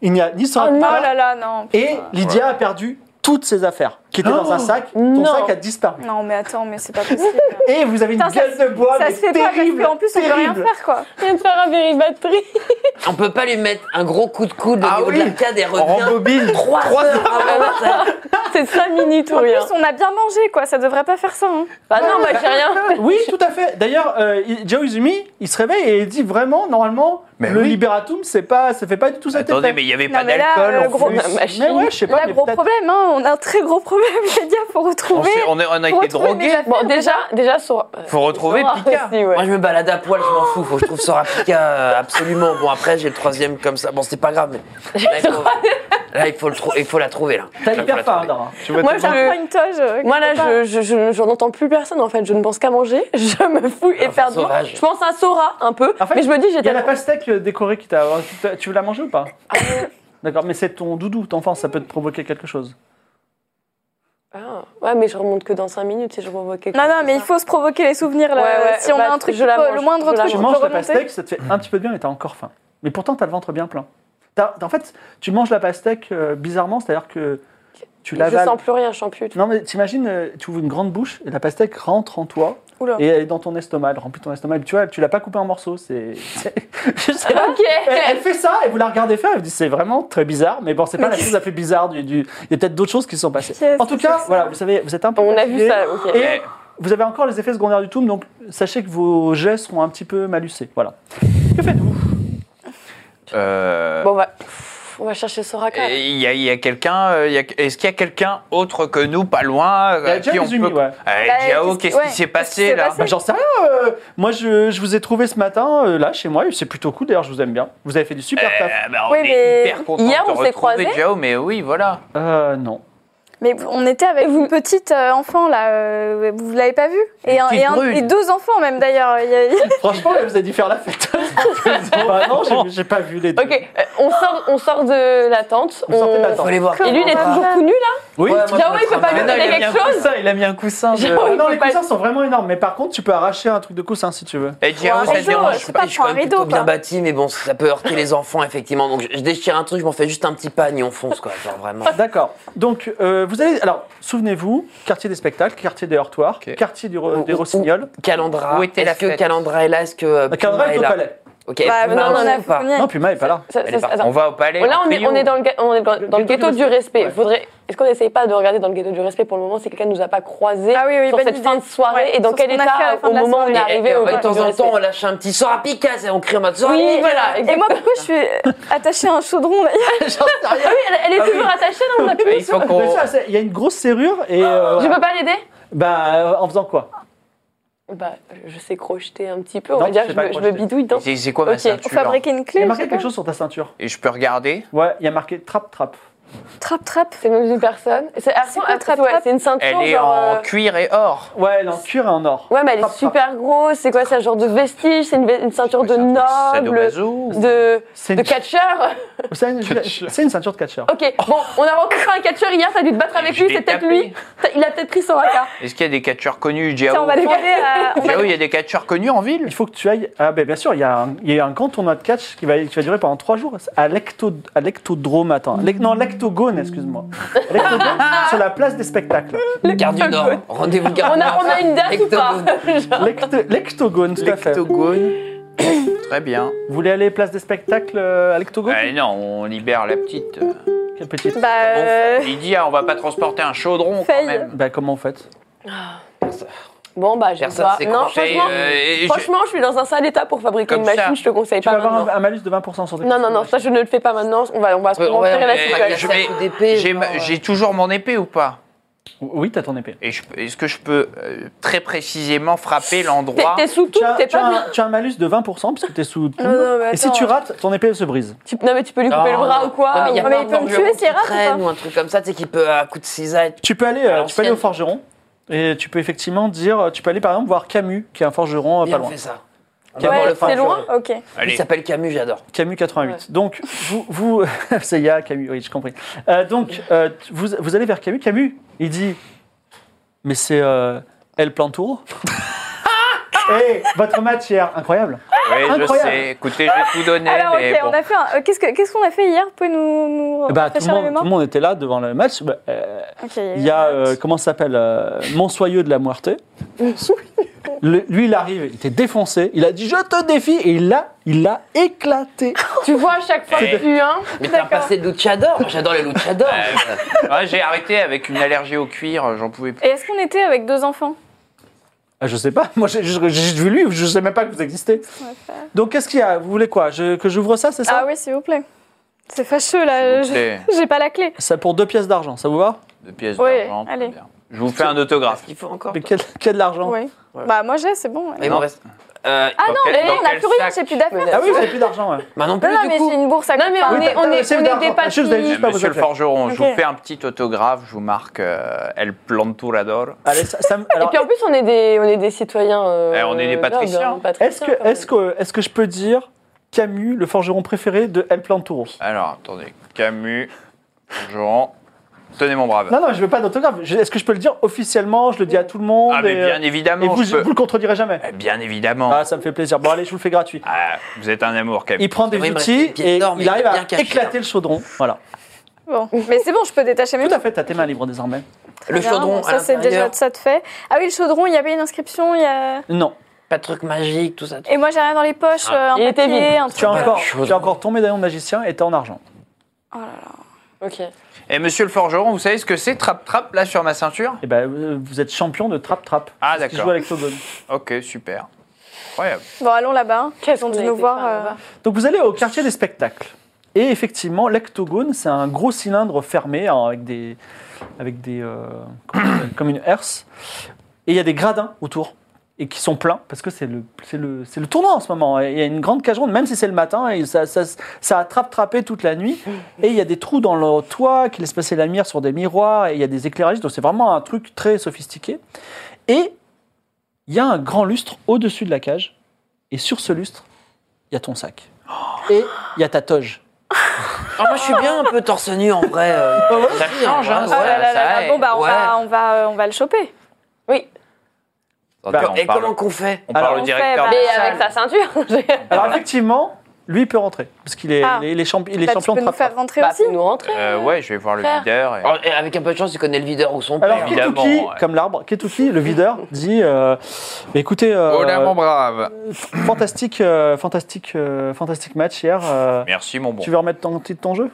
Speaker 1: il n'y a ni
Speaker 3: Oh
Speaker 1: Sorapika,
Speaker 3: non, là là, non.
Speaker 1: Et Lydia a perdu toutes ses affaires qui étaient
Speaker 4: Oh.
Speaker 1: dans un sac. Ton
Speaker 5: Non.
Speaker 1: sac a disparu.
Speaker 3: Non, mais attends, mais c'est pas possible.
Speaker 1: Et vous avez une
Speaker 3: Putain, ça
Speaker 1: gueule de bois.
Speaker 3: ça
Speaker 1: mais
Speaker 3: se fait pas parce
Speaker 1: terrible,
Speaker 3: qu'en plus, on peut rien
Speaker 1: terrible.
Speaker 3: faire quoi.
Speaker 5: Je viens de faire un very bad trip.
Speaker 2: On peut pas lui mettre un gros coup de coude au
Speaker 4: Ah
Speaker 2: niveau
Speaker 4: oui.
Speaker 2: de l'arcade et
Speaker 4: On
Speaker 2: revient
Speaker 4: rembobine
Speaker 2: 3
Speaker 4: Trois
Speaker 2: heures avant ça.
Speaker 5: C'est 5 minutes ou
Speaker 3: En
Speaker 5: rien.
Speaker 3: plus, on a bien mangé quoi, ça devrait pas faire ça. hein.
Speaker 5: Bah non, moi j'ai rien.
Speaker 1: Oui, tout à fait. D'ailleurs, euh, il- Joe Izumi, il se réveille et il dit vraiment, normalement,
Speaker 4: Mais
Speaker 1: le
Speaker 4: oui.
Speaker 1: liberatum, c'est pas, ça fait pas du tout ça.
Speaker 4: Attendez, mais il n'y avait
Speaker 3: Non,
Speaker 4: pas
Speaker 3: mais là,
Speaker 4: d'alcool.
Speaker 3: euh,
Speaker 4: on
Speaker 3: gros-
Speaker 4: fut-
Speaker 5: ma machine.
Speaker 1: Mais ouais, je sais pas.
Speaker 3: Là,
Speaker 1: mais
Speaker 3: gros
Speaker 1: peut-être-
Speaker 3: problème, hein, on a un très gros problème, les gars, faut
Speaker 4: on,
Speaker 3: retrouver.
Speaker 4: s'est- on est- on a
Speaker 3: faut
Speaker 4: été
Speaker 3: retrouver mes
Speaker 4: drogués.
Speaker 3: affaires.
Speaker 5: Bon, déjà, déjà, sur.
Speaker 4: Faut retrouver
Speaker 5: Sora
Speaker 4: Pika.
Speaker 5: aussi, ouais.
Speaker 2: Moi, je me balade à poil, je m'en fous. Faut que je trouve Sorapika euh, absolument. Bon, après, j'ai le troisième comme ça. Bon, c'est pas grave, mais. Là, il faut, là, il faut le trou- il faut la trouver, là.
Speaker 1: T'as
Speaker 2: Là,
Speaker 1: hyper
Speaker 2: faut la
Speaker 1: faim,
Speaker 2: trouver.
Speaker 1: Adara.
Speaker 5: Moi,
Speaker 3: J'en prends
Speaker 5: je.
Speaker 3: une toge. euh,
Speaker 5: Moi là,
Speaker 3: quelque part.
Speaker 5: je, je, je, je n'entends plus personne en fait. Je ne pense qu'à manger. Je me fouille et
Speaker 2: Un
Speaker 5: faire
Speaker 2: fou
Speaker 5: de moi.
Speaker 2: sauvage.
Speaker 5: Je pense à Sora un peu,
Speaker 1: En fait,
Speaker 5: mais je me dis
Speaker 1: Il y a
Speaker 5: j'étais.
Speaker 1: la pastèque décorée qui t'a. t'as- Tu veux la manger ou pas
Speaker 5: Ah,
Speaker 1: D'accord, mais c'est ton doudou, ton enfant, ça peut te provoquer quelque chose.
Speaker 5: Ah, ouais, mais je remonte que dans 5 minutes si je provoque quelque
Speaker 3: Non,
Speaker 5: chose.
Speaker 3: non, mais il faut se provoquer les souvenirs là.
Speaker 5: Ouais, ouais,
Speaker 3: si on
Speaker 5: bah,
Speaker 3: a un truc,
Speaker 5: je la
Speaker 3: qui peut-
Speaker 5: mange,
Speaker 3: le moindre
Speaker 5: je la
Speaker 3: truc,
Speaker 5: mange.
Speaker 1: Tu
Speaker 3: on
Speaker 5: Ah, Je
Speaker 1: manges
Speaker 3: peut
Speaker 1: la
Speaker 3: remonter.
Speaker 1: pastèque, ça te fait un petit peu de bien, mais t'as encore faim. Mais pourtant, t'as le ventre bien plein. T'as- en fait, tu manges la pastèque euh, bizarrement, c'est-à-dire que tu
Speaker 5: Je
Speaker 1: l'avales.
Speaker 5: sens plus rien, je sens plus.
Speaker 1: Non, mais t'imagines, euh, tu ouvres une grande bouche et la pastèque rentre en toi
Speaker 3: Oula.
Speaker 1: et elle est dans ton estomac, elle remplit ton estomac. Et tu vois, tu l'as pas coupée en morceaux. C'est. c'est- je sais pas.
Speaker 5: Ok.
Speaker 1: Elle, elle fait ça et vous la regardez faire. Elle vous dit c'est vraiment très bizarre, mais bon, c'est pas la chose la plus bizarre du. du- Il y a peut-être d'autres choses qui se sont passées.
Speaker 3: Qu'est-ce
Speaker 1: En tout
Speaker 3: que c'est
Speaker 1: cas,
Speaker 3: que ça
Speaker 1: voilà, vous savez, vous êtes un peu.
Speaker 5: On a
Speaker 1: fatigué.
Speaker 5: vu ça. Ok.
Speaker 1: Et vous avez encore les effets secondaires du toum, donc sachez que vos jets seront un petit peu malucés. Voilà. Que faites-vous
Speaker 4: Euh,
Speaker 5: Bon, on va, pff, on va chercher Sora quand même.
Speaker 4: et Il y a, il y a quelqu'un. euh, il y a- Est-ce qu'il y a quelqu'un autre que nous, pas loin euh,
Speaker 1: Il y a
Speaker 4: à
Speaker 1: Jao Izumi, ouais.
Speaker 4: Eh,
Speaker 3: Bah,
Speaker 4: Jao,
Speaker 3: qu'est-ce qui-
Speaker 4: qu'est-ce
Speaker 3: ouais,
Speaker 4: qui s'est
Speaker 3: qu'est-ce qui
Speaker 4: passé
Speaker 3: s'est
Speaker 4: là
Speaker 3: passé
Speaker 1: Bah, J'en sais rien. euh, moi, je, je vous ai trouvé ce matin, euh, là, chez moi. et C'est plutôt cool. D'ailleurs, je vous aime bien. Vous avez fait du super taf.
Speaker 4: Eh, bah, on
Speaker 3: Oui,
Speaker 4: est
Speaker 3: mais
Speaker 4: hyper contents
Speaker 5: hier,
Speaker 4: de
Speaker 5: on
Speaker 4: te
Speaker 5: s'est
Speaker 4: retrouver,
Speaker 5: croisés.
Speaker 4: Jao, mais oui, voilà.
Speaker 1: Euh, non.
Speaker 3: Mais on était avec une petite euh, enfant là, euh, vous l'avez pas vue et, un-
Speaker 4: petite
Speaker 3: et, un-
Speaker 4: brune.
Speaker 3: et deux enfants même d'ailleurs. Il y a- il y a-
Speaker 1: Franchement, elle vous a dit faire la fête. Bah non, j'ai- j'ai pas vu les deux.
Speaker 5: Ok, euh, on sort, on sort de la tente.
Speaker 1: Vous sortez de la
Speaker 5: on-
Speaker 1: tente.
Speaker 2: Faut les voir.
Speaker 5: Et lui, il est toujours tout nu là
Speaker 1: Oui,
Speaker 2: Ouais, moi,
Speaker 5: Jao, il peut pas lui
Speaker 2: Mais non,
Speaker 5: donner
Speaker 2: il a
Speaker 5: quelque chose
Speaker 7: il a mis un coussin.
Speaker 5: Jao,
Speaker 1: Ah
Speaker 5: il
Speaker 1: non,
Speaker 5: peut
Speaker 1: les
Speaker 5: pas-
Speaker 1: coussins sont vraiment énormes, mais par contre, tu peux arracher un truc de coussin si tu veux.
Speaker 4: Et Eh, Jao,
Speaker 3: Ouais,
Speaker 4: ça te
Speaker 3: réseau,
Speaker 4: dérange
Speaker 3: c'est
Speaker 2: Je
Speaker 3: pas
Speaker 2: suis
Speaker 3: pour
Speaker 2: quand
Speaker 3: un
Speaker 2: même
Speaker 3: rideau,
Speaker 2: plutôt bien
Speaker 3: quoi.
Speaker 2: bâti, mais bon, ça peut heurter les enfants, effectivement. Donc, je je déchire un truc, je m'en fais juste un petit pagne et on fonce, quoi. Genre, vraiment.
Speaker 1: D'accord. Donc, euh, vous allez. Alors, souvenez-vous, quartier des spectacles, quartier des heurtoirs, quartier du re-
Speaker 2: Où-
Speaker 1: des
Speaker 2: où-
Speaker 1: Rossignols.
Speaker 2: Calandra.
Speaker 4: Où était la
Speaker 2: Est-ce que
Speaker 4: fête
Speaker 2: Calandra est là Est-ce que. euh,
Speaker 1: La cadra
Speaker 2: Puma
Speaker 1: est au
Speaker 2: là
Speaker 1: palais.
Speaker 2: Ok.
Speaker 3: Bah,
Speaker 2: Puma
Speaker 3: non,
Speaker 2: aussi
Speaker 3: on en a
Speaker 2: ou pas
Speaker 3: fourni.
Speaker 1: Non, Puma est pas là.
Speaker 5: Ça-
Speaker 4: Elle
Speaker 5: ça-
Speaker 4: est partie.
Speaker 5: attends.
Speaker 4: On va au palais.
Speaker 5: Oh, Là, on est,
Speaker 4: trio.
Speaker 5: on est dans le, ga- on est dans, dans le ghetto du respect. Faudrait, est-ce qu'on n'essaye pas de regarder dans le ghetto du respect pour le moment si quelqu'un nous a pas croisé
Speaker 3: Ah oui, oui,
Speaker 5: sur
Speaker 3: bonne
Speaker 5: cette
Speaker 3: idée.
Speaker 5: fin de soirée
Speaker 3: Ouais,
Speaker 5: et dans
Speaker 3: sur
Speaker 5: quel
Speaker 3: ce qu'on a
Speaker 5: état euh,
Speaker 3: fait à la fin
Speaker 5: au
Speaker 3: de la
Speaker 5: moment où on
Speaker 3: soirée.
Speaker 5: est
Speaker 2: Et-
Speaker 5: arrivé
Speaker 2: et-
Speaker 5: au
Speaker 3: euh,
Speaker 2: et de
Speaker 5: ghetto
Speaker 2: temps
Speaker 5: du
Speaker 2: en
Speaker 5: respect
Speaker 2: temps, on lâche un petit sort à Picasso et on crie en mode sort à
Speaker 5: Oui,
Speaker 2: Picasso.
Speaker 5: voilà,
Speaker 3: Et
Speaker 5: exactement.
Speaker 3: moi, pourquoi je suis euh, attachée à un chaudron là
Speaker 5: Ah oui, elle, elle est toujours attachée dans mon
Speaker 4: Il faut qu'on.
Speaker 1: Mais ça, c'est- Il y a une grosse serrure et. euh,
Speaker 5: Je
Speaker 1: voilà.
Speaker 5: peux pas l'aider
Speaker 1: Bah, euh, en faisant quoi
Speaker 5: Bah, je sais crocheter un petit peu, on
Speaker 1: Non,
Speaker 5: va dire,
Speaker 1: tu
Speaker 5: je
Speaker 1: sais pas
Speaker 5: me, je me
Speaker 1: crocheter.
Speaker 5: bidouille dans.
Speaker 4: C'est c'est quoi ma
Speaker 5: Ok,
Speaker 3: Pour
Speaker 4: ceinture
Speaker 3: fabriquer une
Speaker 1: Il y
Speaker 3: clé
Speaker 1: a
Speaker 3: je sais
Speaker 1: marqué
Speaker 3: pas.
Speaker 1: quelque chose sur ta ceinture.
Speaker 4: Et je peux regarder
Speaker 1: Ouais, il y a marqué trap trap.
Speaker 3: Trap, trap.
Speaker 5: C'est le nom d'une personne. C'est
Speaker 3: C'est
Speaker 5: Arson,
Speaker 3: quoi, trap,
Speaker 5: ouais,
Speaker 3: trap
Speaker 5: c'est une ceinture
Speaker 4: Elle est
Speaker 5: genre.
Speaker 4: en
Speaker 5: euh,
Speaker 4: cuir et or.
Speaker 1: Ouais, elle est en cuir et en or.
Speaker 5: Ouais, mais elle
Speaker 1: Trap,
Speaker 5: est
Speaker 1: trap.
Speaker 5: super grosse. C'est quoi, c'est un genre de vestige C'est une, ve- une ceinture de
Speaker 4: C'est un truc
Speaker 5: noble
Speaker 4: sadomaso ou-
Speaker 5: De,
Speaker 1: C'est
Speaker 5: de
Speaker 1: une...
Speaker 5: catcheur
Speaker 1: c'est une-
Speaker 4: Catcheur.
Speaker 1: c'est une ceinture de catcheur.
Speaker 5: Ok, bon, on a rencontré un catcheur hier, t'as dû te battre avec
Speaker 4: Je
Speaker 5: lui,
Speaker 4: l'ai
Speaker 5: c'est peut-être
Speaker 4: tapé.
Speaker 5: lui. T'as- Il a peut-être pris son raca.
Speaker 4: Est-ce qu'il y a des catcheurs connus, Jao
Speaker 3: Tiens, on va demander à. on va-
Speaker 4: Jao, il y a des catcheurs connus en ville
Speaker 1: Il faut que tu ailles. Ah, ben bien sûr, il y a un, il y a un grand tournoi de catch qui va, qui va durer pendant trois jours à, l'ecto, à l'ectodrome. Attends, l'ec- non, l'ectogone, excuse-moi. L'ectogone, sur la place des spectacles.
Speaker 2: Le Gare du Nord. Rendez-vous Gare
Speaker 5: On
Speaker 2: du
Speaker 5: a,
Speaker 2: Nord.
Speaker 5: on a une date ou pas
Speaker 1: L'ecto- l'ectogone, tout à fait.
Speaker 4: L'ectogone. Très bien.
Speaker 1: Vous voulez aller place des spectacles euh, à l'ectogone
Speaker 4: Eh non, on libère la petite.
Speaker 1: Quelle petite.
Speaker 3: Bah, euh,
Speaker 4: Lydia, on va pas transporter un chaudron quand
Speaker 3: Faye.
Speaker 4: même.
Speaker 1: Bah, comment vous faites
Speaker 5: Bon, bah, je
Speaker 2: Personne
Speaker 5: sais
Speaker 2: s'est
Speaker 5: pas. Non,
Speaker 2: crocheté,
Speaker 5: franchement,
Speaker 2: euh, et je-
Speaker 5: franchement, je suis dans un sale état pour fabriquer
Speaker 4: Comme
Speaker 5: une
Speaker 4: ça.
Speaker 5: machine, je te conseille
Speaker 1: Tu
Speaker 5: pas
Speaker 1: vas avoir
Speaker 5: maintenant.
Speaker 1: un, un malus de 20% sur tes
Speaker 5: Non, non, non, ça, je ne le fais pas maintenant. On va, on va se
Speaker 2: Ouais,
Speaker 5: remplir
Speaker 2: ouais,
Speaker 5: la
Speaker 2: mais-
Speaker 5: situation.
Speaker 2: je vais-
Speaker 4: Mais
Speaker 2: d'épée,
Speaker 4: j'ai
Speaker 2: genre,
Speaker 4: ma-
Speaker 2: euh.
Speaker 4: j'ai toujours mon épée ou pas
Speaker 1: Oui, t'as ton épée.
Speaker 4: Et je- Est-ce que je peux euh, très précisément frapper l'endroit
Speaker 5: T'es sous tout,
Speaker 1: Tu as,
Speaker 5: t'es
Speaker 1: tu as
Speaker 5: pas bien.
Speaker 1: un, tu as un malus de 20% parce que t'es sous. tout.
Speaker 3: Non, non, mais
Speaker 1: et si
Speaker 3: attends.
Speaker 1: tu rates, ton épée se brise.
Speaker 5: Tu- Non, mais tu peux lui couper
Speaker 2: Non,
Speaker 5: le bras
Speaker 2: non.
Speaker 5: ou quoi
Speaker 2: Non, mais il Ah, y a
Speaker 5: ou-
Speaker 3: Ouais, mais
Speaker 2: pas
Speaker 3: il peut me
Speaker 2: un
Speaker 3: tuer,
Speaker 2: tuer
Speaker 3: Sierra, ou pas
Speaker 2: ou un truc comme ça, tu sais, qui peut, à coup de cisaille.
Speaker 1: Tu peux aller, euh,
Speaker 2: Alors,
Speaker 1: tu peux aller au
Speaker 2: si elle-
Speaker 1: forgeron. Et tu peux effectivement dire, euh, tu peux aller par exemple voir Camus, qui est un forgeron euh,
Speaker 2: Viens,
Speaker 1: pas
Speaker 2: on
Speaker 1: loin.
Speaker 2: fait ça. On va
Speaker 1: Camus,
Speaker 2: voir
Speaker 5: Ouais,
Speaker 2: le
Speaker 5: c'est
Speaker 2: forgeron.
Speaker 5: loin.
Speaker 3: Ok.
Speaker 2: Il
Speaker 4: Allez,
Speaker 2: s'appelle Camus, j'adore.
Speaker 1: Camus 88.
Speaker 5: Ouais.
Speaker 1: Donc, vous. vous c'est Ya, Camus, oui, j'ai compris. Euh, donc, euh, vous, vous allez vers Camus. Camus, il dit Mais c'est euh, El Plantour Et votre match hier, incroyable.
Speaker 4: Oui, je
Speaker 1: Incroyable.
Speaker 4: sais. Écoutez, j'ai tout donné.
Speaker 3: Alors, ok,
Speaker 4: mais bon.
Speaker 3: on a fait un. euh, Qu'est-ce que- qu'est-ce qu'on a fait hier Vous pouvez nous, nous
Speaker 1: Bah, tout,
Speaker 3: rafraîchir
Speaker 1: le monde,
Speaker 3: la mémoire
Speaker 1: tout le monde était là devant le match. Bah, euh,
Speaker 3: Ok, il y a eu
Speaker 1: il y a,
Speaker 3: un
Speaker 1: euh,
Speaker 3: match.
Speaker 1: comment ça s'appelle euh, Monsoyeux de la Muerte. Le- lui, il arrive, il était défoncé. Il a dit Je te défie. Et il l'a il l'a éclaté.
Speaker 5: Tu vois, à chaque fois
Speaker 4: Eh.
Speaker 5: que tu hein,
Speaker 2: Mais t'as
Speaker 3: D'accord.
Speaker 2: passé de luchador. Moi, J'adore les luchadors.
Speaker 4: Ouais, j'ai arrêté avec une allergie au cuir, j'en pouvais plus.
Speaker 3: Et est-ce qu'on était avec deux enfants
Speaker 1: Ah, Je sais pas, moi j'ai juste j'ai juste vu lui, je sais même pas que vous existez. Donc qu'est-ce qu'il y a Vous voulez quoi Je- Que j'ouvre ça, c'est ça
Speaker 3: Ah oui, s'il vous plaît. C'est fâcheux là. Euh, je-
Speaker 4: Écoutez,
Speaker 3: J'ai pas la clé.
Speaker 1: Ça pour deux pièces d'argent, ça vous va
Speaker 4: deux pièces
Speaker 3: Ouais,
Speaker 4: d'argent. très
Speaker 3: allez.
Speaker 4: bien. Je vous fais un autographe.
Speaker 2: Il faut encore.
Speaker 1: Mais quel, quel de l'argent
Speaker 3: Oui. Bah moi j'ai, c'est bon. ouais.
Speaker 2: Il m'en reste. Euh,
Speaker 3: Ah
Speaker 4: Dans
Speaker 3: non,
Speaker 4: quel-
Speaker 3: mais là,
Speaker 4: dans
Speaker 3: on a
Speaker 4: quel
Speaker 3: plus rien,
Speaker 4: sac
Speaker 3: j'ai plus d'affaires.
Speaker 1: Ah oui, vous avez plus d'argent, ouais.
Speaker 2: bah non
Speaker 3: Non,
Speaker 2: plus,
Speaker 3: non,
Speaker 2: du
Speaker 3: mais
Speaker 2: coup.
Speaker 3: j'ai une bourse à
Speaker 5: Non, mais
Speaker 3: copains.
Speaker 5: on est- on est-
Speaker 1: c'est
Speaker 5: on
Speaker 1: d'argent.
Speaker 5: est des
Speaker 1: Ah, je vous avais dit-
Speaker 5: papilles.
Speaker 1: pas vous
Speaker 4: Monsieur le
Speaker 1: appeler.
Speaker 4: forgeron, je
Speaker 3: Ok.
Speaker 4: vous fais un petit autographe, je vous marque euh, El Planturador.
Speaker 1: Allez, ça, ça me-
Speaker 5: Et
Speaker 1: alors,
Speaker 5: puis en plus, on est des, on est des citoyens. euh,
Speaker 4: Eh, on est des
Speaker 5: nobles,
Speaker 4: patriciens.
Speaker 5: hein, patriciens,
Speaker 1: est-ce que,
Speaker 5: quand même.
Speaker 1: est que, est que je peux dire Camus, le forgeron préféré de El Planturo
Speaker 4: Alors, attendez, Camus, forgeron, tenez mon brave.
Speaker 1: Non, non, je veux pas d'autographe. Je- Est-ce que je peux le dire officiellement Je le dis à tout le monde.
Speaker 4: ah, mais
Speaker 1: et, euh,
Speaker 4: bien
Speaker 1: et
Speaker 4: évidemment,
Speaker 1: vous,
Speaker 4: je peux-
Speaker 1: vous le contredirez jamais.
Speaker 4: Eh, Bien évidemment.
Speaker 1: Ah, ça me fait plaisir. Bon, allez, je vous le fais gratuit.
Speaker 4: Ah, vous êtes un amour, Camus.
Speaker 1: Il prend des
Speaker 2: Oui, il me reste
Speaker 1: outils
Speaker 2: une pièce
Speaker 1: et
Speaker 2: d'or, mais
Speaker 1: il arrive
Speaker 2: bien
Speaker 1: à
Speaker 2: cachée,
Speaker 1: éclater le chaudron. Voilà.
Speaker 3: Bon, mais c'est bon, je peux détacher mes
Speaker 1: Tout
Speaker 3: mains.
Speaker 1: à fait, t'as tes mains libres désormais.
Speaker 2: Le
Speaker 3: Bien,
Speaker 2: chaudron,
Speaker 3: bon,
Speaker 2: à
Speaker 3: Ah, ça c'est déjà
Speaker 2: l'intérieur.
Speaker 3: ça de fait. Ah oui, le chaudron, il y avait une inscription, il y a.
Speaker 1: Non.
Speaker 2: Pas de truc magique, tout ça.
Speaker 3: Et moi j'ai rien dans les poches, euh, un
Speaker 5: Il était
Speaker 3: papier,
Speaker 5: vide.
Speaker 3: un
Speaker 1: Tu as,
Speaker 3: truc.
Speaker 4: Ah,
Speaker 2: Voilà,
Speaker 1: encore,
Speaker 2: chaudron.
Speaker 1: tu as encore ton médaillon de magicien et t'es en argent.
Speaker 5: Ok.
Speaker 4: Et monsieur le forgeron, vous savez ce que c'est, trap-trap, là, sur ma ceinture
Speaker 1: Et ben, euh, vous êtes champion de trap-trap.
Speaker 4: Ah,
Speaker 1: C'est ce qui
Speaker 4: d'accord.
Speaker 1: joue avec Togon.
Speaker 4: Ok, super. Incroyable.
Speaker 3: Bon, allons là-bas.
Speaker 5: Qu'est-ce qu'on
Speaker 3: de
Speaker 5: a
Speaker 3: nous
Speaker 5: été
Speaker 3: voir,
Speaker 5: faire
Speaker 3: euh,
Speaker 5: là-bas
Speaker 1: Donc vous allez au quartier des spectacles. Et effectivement, l'ectogone, c'est un gros cylindre fermé hein, avec des. Avec des euh, comment on appelle, comme une herse. Et il y a des gradins autour. Et qui sont pleins, parce que c'est le, c'est le, c'est le tournoi en ce moment. Et Il y a une grande cage ronde, même si c'est le matin, et ça, ça, ça a trap-trappé toute la nuit. Et il y a des trous dans le toit qui laissent passer la lumière sur des miroirs, et il y a des éclairages. Donc c'est vraiment un truc très sophistiqué. Et il y a un grand lustre au-dessus de la cage. Et sur ce lustre, il y a ton sac. Et il y a ta toge.
Speaker 2: Ah, moi, je suis bien un peu torse nu en vrai. euh. Ça change, hein.
Speaker 3: Oh là là là là,
Speaker 2: ouais,
Speaker 3: Bon, bah, on,
Speaker 2: ouais.
Speaker 3: va, on, va, euh, on va le choper.
Speaker 5: Oui,
Speaker 4: Bah,
Speaker 2: Et
Speaker 4: on parle-
Speaker 2: comment qu'on fait
Speaker 4: on parle
Speaker 1: Alors,
Speaker 4: au
Speaker 3: on
Speaker 4: directeur.
Speaker 3: fait,
Speaker 4: de
Speaker 3: bah,
Speaker 5: mais
Speaker 4: la
Speaker 5: avec
Speaker 4: salle.
Speaker 5: sa ceinture.
Speaker 1: Alors effectivement, lui il peut rentrer parce qu'il est,
Speaker 3: Ah.
Speaker 1: il est- il est champi- il est
Speaker 3: Bah, tu
Speaker 1: champion
Speaker 3: peux
Speaker 1: de
Speaker 3: nous
Speaker 1: trappe.
Speaker 3: faire rentrer
Speaker 5: Bah,
Speaker 3: aussi.
Speaker 5: fais-nous rentrer.
Speaker 4: Euh, ouais, je vais voir le
Speaker 5: Frère.
Speaker 4: leader. et-
Speaker 2: Oh, et Avec un peu de chance, tu connais le videur ou son
Speaker 1: Alors
Speaker 2: père.
Speaker 4: Évidemment,
Speaker 1: Kituki,
Speaker 4: ouais.
Speaker 1: comme l'arbre, Ketuki, le videur, dit euh, Bah, écoutez, euh,
Speaker 7: Oh là, mon
Speaker 4: bah.
Speaker 7: brave.
Speaker 1: fantastique, euh, fantastique, euh, fantastique match hier. euh,
Speaker 4: Merci, mon bon.
Speaker 1: Tu veux remettre ton titre, ton jeu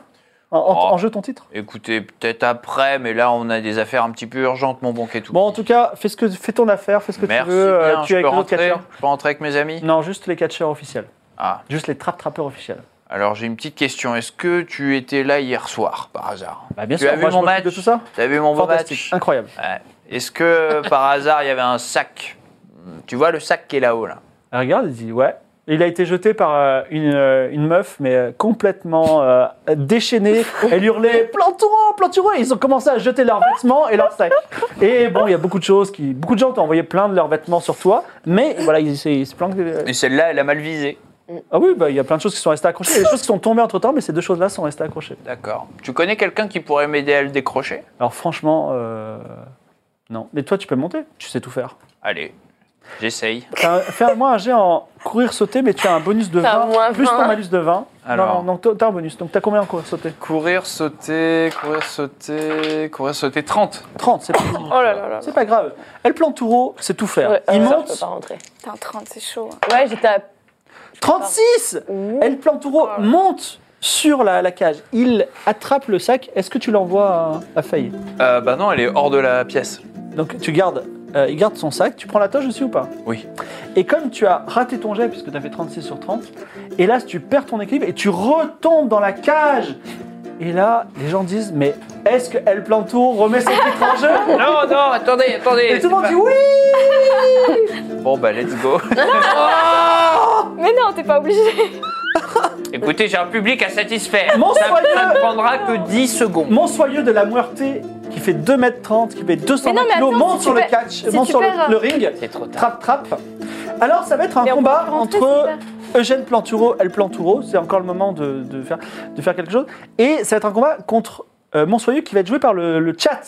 Speaker 1: en, en-
Speaker 4: Oh.
Speaker 1: en jeu ton titre
Speaker 4: Écoutez, peut-être après, mais là, on a des affaires un petit peu urgentes, mon bon Ketou.
Speaker 1: Bon, en tout cas, fais ce que fais ton affaire, fais ce que
Speaker 4: Merci
Speaker 1: tu veux. euh,
Speaker 4: bien,
Speaker 1: tu es avec
Speaker 4: je,
Speaker 1: les
Speaker 4: peux
Speaker 1: autres
Speaker 4: rentrer,
Speaker 1: catcheurs.
Speaker 4: je peux rentrer avec mes amis
Speaker 1: Non, juste les catcheurs officiels,
Speaker 4: Ah,
Speaker 1: juste les trappe trappeurs officiels.
Speaker 4: alors j'ai une petite question. Est-ce que tu étais là hier soir, par hasard
Speaker 1: Bah, bien
Speaker 4: Tu
Speaker 1: sûr,
Speaker 4: as vu
Speaker 1: moi, je
Speaker 4: mon
Speaker 1: m'occupe de
Speaker 4: match
Speaker 1: tout ça.
Speaker 4: T'as vu mon
Speaker 1: Fantastique,
Speaker 4: match
Speaker 1: incroyable.
Speaker 4: Ouais. Est-ce que, par hasard, il y avait un sac Tu vois le sac qui est là-haut, là
Speaker 1: Elle regarde, elle dit ouais. Il a été jeté par euh, une, euh, une meuf, mais euh, complètement euh, déchaînée. Elle hurlait Planturon, Planturon Et Ils ont commencé à jeter leurs vêtements et leurs sacs. Et bon, il y a beaucoup de choses qui. Beaucoup de gens t'ont envoyé plein de leurs vêtements sur toi, mais voilà, ils, se- ils se plaignent. que-
Speaker 4: Et celle-là, elle a mal visé.
Speaker 1: euh, Ah oui, bah, il y a plein de choses qui sont restées accrochées. Il y a des choses qui sont tombées entre temps, mais ces deux choses-là sont restées accrochées.
Speaker 4: D'accord. Tu connais quelqu'un qui pourrait m'aider à le décrocher
Speaker 1: Alors franchement, euh, non. Mais toi, tu peux monter, tu sais tout faire.
Speaker 4: Allez, j'essaye.
Speaker 1: T'as un- Fais-moi un jet en courir sauter, mais tu as un bonus de
Speaker 5: T'as
Speaker 1: 20,
Speaker 5: moins
Speaker 1: plus
Speaker 5: 20.
Speaker 1: ton malus de 20.
Speaker 4: Alors.
Speaker 1: Non, non, donc t'as un bonus. Donc t'as combien en courir sauter
Speaker 7: Courir, sauter, courir, sauter, courir, sauter. 30.
Speaker 1: 30, c'est pas,
Speaker 5: Oh là là là.
Speaker 1: c'est pas grave. Elle plante Touro, c'est tout faire.
Speaker 5: Ouais,
Speaker 1: Il
Speaker 5: euh, ça, je peux
Speaker 1: monte
Speaker 5: pas rentrer.
Speaker 3: Putain, 30, c'est chaud. hein.
Speaker 5: Ouais, j'étais à.
Speaker 1: 36 Elle plante Touro,
Speaker 5: Ah.
Speaker 1: monte sur la, la cage. Il attrape le sac. Est-ce que tu l'envoies à, à Faye
Speaker 7: Euh, bah non, elle est hors de la pièce.
Speaker 1: Donc tu gardes, euh, il garde son sac. Tu prends la toge aussi ou pas
Speaker 7: Oui.
Speaker 1: Et comme tu as raté ton jet, puisque tu as fait 36 sur 30, et là tu perds ton équilibre et tu retombes dans la cage. Et là, les gens disent, mais est-ce que El Plantour remet ses titres en jeu
Speaker 4: Non, non, attendez, attendez.
Speaker 1: Et tout le monde dit oui
Speaker 4: Bon, bah, let's go.
Speaker 3: Mais non, t'es pas obligé.
Speaker 4: Écoutez, j'ai un public à satisfaire.
Speaker 1: Mon
Speaker 4: ça,
Speaker 1: soyeux
Speaker 4: ça ne prendra que 10 secondes.
Speaker 1: Mon soyeux de la muerté qui fait 2m30, qui fait 200
Speaker 3: Mais non, mais
Speaker 1: kilos,
Speaker 3: attends,
Speaker 1: monte
Speaker 3: si
Speaker 1: sur
Speaker 3: tu
Speaker 1: le
Speaker 3: perds-
Speaker 1: catch,
Speaker 3: si
Speaker 1: monte
Speaker 3: tu
Speaker 1: sur le,
Speaker 3: perds-
Speaker 1: le ring,
Speaker 2: C'est trop tard.
Speaker 1: trappe, trappe. Alors ça va être un
Speaker 3: Mais on peut
Speaker 1: combat
Speaker 3: pas rentrer,
Speaker 1: entre
Speaker 3: c'est
Speaker 1: Eugène Plantureau et El Plantureau, c'est encore le moment de, de faire, de faire quelque chose, et ça va être un combat contre euh, Mon soyeux qui va être joué par le, le chat.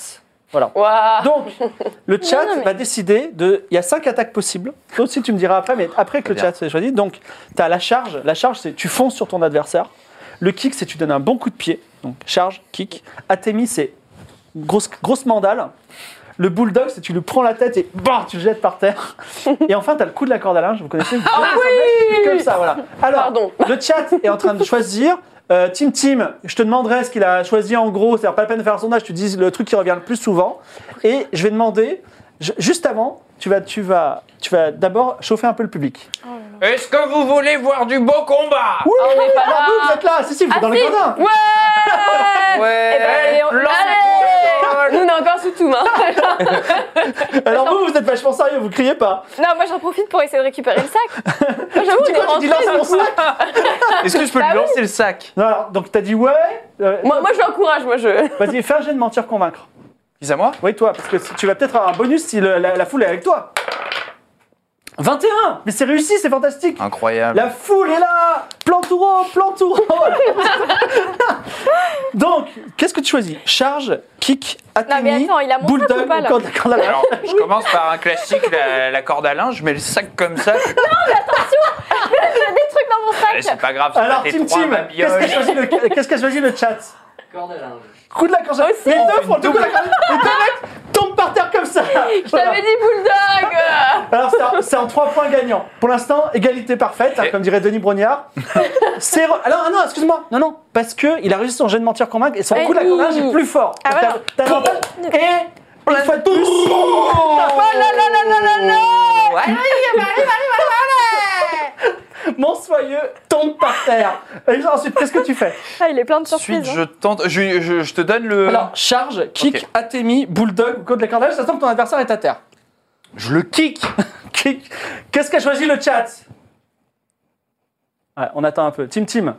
Speaker 1: Voilà.
Speaker 5: Waouh.
Speaker 1: Donc, le chat
Speaker 3: non, mais-
Speaker 1: va décider de. Il y a cinq attaques possibles. Toi aussi, tu me diras après, mais après que le chat soit choisi. Donc, tu as la charge. La charge, c'est tu fonces sur ton adversaire. Le kick, c'est tu donnes un bon coup de pied. Donc, charge, kick. Atemi, c'est grosse, grosse mandale. Le bulldog, c'est tu lui prends la tête et bam, tu le jettes par terre. Et enfin, tu as le coup de la corde à linge. Vous connaissez vous connaissez Comme ça, voilà. Alors,
Speaker 5: Ah Pardon.
Speaker 1: le chat est en train de choisir. Euh, Tim Tim, je te demanderai ce qu'il a choisi en gros, c'est-à-dire pas la peine de faire un sondage, tu dis le truc qui revient le plus souvent. Et je vais demander, je- juste avant, tu vas, tu vas, tu vas d'abord chauffer un peu le public.
Speaker 4: Est-ce que vous voulez voir du beau combat
Speaker 1: Oui,
Speaker 5: Ah, on n'est pas
Speaker 1: alors
Speaker 5: là. Ah,
Speaker 1: vous, vous êtes là, si, si, vous êtes
Speaker 3: Ah,
Speaker 1: dans les
Speaker 5: si.
Speaker 1: gradins.
Speaker 5: Eh ben, allez, on- allez Nous, on est encore sous tout, hein.
Speaker 1: Alors vous, vous êtes vachement sérieux, vous criez pas.
Speaker 3: Non, moi j'en profite pour essayer de récupérer le sac.
Speaker 5: Moi, j'avoue, on
Speaker 1: Tu
Speaker 5: est
Speaker 1: crois que tu dis
Speaker 5: rentrés,
Speaker 1: lance
Speaker 5: du
Speaker 1: mon
Speaker 5: coup.
Speaker 1: sac
Speaker 4: Est-ce que je peux lui lancer le sac
Speaker 1: Non, alors, donc t'as dit ouais, euh,
Speaker 5: Moi, moi, je l'encourage, moi, je.
Speaker 1: vas-y, fais un jet de mentir convaincre.
Speaker 4: Dis à moi
Speaker 1: Oui, toi, parce que si- tu vas peut-être avoir un bonus si le- la, la foule est avec toi. 21 Mais c'est réussi, c'est fantastique
Speaker 4: Ah. Incroyable.
Speaker 1: La foule est là Plantouro, Plantouro Donc, qu'est-ce que tu choisis Charge, kick,
Speaker 3: mais
Speaker 1: attémi,
Speaker 3: attends, il a mon sac
Speaker 1: bulldog
Speaker 3: ou pas, là
Speaker 1: ou corde- corde à la-
Speaker 4: Alors, je commence par un classique, la, la corde à linge, je mets le sac comme ça.
Speaker 3: J'ai des trucs dans mon
Speaker 4: Eh,
Speaker 3: sac.
Speaker 4: C'est pas grave,
Speaker 1: Alors,
Speaker 4: c'est
Speaker 1: Tim
Speaker 4: tes trois
Speaker 1: Tim, qu'est-ce qu'a
Speaker 4: babioles.
Speaker 1: choisi le, qu'est-ce qu'a choisi le chat Coup de la corde à linge. Les
Speaker 4: Oh,
Speaker 1: deux
Speaker 4: une
Speaker 1: font le coup de la corde Les deux mecs tombent par terre comme ça
Speaker 5: Je
Speaker 1: Voilà.
Speaker 5: t'avais dit bulldog
Speaker 1: Alors, c'est en- c'est en 3 points gagnants. Pour l'instant, égalité parfaite, hein,
Speaker 4: Et-
Speaker 1: comme dirait Denis Brognard. C'est re- Alors, ah non, excuse-moi. Non, non, parce qu'il a réussi son jet de mentir convaincre et son
Speaker 5: Eh
Speaker 1: coup de la corde à linge
Speaker 5: oui.
Speaker 1: est plus fort.
Speaker 3: Ah,
Speaker 1: Donc,
Speaker 3: voilà.
Speaker 1: t'as- t'as l'avantage. Et une fois de Oh
Speaker 3: Ah
Speaker 1: plus. Mon soyeux tombe par terre. Et ensuite, qu'est-ce que tu fais
Speaker 3: Ah, il est plein de
Speaker 4: Ensuite,
Speaker 3: surprises. hein.
Speaker 4: je tente. Je, je- je te donne le.
Speaker 1: Alors, charge, kick,
Speaker 4: Euh, Ok.
Speaker 1: atémi, bulldog, coup de la corde à linge, ça semble que ton adversaire est à terre.
Speaker 4: je le kick
Speaker 1: Kick. Qu'est-ce qu'a choisi le chat Ouais, on attend un peu. Tim Tim.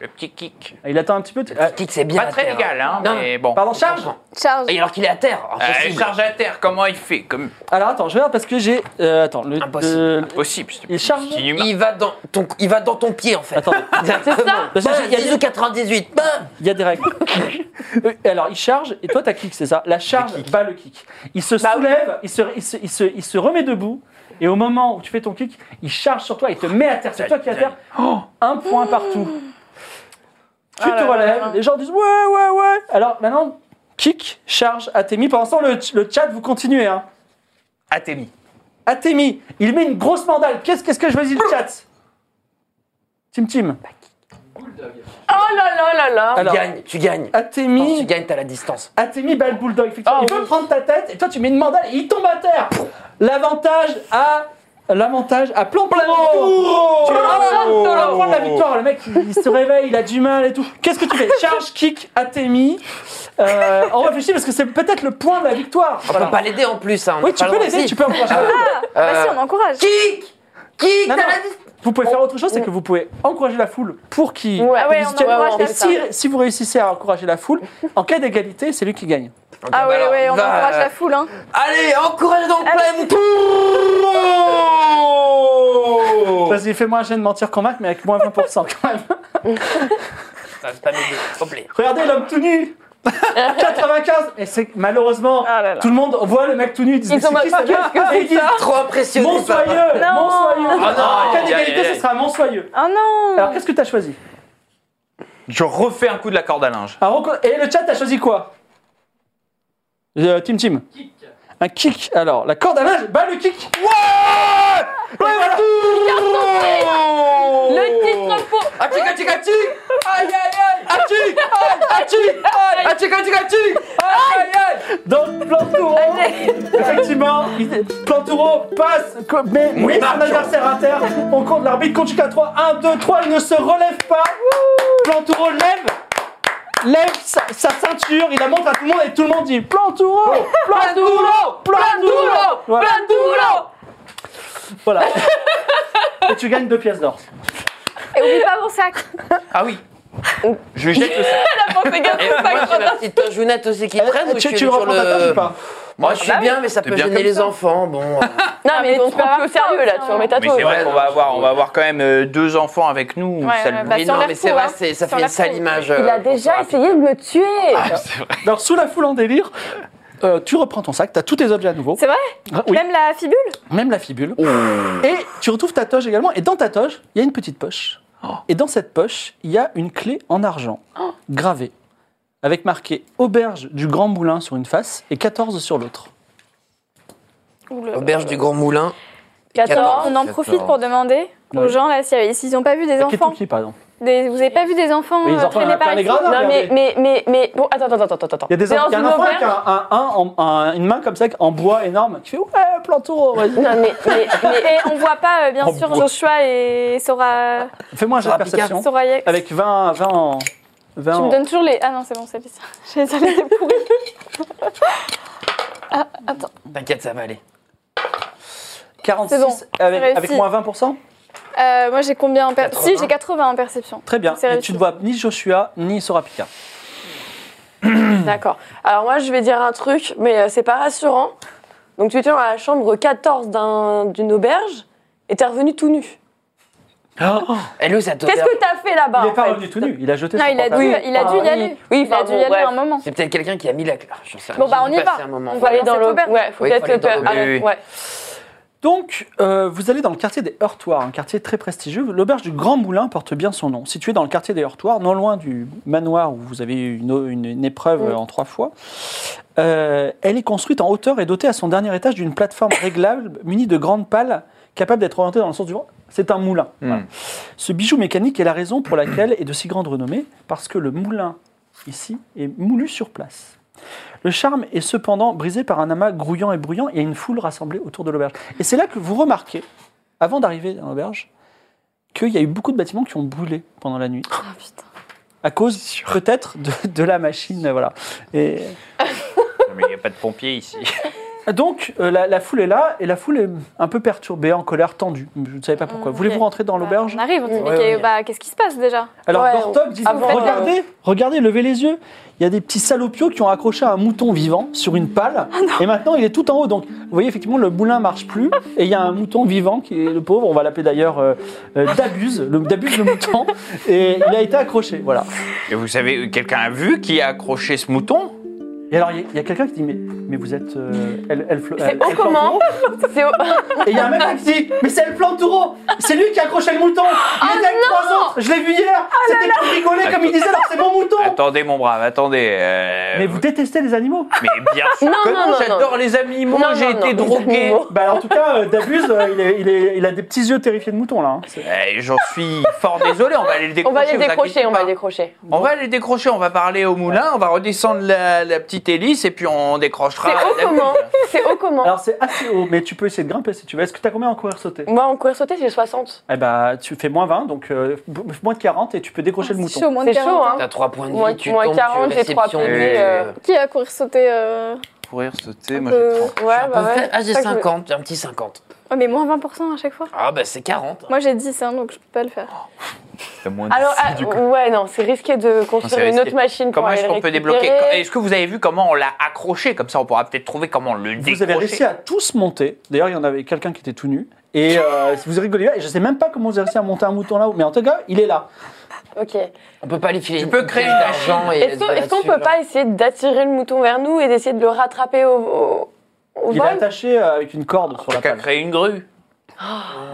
Speaker 4: Le petit kick.
Speaker 1: Il attend un petit peu. Ah,
Speaker 2: Le kick, Euh, c'est bien.
Speaker 4: Pas
Speaker 2: à
Speaker 4: très
Speaker 2: terre,
Speaker 4: légal, hein,
Speaker 2: Non,
Speaker 4: mais bon.
Speaker 1: Pardon, charge
Speaker 3: hein. Charge.
Speaker 2: Et alors qu'il est à terre.
Speaker 4: Euh,
Speaker 2: impossible.
Speaker 4: charge à terre, comment il fait comme...
Speaker 1: Alors attends, je regarde parce que j'ai. euh, attends, le.
Speaker 2: Impossible.
Speaker 1: le-
Speaker 4: Possible. c'est
Speaker 1: Il charge
Speaker 4: petit humain.
Speaker 2: il va dans ton, il va dans ton pied en fait.
Speaker 1: Attendez.
Speaker 2: Exactement.
Speaker 1: Parce que
Speaker 2: Bam,
Speaker 1: il y a
Speaker 2: 10 ou 98. Bam.
Speaker 1: Il y a des règles. Euh, Alors, il charge, et toi, t'as kick, c'est ça La charge bat le kick. Il se soulève, il, se, il, se, il, se, il se remet debout, et au moment où tu fais ton kick, il charge sur toi, il te met à terre. C'est toi qui es à terre. un point partout. Tu te relèves, les gens disent ouais, ouais, ouais. Alors, maintenant, kick, charge, Atemi. Pendant ce temps, le, le chat, vous continuez. Hein.
Speaker 4: Athémi.
Speaker 1: Atemi, il met une grosse mandale. Qu'est-ce qu'est-ce que je veux dire, le chat Tim Tim.
Speaker 5: Oh là là là là
Speaker 2: Tu
Speaker 1: Alors,
Speaker 2: gagnes, tu gagnes. Quand tu
Speaker 1: Atemi.
Speaker 2: gagnes, t'as la distance.
Speaker 1: Atemi bat le bulldog, effectivement. il veut prendre ta tête et toi tu mets une mandale et il tombe à terre. L'avantage à. L'avantage à plan plan. Tu es en train de prendre la victoire. Le mec il, il se réveille, il a du mal et tout. Qu'est-ce que tu fais Charge, kick, Atemi. Euh, on réfléchit parce que c'est peut-être le point de la victoire.
Speaker 2: On
Speaker 1: Voilà.
Speaker 2: peut pas l'aider en plus. hein, on
Speaker 1: Oui,
Speaker 2: n'a
Speaker 1: tu
Speaker 2: pas
Speaker 1: peux
Speaker 2: le droit
Speaker 1: l'aider,
Speaker 2: aussi.
Speaker 1: tu peux encourager.
Speaker 3: Bah si, on encourage.
Speaker 2: Kick, kick,
Speaker 1: Non,
Speaker 2: t'as
Speaker 1: non.
Speaker 2: la distance.
Speaker 1: Vous pouvez faire autre chose, c'est que vous pouvez encourager la foule pour qui.
Speaker 5: Ouais,
Speaker 3: Ah ouais, on encourage
Speaker 1: et
Speaker 3: la
Speaker 1: si,
Speaker 3: foule.
Speaker 1: si vous réussissez à encourager la foule, en cas d'égalité, c'est lui qui gagne.
Speaker 2: Ok,
Speaker 3: Ah
Speaker 2: bah
Speaker 3: ouais,
Speaker 2: alors,
Speaker 3: ouais, on
Speaker 2: va,
Speaker 3: encourage
Speaker 2: euh,
Speaker 3: la foule. Hein.
Speaker 2: Allez, encourage dans le plein mon tour.
Speaker 1: Vas-y, fais-moi un jeu de mentir convaincre, mais avec moins 20% quand même.
Speaker 2: Ça, c'est pas m'aider, s'il te plaît.
Speaker 1: Regardez l'homme tout nu 95 Et c'est malheureusement,
Speaker 5: Ah là là.
Speaker 1: tout le monde voit le mec tout nu, ils disent
Speaker 5: Ils
Speaker 1: mais
Speaker 5: ont
Speaker 1: c'est qui
Speaker 5: pas
Speaker 1: ce
Speaker 5: vu
Speaker 1: gars
Speaker 5: ce que c'est
Speaker 1: Et ils disent,
Speaker 2: Trop impressionné.
Speaker 1: Ah. Mon
Speaker 2: par-
Speaker 1: soyeux Mon soyeux
Speaker 4: Ah non,
Speaker 1: En cas
Speaker 4: aïe, aïe,
Speaker 1: d'égalité,
Speaker 4: aïe.
Speaker 1: ce sera mon soyeux
Speaker 5: Ah
Speaker 3: Oh non
Speaker 1: Alors qu'est-ce que t'as choisi
Speaker 4: Je refais un coup de la corde à linge.
Speaker 1: Alors, on- Et le chat, t'as choisi quoi Euh, Tim Tim Un kick Alors, la corde à linge, bah le kick Ouais, voilà.
Speaker 5: Le
Speaker 4: Oh
Speaker 5: titre faux
Speaker 4: Ah,
Speaker 2: Atchika, atchika, atchik. Aïe, aïe, aïe.
Speaker 1: Atchi Aïe, atchi Aïe
Speaker 2: Atchika, atchika, atchik. Aïe, aïe, aïe.
Speaker 1: Donc Plantoureau, effectivement, il- Plantoureau passe, co- mais met son adversaire à terre. On compte l'arbitre, compte jusqu'à 3. 1, 2, 3, il ne se relève pas. Plantoureau lève, lève sa, sa ceinture, il la montre à tout le monde et tout le monde dit Plantoureau, Plantoureau, Plantoureau, Voilà. Voilà. Et tu gagnes deux pièces d'or.
Speaker 3: Et oublie pas mon sac.
Speaker 4: Ah oui. Je jette le sac.
Speaker 2: Et moi, j'ai ma petite jounette aussi qui traîne. ou je
Speaker 1: Tu,
Speaker 2: suis
Speaker 1: tu le
Speaker 2: sur
Speaker 1: reprends ta tâche ou pas
Speaker 2: Moi, je suis bien, mais ça
Speaker 4: T'es
Speaker 2: peut
Speaker 4: bien
Speaker 2: gêner
Speaker 4: comme
Speaker 2: les
Speaker 4: ça.
Speaker 2: enfants. Bon. euh,
Speaker 5: Non,
Speaker 3: Ah,
Speaker 5: mais,
Speaker 3: mais
Speaker 5: on
Speaker 3: tu
Speaker 5: te
Speaker 3: vas
Speaker 5: prend
Speaker 3: avoir
Speaker 5: plus au sérieux
Speaker 3: ça,
Speaker 5: là,
Speaker 3: ça.
Speaker 5: tu remets ta
Speaker 4: Mais c'est
Speaker 5: tôle.
Speaker 4: vrai qu'on va avoir, on va avoir quand même euh, deux enfants avec nous.
Speaker 3: Ouais,
Speaker 4: ça
Speaker 3: ouais,
Speaker 4: le-
Speaker 3: bah,
Speaker 2: Mais
Speaker 3: sur
Speaker 2: non,
Speaker 3: la
Speaker 2: mais c'est
Speaker 3: peau,
Speaker 2: vrai,
Speaker 3: hein.
Speaker 2: c'est- ça
Speaker 3: Sur
Speaker 2: fait
Speaker 3: la
Speaker 2: une sale
Speaker 3: peau.
Speaker 2: image.
Speaker 5: Il
Speaker 2: euh,
Speaker 5: a déjà
Speaker 2: pour ça.
Speaker 5: essayé de me tuer
Speaker 1: Alors, sous la foule en délire, euh, tu reprends ton sac, t'as tous tes objets à nouveau.
Speaker 3: C'est vrai
Speaker 1: Ah, oui.
Speaker 3: Même la fibule
Speaker 1: même la fibule. Et tu retrouves ta toge également. Et dans ta toge, il y a une petite poche. Et dans cette poche, il y a une clé en argent gravée, avec marqué Auberge du Grand Moulin sur une face et 14 sur l'autre.
Speaker 3: Ouh là là.
Speaker 2: Auberge du Grand Moulin.
Speaker 5: 14.
Speaker 3: On en profite pour demander
Speaker 1: Ouais.
Speaker 3: aux gens là s'ils si, n'ont pas vu des
Speaker 1: Qui
Speaker 3: enfants.
Speaker 1: qui, par exemple
Speaker 3: Des- vous avez pas vu des enfants
Speaker 1: Mais les
Speaker 3: euh,
Speaker 1: enfants,
Speaker 3: traîner
Speaker 1: on a
Speaker 3: par
Speaker 1: plein les
Speaker 3: ici
Speaker 1: gradins.
Speaker 5: Non, mais, mais, mais, mais. Bon, attends, attends, attends, attends.
Speaker 1: Il y a des
Speaker 5: T'es
Speaker 1: enfants, il y a
Speaker 5: dans
Speaker 1: un
Speaker 5: une
Speaker 1: enfant avec
Speaker 5: auberge
Speaker 1: un- un- un- en- un- une main comme ça, en bois énorme, qui fait Ouais, Plantoureau, vas-y.
Speaker 5: Non, mais. mais, mais-
Speaker 3: Et on voit pas, euh, bien
Speaker 1: Oh,
Speaker 3: sûr,
Speaker 1: bon.
Speaker 3: Joshua et Sora.
Speaker 1: Fais-moi un jet de
Speaker 3: Oh,
Speaker 2: Rapide.
Speaker 1: perception.
Speaker 3: Soraya.
Speaker 1: Avec 20, 20 en. 20
Speaker 3: Tu
Speaker 1: en-
Speaker 3: me donnes toujours les. Ah non, c'est bon, c'est les siens. J'ai ça les pourris.
Speaker 2: T'inquiète, ça va aller.
Speaker 1: 46
Speaker 3: c'est
Speaker 1: avec,
Speaker 3: réussi.
Speaker 1: avec moins 20%.
Speaker 3: Euh, moi j'ai combien en perception Si, j'ai 80 en perception.
Speaker 1: Très bien.
Speaker 3: C'est
Speaker 1: Et
Speaker 3: réussi.
Speaker 1: tu ne vois ni Joshua ni Sorapika.
Speaker 5: D'accord. Alors, moi, je vais dire un truc, mais euh, c'est pas rassurant. Donc, tu étais dans la chambre 14 d'un- d'une auberge et t'es revenu tout nu.
Speaker 2: Elle est où cette
Speaker 5: Qu'est-ce
Speaker 2: auberge
Speaker 5: que t'as fait là-bas
Speaker 1: il n'est
Speaker 5: en
Speaker 1: pas
Speaker 5: fait
Speaker 1: revenu tout nu, il a jeté
Speaker 3: Bah, Non,
Speaker 1: son
Speaker 3: il a dû,
Speaker 1: pantalon. Ah.
Speaker 3: il a dû y
Speaker 5: oui.
Speaker 3: aller.
Speaker 5: Oui,
Speaker 3: il a
Speaker 5: enfin,
Speaker 3: dû
Speaker 5: bon,
Speaker 3: y aller à
Speaker 5: bref.
Speaker 3: un moment.
Speaker 2: C'est peut-être quelqu'un qui a mis la clé. Je sais rien,
Speaker 3: Bon, bah,
Speaker 2: j'ai
Speaker 3: on
Speaker 2: dû
Speaker 3: y
Speaker 2: passer
Speaker 3: va.
Speaker 2: un moment.
Speaker 3: On
Speaker 5: Faut
Speaker 3: va-
Speaker 5: aller
Speaker 3: Dans
Speaker 5: dans
Speaker 3: cette
Speaker 5: l'auberge.
Speaker 3: auberge.
Speaker 5: Ouais, faut
Speaker 2: Oui,
Speaker 5: peut-être
Speaker 2: faut aller dans
Speaker 5: que-
Speaker 2: l'auberge.
Speaker 5: ah,
Speaker 4: Oui, oui.
Speaker 5: ouais.
Speaker 1: Donc, euh, vous allez dans le quartier des Heurtoirs, un quartier très prestigieux. L'auberge du Grand Moulin porte bien son nom. Située dans le quartier des Heurtoirs, non loin du manoir où vous avez eu une, o- une- une épreuve euh, en trois fois, euh, elle est construite en hauteur et dotée à son dernier étage d'une plateforme réglable munie de grandes pales capables d'être orientées dans le sens du vent. C'est un moulin. Voilà. Ce bijou mécanique est la raison pour laquelle est de si grande renommée, parce que le moulin ici est moulu sur place. Le charme est cependant brisé par un amas grouillant et bruyant et une foule rassemblée autour de l'auberge. Et c'est là que vous remarquez, avant d'arriver à l'auberge, qu'il y a eu beaucoup de bâtiments qui ont brûlé pendant la nuit.
Speaker 3: Ah, putain.
Speaker 1: À cause peut-être de, de la machine, voilà. Et
Speaker 4: Non, Mais il n'y a pas de pompiers ici.
Speaker 1: Donc, euh, la, la foule est là, et la foule est un peu perturbée, en colère, tendue. Je ne savais pas pourquoi.
Speaker 3: Mm,
Speaker 1: Voulez-vous
Speaker 3: ok.
Speaker 1: rentrer dans
Speaker 3: Bah,
Speaker 1: l'auberge
Speaker 3: On arrive, on dit,
Speaker 2: Ouais,
Speaker 3: mais
Speaker 2: ouais,
Speaker 3: qu'est-
Speaker 2: ouais.
Speaker 3: bah, qu'est-ce qui se passe déjà
Speaker 1: Alors,
Speaker 5: Ouais,
Speaker 1: Gortog dit
Speaker 5: avant-
Speaker 1: Vous Regardez, regardez, levez les yeux. Il y a des petits salopios qui ont accroché un mouton vivant sur une pale.
Speaker 5: Ah
Speaker 1: et maintenant, il est tout en haut. Donc, vous voyez, effectivement, le moulin marche plus. Et il y a un mouton vivant qui est le pauvre. On va l'appeler d'ailleurs euh, euh, Dabuse, le, Dabuse le mouton. Et il a été accroché. Voilà.
Speaker 4: Et vous savez, euh, quelqu'un a vu qui a accroché ce mouton
Speaker 1: Et alors, il y a- il y a, quelqu'un qui dit Mais, mais vous êtes. euh, elle, elle, flo- elle-
Speaker 5: C'est au
Speaker 1: elle plante
Speaker 5: comment C'est au-
Speaker 1: Et il y a un mec qui dit Mais c'est le plan Toureau C'est lui qui a accroché le mouton Il
Speaker 5: Ah
Speaker 1: était avec trois autres Je l'ai vu hier C'était pour rigoler comme il disait Alors c'est mon mouton
Speaker 4: Attendez, mon brave, attendez. euh,
Speaker 1: Mais vous détestez les animaux
Speaker 4: mais bien sûr
Speaker 5: Non,
Speaker 4: que
Speaker 5: non,
Speaker 4: non,
Speaker 5: non,
Speaker 4: j'adore les animaux,
Speaker 5: Non,
Speaker 4: j'ai
Speaker 5: non,
Speaker 4: été
Speaker 5: non, les
Speaker 4: drogué.
Speaker 5: animaux.
Speaker 1: Bah en tout cas, euh, Dabuse, euh, il, est- il est- il a des petits yeux terrifiés de mouton là. hein. C'est-
Speaker 4: Eh, J'en suis fort désolé, on va aller le décrocher.
Speaker 5: On va les
Speaker 4: vous inquiétez
Speaker 5: décrocher, on va
Speaker 4: pas.
Speaker 5: les décrocher.
Speaker 4: On va les décrocher, on va parler au moulin, on va redescendre la, la petite hélice et puis on décrochera.
Speaker 5: C'est au
Speaker 4: la-
Speaker 5: comment C'est au comment
Speaker 1: Alors c'est assez haut, mais tu peux essayer de grimper si tu veux. Est-ce que t'as combien en courir sauter
Speaker 3: Mm.
Speaker 5: Moi, en courir sauter, j'ai 60.
Speaker 1: Eh bah tu fais moins 20, donc euh, b- moins de 40 et tu peux décrocher le
Speaker 3: Ah, C'est
Speaker 1: mouton.
Speaker 3: chaud, moins de
Speaker 5: C'est chaud,
Speaker 3: 40.
Speaker 5: hein
Speaker 2: T'as 3 points de vie,
Speaker 5: Moi-
Speaker 2: tu
Speaker 5: moi,
Speaker 2: tombes,
Speaker 5: 40,
Speaker 2: tu
Speaker 5: j'ai trois
Speaker 2: réceptionnes,
Speaker 5: points de vie,
Speaker 2: tu-
Speaker 5: euh,
Speaker 3: Qui a couru sauter euh,
Speaker 7: Courir, sauter,
Speaker 3: un
Speaker 7: moi
Speaker 3: peu-
Speaker 7: j'ai 30.
Speaker 5: Ouais,
Speaker 2: Un peu
Speaker 5: bah ouais.
Speaker 2: faible. Ah, j'ai
Speaker 5: C'est ça que je-
Speaker 2: 50, j'ai un petit 50.
Speaker 3: Ouais, oh, mais moins 20% à chaque fois.
Speaker 2: Ah, bah c'est 40.
Speaker 3: Moi j'ai 10, hein, donc je peux pas le faire.
Speaker 7: T'as moins de
Speaker 5: Alors,
Speaker 7: dix,
Speaker 5: ah,
Speaker 7: du coup.
Speaker 5: ouais, non, c'est risqué de
Speaker 4: Non,
Speaker 5: construire
Speaker 4: c'est
Speaker 5: une autre
Speaker 4: risqué.
Speaker 5: machine pour
Speaker 4: Comment
Speaker 5: aller
Speaker 4: est-ce qu'on peut
Speaker 5: récupérer.
Speaker 4: débloquer Est-ce que vous avez vu comment on l'a accroché Comme ça, on pourra peut-être trouver comment le décrocher.
Speaker 1: Vous avez réussi à tous monter. D'ailleurs, il y en avait quelqu'un qui était tout nu. Et euh, vous rigolez pas, et je sais même pas comment vous avez réussi à monter un mouton là-haut, mais en tout cas, il est là.
Speaker 5: Ok.
Speaker 2: On peut pas lui filer
Speaker 4: Tu
Speaker 2: une
Speaker 4: peux créer
Speaker 2: pièce
Speaker 4: une
Speaker 2: d'argent et
Speaker 5: Est-ce que- est-ce qu'on peut pas essayer d'attirer le mouton vers nous et d'essayer de le rattraper au, au, au
Speaker 1: Il est
Speaker 5: vol
Speaker 1: attaché euh, avec une corde sur la
Speaker 4: Qu'à
Speaker 1: table.
Speaker 4: créer une grue.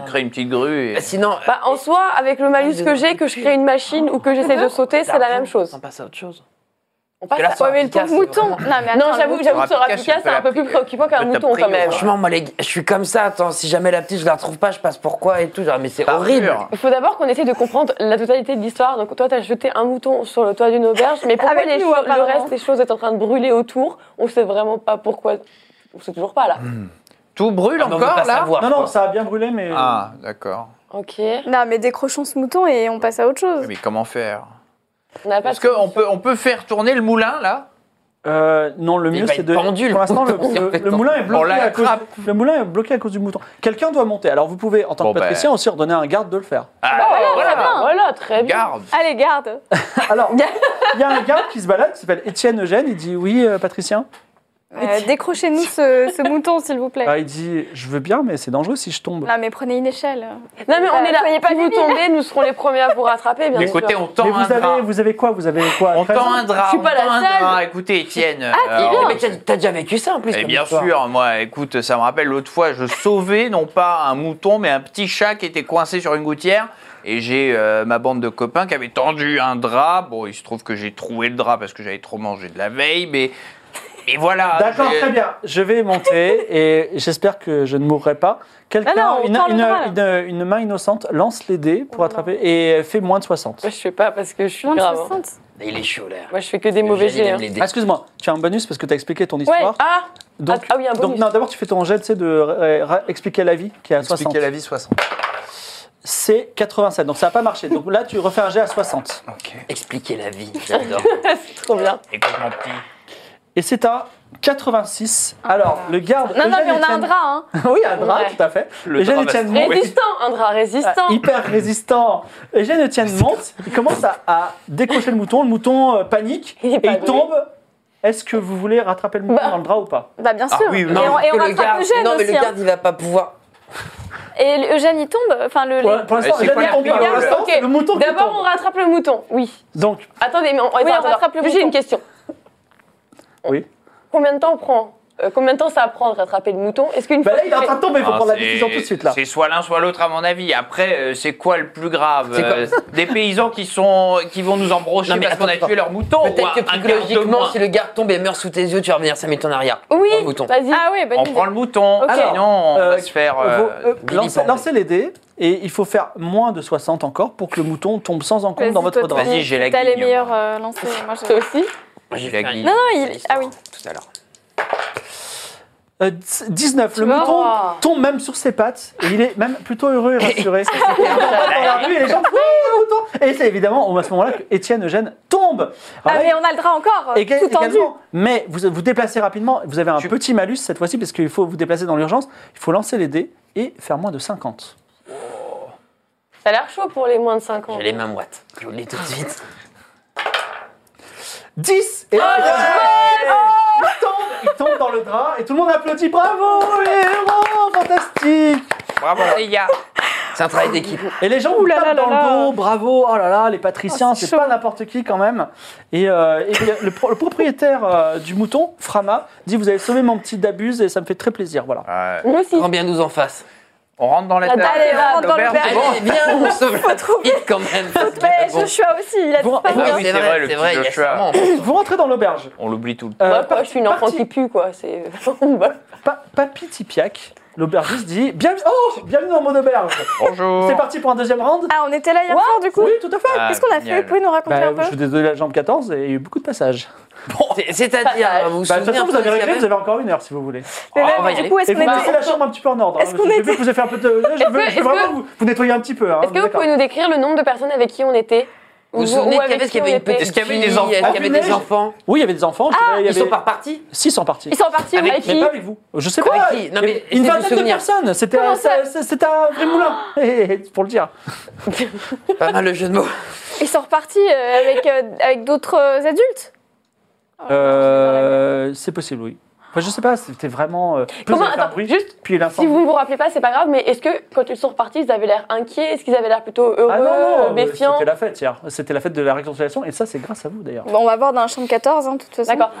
Speaker 4: Créer une petite grue. Et...
Speaker 2: Sinon,
Speaker 5: Ah. bah, En soi, avec le malus que j'ai, que je crée une machine ou que j'essaie de sauter, c'est la même chose.
Speaker 2: On passe à autre chose.
Speaker 5: On passe
Speaker 2: Parce
Speaker 5: à
Speaker 2: que là,
Speaker 5: ouais, mais le
Speaker 2: Picasso,
Speaker 5: pauvre
Speaker 2: c'est
Speaker 5: mouton.
Speaker 3: Non, mais attends,
Speaker 5: Non, j'avoue,
Speaker 3: le
Speaker 5: j'avoue
Speaker 4: mouton.
Speaker 5: que ce
Speaker 4: Rapicace,
Speaker 5: rapicace, c'est un peu plus
Speaker 4: on peut
Speaker 5: préoccupant qu'un
Speaker 4: l'appeler.
Speaker 5: mouton quand
Speaker 4: Peut-être
Speaker 5: même.
Speaker 4: pris,
Speaker 2: Eh, Franchement, moi, les gars, je suis comme ça. Attends, si jamais la petite, je la retrouve pas, je passe pourquoi et tout. Genre, mais c'est
Speaker 4: Par
Speaker 2: horrible.
Speaker 4: mur.
Speaker 5: Il faut d'abord qu'on essaie de comprendre la totalité de l'histoire. Donc toi, t'as jeté un mouton sur le toit d'une auberge, mais pourquoi
Speaker 3: Avec
Speaker 5: les
Speaker 3: nous, hein,
Speaker 5: choses- le
Speaker 3: apparemment.
Speaker 5: reste des choses est en train de brûler autour On sait vraiment pas pourquoi. On sait toujours pas là.
Speaker 1: Mm.
Speaker 4: Tout brûle
Speaker 2: Ah, mais on veut
Speaker 4: encore
Speaker 2: pas
Speaker 4: là
Speaker 2: savoir,
Speaker 1: Non, non,
Speaker 2: quoi.
Speaker 1: ça a bien brûlé, mais.
Speaker 4: Ah, d'accord.
Speaker 5: Ok.
Speaker 3: Non, mais décrochons ce mouton et on passe à autre chose.
Speaker 4: Mais comment faire
Speaker 5: On n'a pas.
Speaker 4: Est-ce qu'on peut, on peut faire tourner le moulin là
Speaker 1: Euh, non, le
Speaker 2: Il
Speaker 1: mieux
Speaker 2: va
Speaker 1: c'est
Speaker 2: être
Speaker 1: de.
Speaker 2: pendu, le
Speaker 1: pour l'instant, le,
Speaker 2: mouton,
Speaker 1: le-
Speaker 2: c'est
Speaker 1: le moulin est
Speaker 4: On
Speaker 1: bloqué
Speaker 4: la
Speaker 1: à cause.
Speaker 4: attrape.
Speaker 1: Le moulin est bloqué à cause du mouton. Quelqu'un doit monter. Alors vous pouvez, en tant
Speaker 4: Bon,
Speaker 1: que
Speaker 4: ben.
Speaker 1: patricien, aussi ordonner à un garde de le faire.
Speaker 4: Ah,
Speaker 5: Voilà,
Speaker 4: voilà.
Speaker 5: très bah bien. ben, Ah, Voilà, très bien.
Speaker 4: Garde.
Speaker 3: Allez, garde
Speaker 1: Alors, il y a un garde qui se balade, qui s'appelle Étienne Eugène. Il dit oui, euh, patricien.
Speaker 3: Euh, Décrochez-nous ce, ce mouton, s'il vous plaît.
Speaker 1: Ah, il dit je veux bien, mais c'est dangereux si je tombe.
Speaker 3: Non, mais prenez une échelle.
Speaker 5: Non mais on
Speaker 3: Euh,
Speaker 5: est là.
Speaker 3: soyez
Speaker 5: Si
Speaker 3: pas
Speaker 5: vous
Speaker 3: débiles.
Speaker 5: tombez, nous serons les premiers à vous rattraper, bien
Speaker 4: Écoutez,
Speaker 5: sûr.
Speaker 4: on tend
Speaker 1: mais
Speaker 4: un
Speaker 1: vous
Speaker 4: drap.
Speaker 1: avez, vous avez quoi Vous avez quoi
Speaker 4: On
Speaker 1: treize
Speaker 4: tend un drap.
Speaker 5: Je suis pas la
Speaker 4: on tend un
Speaker 5: seule. Ah,
Speaker 4: drap. Écoutez, Étienne.
Speaker 5: c'est
Speaker 4: euh,
Speaker 5: bien.
Speaker 2: Eh, Mais t'as- t'as déjà vécu ça en plus.
Speaker 4: Eh
Speaker 2: comme
Speaker 4: bien
Speaker 2: histoire.
Speaker 4: sûr, moi, écoute, ça me rappelle l'autre fois, je sauvais non pas un mouton, mais un petit chat qui était coincé sur une gouttière. Et j'ai euh, ma bande de copains qui avait tendu un drap. Bon, il se trouve que j'ai troué le drap parce que j'avais trop mangé de la veille, mais, mais voilà.
Speaker 1: D'accord,
Speaker 4: j'ai-
Speaker 1: très bien. Je vais monter et j'espère que je ne mourrai pas.
Speaker 5: Non,
Speaker 1: Quelqu'un,
Speaker 5: non, on
Speaker 1: une,
Speaker 5: tend le
Speaker 1: une-
Speaker 5: bras,
Speaker 1: une- une main innocente, lance les dés pour
Speaker 5: Oh non.
Speaker 1: attraper et fait moins de 60.
Speaker 5: Je sais pas parce que je suis
Speaker 3: Moins de
Speaker 5: grave. hein.
Speaker 3: 60.
Speaker 2: Il est chaud là.
Speaker 5: Moi, je fais que des mauvais
Speaker 2: J'allais
Speaker 5: jets. hein.
Speaker 2: même l'aider.
Speaker 1: Ah, Excuse-moi, tu as un bonus parce que tu as expliqué ton
Speaker 5: Ouais.
Speaker 1: histoire.
Speaker 5: Ah.
Speaker 1: donc,
Speaker 5: ah oui, un
Speaker 1: donc
Speaker 5: bonus.
Speaker 1: non, d'abord tu fais ton jet tu sais, de euh, ra- expliquer la vie qui est à 60.
Speaker 7: Expliquer la vie 60.
Speaker 1: C'est 87, donc ça n'a pas marché. Donc là tu refais un jet à 60.
Speaker 2: Expliquer la vie. J'adore.
Speaker 5: Trop bien.
Speaker 4: Écoute, mon petit.
Speaker 1: Et c'est à 86.
Speaker 5: Ah.
Speaker 1: Alors le garde.
Speaker 3: Non, non,
Speaker 1: Eugène
Speaker 3: mais on a un
Speaker 1: Etienne-
Speaker 3: drap, hein.
Speaker 1: oui, un drap,
Speaker 5: Ouais.
Speaker 1: tout à fait.
Speaker 4: Le
Speaker 1: Eugène
Speaker 4: drap va se
Speaker 1: Etienne monte.
Speaker 5: Résistant, un drap résistant.
Speaker 1: Ah, hyper résistant. Eugène Etienne monte, il commence à, à décrocher le mouton, le mouton euh, panique
Speaker 5: Il est
Speaker 1: et
Speaker 5: pas
Speaker 1: il
Speaker 5: doué.
Speaker 1: tombe. Est-ce que vous voulez rattraper le mouton
Speaker 5: Bah.
Speaker 1: dans le drap ou pas
Speaker 3: Bah, bien sûr.
Speaker 4: Ah oui,
Speaker 3: et
Speaker 4: non,
Speaker 3: on, et on
Speaker 2: Parce que
Speaker 3: rattrape
Speaker 2: le garde-
Speaker 3: Eugène
Speaker 2: Non, mais
Speaker 3: aussi.
Speaker 2: le garde, il va pas pouvoir.
Speaker 3: hein. Et Eugène, il tombe. Enfin, le.
Speaker 1: Pour,
Speaker 3: les-
Speaker 1: pour l'instant,
Speaker 4: c'est
Speaker 1: Eugène
Speaker 4: quoi
Speaker 1: est
Speaker 4: la
Speaker 1: tombé. Pour
Speaker 4: figure
Speaker 1: l'instant,
Speaker 5: Ok.
Speaker 1: c'est le mouton qui
Speaker 5: D'abord, on
Speaker 1: tombe.
Speaker 5: rattrape le mouton. Oui.
Speaker 1: Donc,
Speaker 5: Attendez, mais on,
Speaker 3: Oui,
Speaker 5: attends,
Speaker 3: on rattrape
Speaker 5: attends.
Speaker 3: le
Speaker 5: J'ai
Speaker 3: bouton.
Speaker 5: une question.
Speaker 1: Oui.
Speaker 5: Combien de temps on prend Euh, Combien de temps ça prend de rattraper le mouton Est-ce qu'une
Speaker 1: bah
Speaker 5: fois
Speaker 1: là,
Speaker 5: que
Speaker 1: il est en
Speaker 5: j'ai-
Speaker 1: train de tomber, il faut
Speaker 4: Ah,
Speaker 1: prendre la
Speaker 4: c'est-
Speaker 1: décision tout de suite là.
Speaker 4: C'est soit l'un, soit l'autre, à mon avis. Après, euh, c'est quoi le plus grave
Speaker 2: C'est quoi
Speaker 4: Euh, Des paysans qui, sont, qui vont nous embrocher
Speaker 2: Non, mais
Speaker 4: parce qu'on a
Speaker 2: attends,
Speaker 4: tué leur mouton ou un
Speaker 2: Peut-être que
Speaker 4: un quart de
Speaker 2: psychologiquement,
Speaker 4: moins.
Speaker 2: si le garde tombe et meurt sous tes yeux, tu vas revenir 5 minutes en arrière.
Speaker 5: Oui.
Speaker 2: Prends le mouton.
Speaker 5: Vas-y.
Speaker 3: Ah, oui, bonne
Speaker 4: On
Speaker 3: idée.
Speaker 4: prend le mouton, Ah,
Speaker 1: Ok.
Speaker 4: sinon on
Speaker 1: Euh,
Speaker 4: va se faire...
Speaker 1: Vos-
Speaker 4: euh,
Speaker 1: euh,
Speaker 2: Billy
Speaker 1: lancez,
Speaker 2: Porter.
Speaker 1: lancez les dés et il faut faire moins de 60 encore pour que le mouton tombe sans encombre
Speaker 3: Vas-y,
Speaker 1: dans votre
Speaker 3: toi,
Speaker 1: drap.
Speaker 3: t'as-
Speaker 4: Vas-y, j'ai la
Speaker 3: T'as les
Speaker 4: guigne.
Speaker 3: meilleurs euh, lancers. Moi,
Speaker 5: Toi
Speaker 3: je.
Speaker 5: aussi
Speaker 2: J'ai
Speaker 4: La
Speaker 2: fait un-
Speaker 4: guille.
Speaker 3: Non, non, il- ah oui.
Speaker 2: Tout à l'heure.
Speaker 1: Euh, dix- 19. le
Speaker 3: vois
Speaker 1: mouton
Speaker 5: Wow.
Speaker 1: tombe même sur ses pattes et il est même plutôt heureux et rassuré. Il est dans la rue et les gens, oui, le mouton Et c'est évidemment à ce moment-là que Étienne Eugène tombe.
Speaker 3: Ah,
Speaker 1: Alors là,
Speaker 3: mais on a le drap encore,
Speaker 1: Éga-
Speaker 3: tout tendu.
Speaker 1: également. Mais vous vous déplacez rapidement. Vous avez un petit malus cette fois-ci parce qu'il faut vous déplacer dans l'urgence. Il faut lancer les dés et faire moins de 50.
Speaker 5: Ça a l'air chaud pour les moins de 5 ans.
Speaker 2: J'ai les mains moites. Je vous le dis tout de suite.
Speaker 1: 10 et
Speaker 3: Oh.
Speaker 1: il, tombe, il tombe dans le drap et tout le monde applaudit. Bravo les héros, fantastique
Speaker 4: Bravo les gars.
Speaker 2: C'est un travail d'équipe.
Speaker 1: Et les gens vous
Speaker 3: Ouh là
Speaker 1: tapent
Speaker 3: là
Speaker 1: dans
Speaker 3: là
Speaker 1: le
Speaker 3: là.
Speaker 1: dos, bravo, oh là là, les patriciens,
Speaker 3: Oh, c'est
Speaker 1: c'est
Speaker 3: chaud.
Speaker 1: pas n'importe qui quand même. Et, euh, et le, le pro- le propriétaire euh, du mouton, Frama, dit Vous avez sauvé mon petit Dabuse et ça me fait très plaisir. Voilà.
Speaker 4: Ouais.
Speaker 5: Moi aussi.
Speaker 2: Grand bien nous en face.
Speaker 4: Euh, On rentre dans la
Speaker 5: Allez,
Speaker 4: table.
Speaker 3: Allez,
Speaker 5: Ah,
Speaker 3: on rentre dans le
Speaker 4: l'auberge,
Speaker 3: verre.
Speaker 4: c'est
Speaker 2: Allez,
Speaker 4: bon.
Speaker 2: viens, on sauve la
Speaker 3: trouver.
Speaker 2: petite quand même.
Speaker 3: Mais
Speaker 2: Bon.
Speaker 3: Joshua aussi, il a
Speaker 1: Vous-
Speaker 2: Ah
Speaker 3: disparu.
Speaker 2: oui,
Speaker 3: hein.
Speaker 4: oui,
Speaker 2: c'est
Speaker 4: c'est
Speaker 2: vrai,
Speaker 4: vrai,
Speaker 2: c'est
Speaker 4: le
Speaker 2: vrai, il y a
Speaker 4: petit Joshua.
Speaker 2: sûrement.
Speaker 1: Vous rentrez dans l'auberge.
Speaker 4: On l'oublie tout le temps.
Speaker 1: Euh,
Speaker 5: Moi,
Speaker 1: pa-
Speaker 5: je suis une enfant
Speaker 1: parti-
Speaker 5: qui pue, quoi. C'est. Bah,
Speaker 1: pa- Papy Tipiak, l'aubergiste dit Bienvenue, oh, bienvenue dans mon auberge.
Speaker 4: Bonjour.
Speaker 1: C'est parti pour un deuxième round
Speaker 3: Oh. Ah, on était là hier
Speaker 5: What
Speaker 3: soir du coup
Speaker 1: Oui, tout à fait.
Speaker 4: Ah,
Speaker 3: Qu'est-ce qu'on a fait
Speaker 4: génial.
Speaker 3: Vous pouvez nous raconter
Speaker 1: Bah,
Speaker 3: un peu
Speaker 1: je vous ai donné la jambe 14 et il y a eu beaucoup de passages.
Speaker 2: C'est- C'est-à-dire, vous vous
Speaker 1: Bah, de toute
Speaker 2: souvenez
Speaker 1: façon,
Speaker 2: un
Speaker 1: vous avez
Speaker 2: peu de ce
Speaker 1: réglé,
Speaker 2: qu'il
Speaker 1: vous
Speaker 2: y avait
Speaker 1: avez encore une heure si vous voulez.
Speaker 3: Mais
Speaker 2: Ah,
Speaker 3: là,
Speaker 2: on va y
Speaker 3: du
Speaker 2: aller.
Speaker 3: coup, est-ce
Speaker 1: Et vous
Speaker 3: qu'on
Speaker 1: laissez
Speaker 3: était...
Speaker 1: la chambre un petit peu en ordre. hein,
Speaker 3: Est-ce
Speaker 1: parce
Speaker 3: qu'on
Speaker 1: que je
Speaker 3: était-
Speaker 1: veux que vous avez fait un peu de. Je
Speaker 5: Est-ce
Speaker 1: veux,
Speaker 5: que-
Speaker 1: je veux vraiment vous, vous nettoyer un petit peu. hein,
Speaker 5: Est-ce que vous
Speaker 1: d'accord.
Speaker 5: pouvez nous décrire le nombre de personnes avec qui on était
Speaker 2: Vous
Speaker 5: Ou-
Speaker 2: vous souvenez
Speaker 5: ou
Speaker 2: qu'il y
Speaker 5: avec
Speaker 2: avait, est-ce qu'il y
Speaker 5: qui
Speaker 2: avait
Speaker 5: on
Speaker 2: une
Speaker 5: était
Speaker 2: petite
Speaker 4: Est-ce qu'il y avait
Speaker 2: fille,
Speaker 4: des
Speaker 2: Est-ce
Speaker 4: enfants
Speaker 2: qu'il y avait
Speaker 1: Ah,
Speaker 2: des enfants
Speaker 1: Oui, il y avait des enfants. je dirais, il y
Speaker 2: Ils
Speaker 1: avait
Speaker 2: sont par partie
Speaker 1: 600 parties.
Speaker 3: Ils sont partis
Speaker 2: Avec-
Speaker 3: avec
Speaker 2: mais
Speaker 3: qui
Speaker 1: pas avec vous. Je sais
Speaker 2: Quoi
Speaker 1: pas.
Speaker 2: Avec qui Non, mais
Speaker 1: une
Speaker 2: essayez de vous
Speaker 1: vingtaine de
Speaker 2: souvenir.
Speaker 1: personnes. C'était
Speaker 3: Comment ça
Speaker 1: c'est- c'était à Vrimoulin. Eh, eh, Pour le dire.
Speaker 2: Pas mal le jeu de mots.
Speaker 3: Ils sont repartis euh, avec, euh, avec d'autres euh, adultes
Speaker 1: Euh, c'est possible, oui. Enfin, je sais pas. C'était vraiment. euh, plus
Speaker 5: Comment-
Speaker 1: il y avait un
Speaker 5: attends, juste,
Speaker 1: Puis
Speaker 5: Si
Speaker 1: l'incendie.
Speaker 5: vous ne vous rappelez pas, c'est pas grave, mais est-ce que quand ils sont repartis, ils avaient l'air inquiets Est-ce qu'ils avaient l'air plutôt heureux,
Speaker 1: Ah non, non,
Speaker 5: euh,
Speaker 1: euh,
Speaker 5: méfiants
Speaker 1: c'était la fête hier. C'était la fête de la réconciliation et ça, c'est grâce à vous d'ailleurs.
Speaker 3: Bon, on va voir dans la chambre 14, hein, de toute façon.
Speaker 5: D'accord.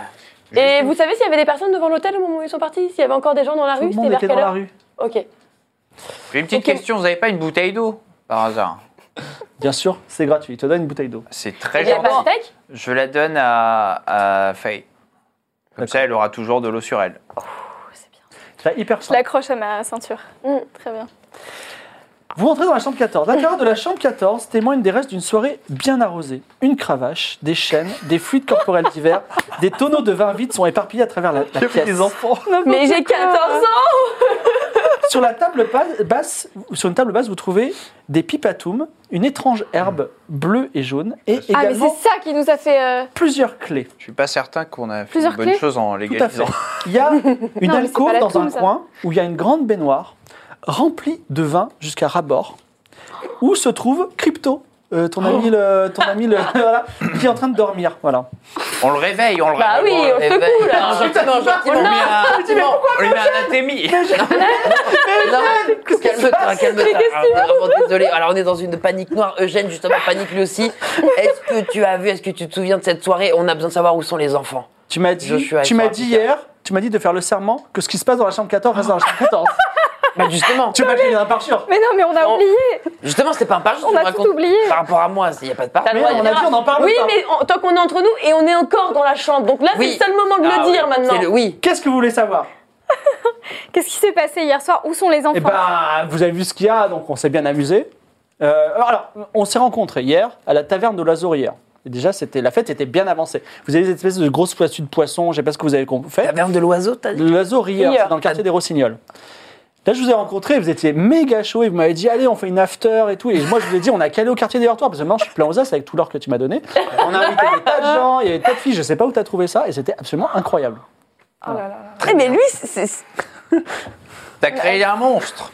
Speaker 5: Et vous savez s'il y avait des personnes devant l'hôtel au moment où ils sont partis S'il y avait encore des gens dans la
Speaker 1: Tout
Speaker 5: rue
Speaker 1: le monde
Speaker 5: C'était vers
Speaker 1: était dans
Speaker 5: quelle
Speaker 1: la
Speaker 5: heure
Speaker 1: rue.
Speaker 5: Ok.
Speaker 4: J'ai une petite
Speaker 5: Ok.
Speaker 4: question. Vous n'avez pas une bouteille d'eau par hasard
Speaker 1: Bien sûr, c'est gratuit. Il te donne une bouteille d'eau.
Speaker 4: C'est
Speaker 5: Il
Speaker 4: très
Speaker 5: y avait pas
Speaker 4: gentil.
Speaker 5: de steak
Speaker 4: Je la donne à, à Faye. Comme ça, elle aura toujours de l'eau sur elle.
Speaker 1: T'as hyper
Speaker 3: Je l'accroche à ma ceinture.
Speaker 5: Mm.
Speaker 3: Très bien.
Speaker 1: Vous rentrez dans la chambre 14. L'intérieur de la chambre 14 témoigne des restes d'une soirée bien arrosée. Une cravache, des chaînes, des fluides corporels divers, des tonneaux de vin vide sont éparpillés à travers la, la pièce. enfants.
Speaker 5: Mais j'ai 14 ans
Speaker 1: Sur la table pa- basse, sur une table basse, vous trouvez des pipatoums, une étrange herbe bleue et jaune, et
Speaker 3: Ah, mais c'est
Speaker 1: également
Speaker 3: ça qui nous a fait. euh,
Speaker 1: plusieurs clés.
Speaker 4: Je suis pas certain qu'on a fait
Speaker 3: Plusieurs
Speaker 4: une bonne
Speaker 3: clés
Speaker 4: chose en
Speaker 1: Tout à
Speaker 4: légalisant.
Speaker 1: fait. Il y a une
Speaker 3: Non, mais c'est pas
Speaker 1: alcôve
Speaker 3: la
Speaker 1: dans
Speaker 3: toune,
Speaker 1: un
Speaker 3: ça.
Speaker 1: coin où il y a une grande baignoire remplie de vin jusqu'à rabord, où se trouve Crypto, euh, ton
Speaker 3: Oh.
Speaker 1: ami, le, ton ami le, voilà, qui est en train de dormir. Voilà.
Speaker 4: On le réveille, on le
Speaker 5: Bah oui,
Speaker 4: réveille.
Speaker 5: on se secoue
Speaker 2: Eh ben, Non,
Speaker 5: là
Speaker 2: gentiment, gentiment.
Speaker 4: On lui met un anémie.
Speaker 2: Non, calme-toi, calme-toi. Ah, vraiment désolé. Alors, on est dans une panique noire. Eugène, justement, panique lui aussi. Est-ce que tu as vu, est-ce que tu te souviens de cette soirée On a besoin de savoir où sont les enfants.
Speaker 1: Tu m'as dit,
Speaker 2: Joshua et
Speaker 1: tu m'as
Speaker 2: toi,
Speaker 1: dit
Speaker 2: Peter.
Speaker 1: hier, tu m'as dit de faire le serment que ce qui se passe dans la chambre 14 reste dans la chambre 14.
Speaker 2: Bah, justement.
Speaker 1: tu m'as dit qu'il y en a un par jour.
Speaker 3: Mais non, mais on a
Speaker 2: On-
Speaker 3: oublié
Speaker 2: Justement, c'était pas un parjure.
Speaker 3: On
Speaker 2: tu me
Speaker 3: a tout
Speaker 2: racontes.
Speaker 3: oublié
Speaker 2: Par rapport à moi, il n'y a pas de
Speaker 5: T'as le
Speaker 2: parjure.
Speaker 5: droit
Speaker 1: Mais
Speaker 5: de
Speaker 1: on a
Speaker 5: dire.
Speaker 1: dit, on en parle
Speaker 5: Oui,
Speaker 1: pas.
Speaker 5: mais en- tant qu'on est entre nous et on est encore dans la chambre, donc là
Speaker 2: Oui.
Speaker 5: c'est le seul moment de le
Speaker 4: Ah
Speaker 5: dire
Speaker 4: oui,
Speaker 5: maintenant.
Speaker 2: C'est le- Oui.
Speaker 1: Qu'est-ce que vous voulez savoir
Speaker 3: Qu'est-ce qui s'est passé hier soir Où sont les enfants
Speaker 1: Eh ben, vous avez vu ce qu'il y a, donc on s'est bien amusé. Euh, alors, on s'est rencontrés hier à la taverne de l'Azorière. Et Déjà, c'était la fête était bien avancée. Vous avez des espèces de grosses poissues de poisson, je sais pas ce que vous avez con- fait.
Speaker 2: Taverne de l'oiseau, t'as dit
Speaker 1: L'Azorière,
Speaker 5: Hier.
Speaker 1: c'est dans le quartier des Rossignols. Là, je vous ai rencontré, vous étiez méga chaud et vous m'avez dit, allez, on fait une after et tout. Et moi, je vous ai dit, on a calé au quartier des Hortoirs parce que maintenant, je suis plein aux as avec tout l'or que tu m'as donné. On a invité des tas de gens, il y avait des tas de filles, je sais pas où tu as trouvé ça et c'était absolument incroyable.
Speaker 5: Eh, mais lui, c'est- c'est-
Speaker 4: T'as créé un monstre.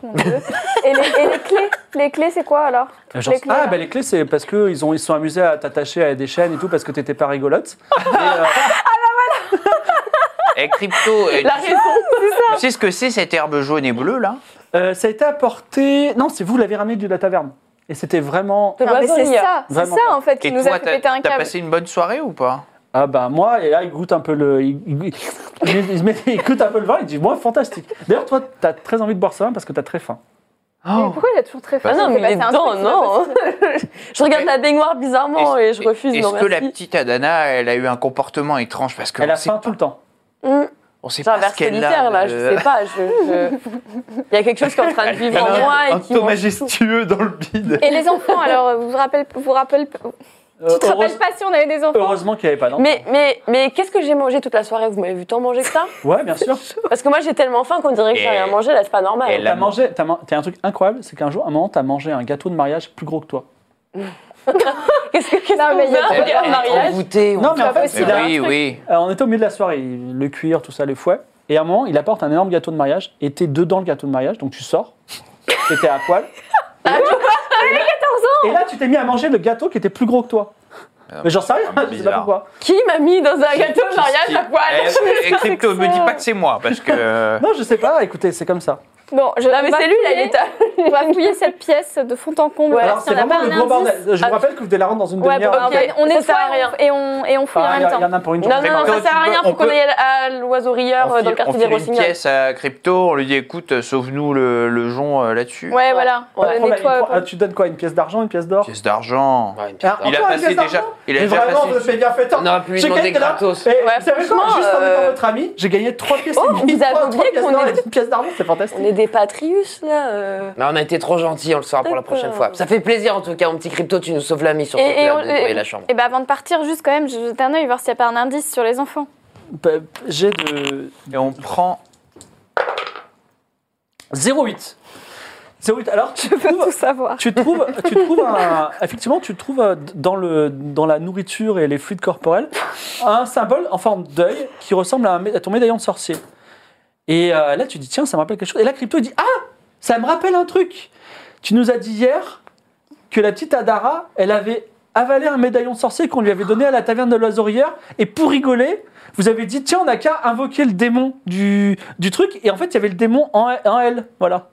Speaker 3: et, les, et les clés Les clés, c'est quoi alors
Speaker 1: Euh, j'en sais-
Speaker 3: clés,
Speaker 1: ah,
Speaker 3: là.
Speaker 1: bah, les clés, c'est parce qu'ils ils se sont amusés à t'attacher à des chaînes et tout parce que t'étais pas rigolote. Et, euh,
Speaker 4: Et crypto. et-
Speaker 5: la réponse.
Speaker 4: Tu sais ce que c'est cette herbe jaune et bleue là
Speaker 1: euh, ça a été apporté. Non, c'est vous l'avez ramené de la taverne. Et c'était vraiment.
Speaker 5: de
Speaker 3: Ah, mais
Speaker 5: l'oiseau
Speaker 3: c'est
Speaker 5: hier.
Speaker 3: ça, c'est
Speaker 1: Vraiment
Speaker 3: ça
Speaker 1: pas.
Speaker 3: en fait qui
Speaker 4: Et
Speaker 3: nous
Speaker 4: toi,
Speaker 3: a fait
Speaker 4: t'as
Speaker 3: péter un
Speaker 4: t'as
Speaker 3: câble.
Speaker 4: passé une bonne soirée ou pas
Speaker 1: Ah, bah, moi, et là, il goûte un peu le. Il, il- il- il se met- il goûte un peu le vin, il dit, moi, fantastique. D'ailleurs, toi, t'as très envie de boire ce vin parce que t'as très faim.
Speaker 4: Oh.
Speaker 3: Mais pourquoi il a toujours très faim
Speaker 5: Ah non,
Speaker 3: Il
Speaker 5: mais
Speaker 3: s'est
Speaker 5: il est
Speaker 3: passé un
Speaker 5: dedans,
Speaker 3: truc, c'est pas
Speaker 5: non.
Speaker 3: possible.
Speaker 5: je regarde la baignoire bizarrement et je refuse,
Speaker 4: Est-ce
Speaker 5: non
Speaker 4: que la
Speaker 5: merci.
Speaker 4: petite Adana, elle a eu un comportement étrange parce que
Speaker 1: Elle
Speaker 4: on
Speaker 1: a
Speaker 4: sait
Speaker 1: faim tout le temps.
Speaker 5: Hmm.
Speaker 4: On sait
Speaker 5: J'ai un
Speaker 4: pas
Speaker 5: verre
Speaker 4: ce qu'elle
Speaker 5: solitaire
Speaker 4: a. euh,
Speaker 5: là, je sais pas. je- je- Il y a quelque chose qui est en train de vivre en moi et qui. m'en-
Speaker 4: majestueux dans le bide.
Speaker 3: Et les enfants alors Vous vous rappelez, vous rappelez, Tu te rappelles pas si on avait des enfants
Speaker 1: Heureusement qu'il n'y avait pas, non
Speaker 5: Mais, mais, mais qu'est-ce que j'ai mangé toute la soirée Vous m'avez vu tant manger que ça
Speaker 1: Ouais, bien sûr.
Speaker 5: Parce que moi j'ai tellement faim qu'on dirait que j'ai
Speaker 4: Et-
Speaker 5: rien mangé, là c'est pas normal.
Speaker 4: Et
Speaker 5: hein.
Speaker 4: la-
Speaker 1: T'as mangé, t'as man- t'as un truc incroyable, c'est qu'un jour, à un moment, t'as mangé un gâteau de mariage plus gros que toi.
Speaker 5: Qu'est-ce que qu'est-ce
Speaker 3: Non,
Speaker 5: qu'on
Speaker 3: mais il y a
Speaker 5: veut
Speaker 3: pas
Speaker 5: un gars en
Speaker 3: de-
Speaker 5: mariage
Speaker 2: Envoûté, on-
Speaker 1: Non, mais en fait,
Speaker 3: possible.
Speaker 1: il a-
Speaker 4: Eh oui, oui.
Speaker 1: euh, on était au milieu de la soirée, il- le cuir, tout ça, les fouets. Et à un moment, il apporte un énorme gâteau de mariage, et t'es dedans le gâteau de mariage, donc tu sors, t'étais à poil. Et là, tu t'es mis à manger le gâteau qui était plus gros que toi. Mais j'en sais rien,
Speaker 4: Ah,
Speaker 1: je sais pas
Speaker 4: bizarre.
Speaker 1: pourquoi.
Speaker 5: Qui m'a mis dans un gâteau de mariage à poil
Speaker 4: Eh, Et, et Crypto, me dis pas que c'est moi, parce que.
Speaker 1: Non, je sais pas, écoutez, c'est comme ça.
Speaker 3: Bon, je
Speaker 5: Ah mais
Speaker 3: on va
Speaker 5: c'est lui là, il
Speaker 3: fouiller-
Speaker 5: est à...
Speaker 3: On va fouiller cette pièce de fond en comble.
Speaker 5: Ouais,
Speaker 3: voir
Speaker 1: Alors,
Speaker 3: si on
Speaker 1: c'est
Speaker 3: n'a
Speaker 1: vraiment
Speaker 3: pas
Speaker 1: le
Speaker 3: un
Speaker 1: gros
Speaker 3: indice.
Speaker 1: bordel. Je vous
Speaker 5: Ah.
Speaker 1: rappelle que vous devez la rendre dans une
Speaker 3: Ouais, bon,
Speaker 1: demi-heure.
Speaker 3: bah,
Speaker 5: Ok,
Speaker 3: on- on
Speaker 5: ça
Speaker 3: est
Speaker 5: sert à
Speaker 3: fouille
Speaker 5: rien.
Speaker 3: et on, et on
Speaker 1: Enfin,
Speaker 3: fouille en
Speaker 1: il y,
Speaker 3: même
Speaker 1: a- il y
Speaker 3: temps.
Speaker 1: en a pour une
Speaker 5: Non,
Speaker 1: journée.
Speaker 5: non, non, ça
Speaker 4: Crypto,
Speaker 5: sert à
Speaker 4: tu
Speaker 5: rien,
Speaker 4: peux-
Speaker 5: faut
Speaker 4: on
Speaker 5: qu'on
Speaker 4: peut-
Speaker 5: aille à l'oiseau-rieur
Speaker 4: on
Speaker 5: euh, dans
Speaker 4: file-
Speaker 5: le quartier
Speaker 4: on
Speaker 5: des
Speaker 4: file une
Speaker 5: Rossignols.
Speaker 4: pièce à Crypto, on lui dit écoute, euh, sauve-nous le, le jonc euh, là-dessus.
Speaker 3: Ouais, voilà.
Speaker 5: Pas de
Speaker 1: Prends la-
Speaker 3: Nettoie-
Speaker 1: ah, tu donnes quoi Une pièce d'argent, une pièce d'or
Speaker 4: Pièce d'argent.
Speaker 2: Ouais, une pièce
Speaker 1: Ah,
Speaker 2: d'or.
Speaker 4: Il a
Speaker 1: encore une
Speaker 4: passé
Speaker 1: pièce
Speaker 4: déjà-
Speaker 1: d'argent
Speaker 4: il a
Speaker 1: Mais
Speaker 4: déjà
Speaker 1: vraiment,
Speaker 4: passé-
Speaker 1: le fait bien fait.
Speaker 2: On aurait pu lui
Speaker 1: J'ai
Speaker 2: demander
Speaker 1: gagné là.
Speaker 2: gratos.
Speaker 1: Et
Speaker 5: Ouais,
Speaker 1: vous savez quoi
Speaker 5: franchement,
Speaker 1: Juste en étant
Speaker 5: euh,
Speaker 1: votre ami, j'ai gagné 3 pièces
Speaker 5: oh,
Speaker 1: et demi.
Speaker 5: vous
Speaker 1: Trois-
Speaker 5: avez
Speaker 1: trois
Speaker 5: oublié
Speaker 1: pièces
Speaker 5: qu'on
Speaker 1: d'or
Speaker 5: est-
Speaker 1: et une pièce d'argent, c'est
Speaker 5: On
Speaker 1: fantastique.
Speaker 5: est des Patrius là. euh.
Speaker 2: Mais on a été trop gentils, on le saura pour la prochaine
Speaker 5: D'accord.
Speaker 2: fois. Ça fait plaisir en tout cas, mon petit crypto, tu nous sauves la mise sur
Speaker 3: Et-
Speaker 2: ce
Speaker 3: et
Speaker 2: plan
Speaker 3: on-
Speaker 2: de nettoyer
Speaker 3: et-
Speaker 2: la chambre.
Speaker 3: Et bah avant de partir, juste quand même, je jette un œil, voir s'il n'y a pas un indice sur les enfants.
Speaker 1: Bah, J'ai de
Speaker 4: Et on prend.
Speaker 1: 0,8. 0,8. Alors, tu
Speaker 3: Je veux
Speaker 1: trouves,
Speaker 3: tout savoir.
Speaker 1: tu trouves, tu trouves un- effectivement, tu trouves euh, dans, le, dans la nourriture et les fluides corporels un symbole en forme d'œil qui ressemble à, un mé- à ton médaillon de sorcier. Et euh, là, tu dis, tiens, ça me rappelle quelque chose. Et là, Crypto il dit, ah, ça me rappelle un truc. Tu nous as dit hier que la petite Adara, elle avait avalé un médaillon de sorcier qu'on lui avait donné à la taverne de l'Oiseaurière. Et pour rigoler, vous avez dit, tiens, on n'a qu'à invoquer le démon du, du truc. Et en fait, il y avait le démon en, en elle. Voilà.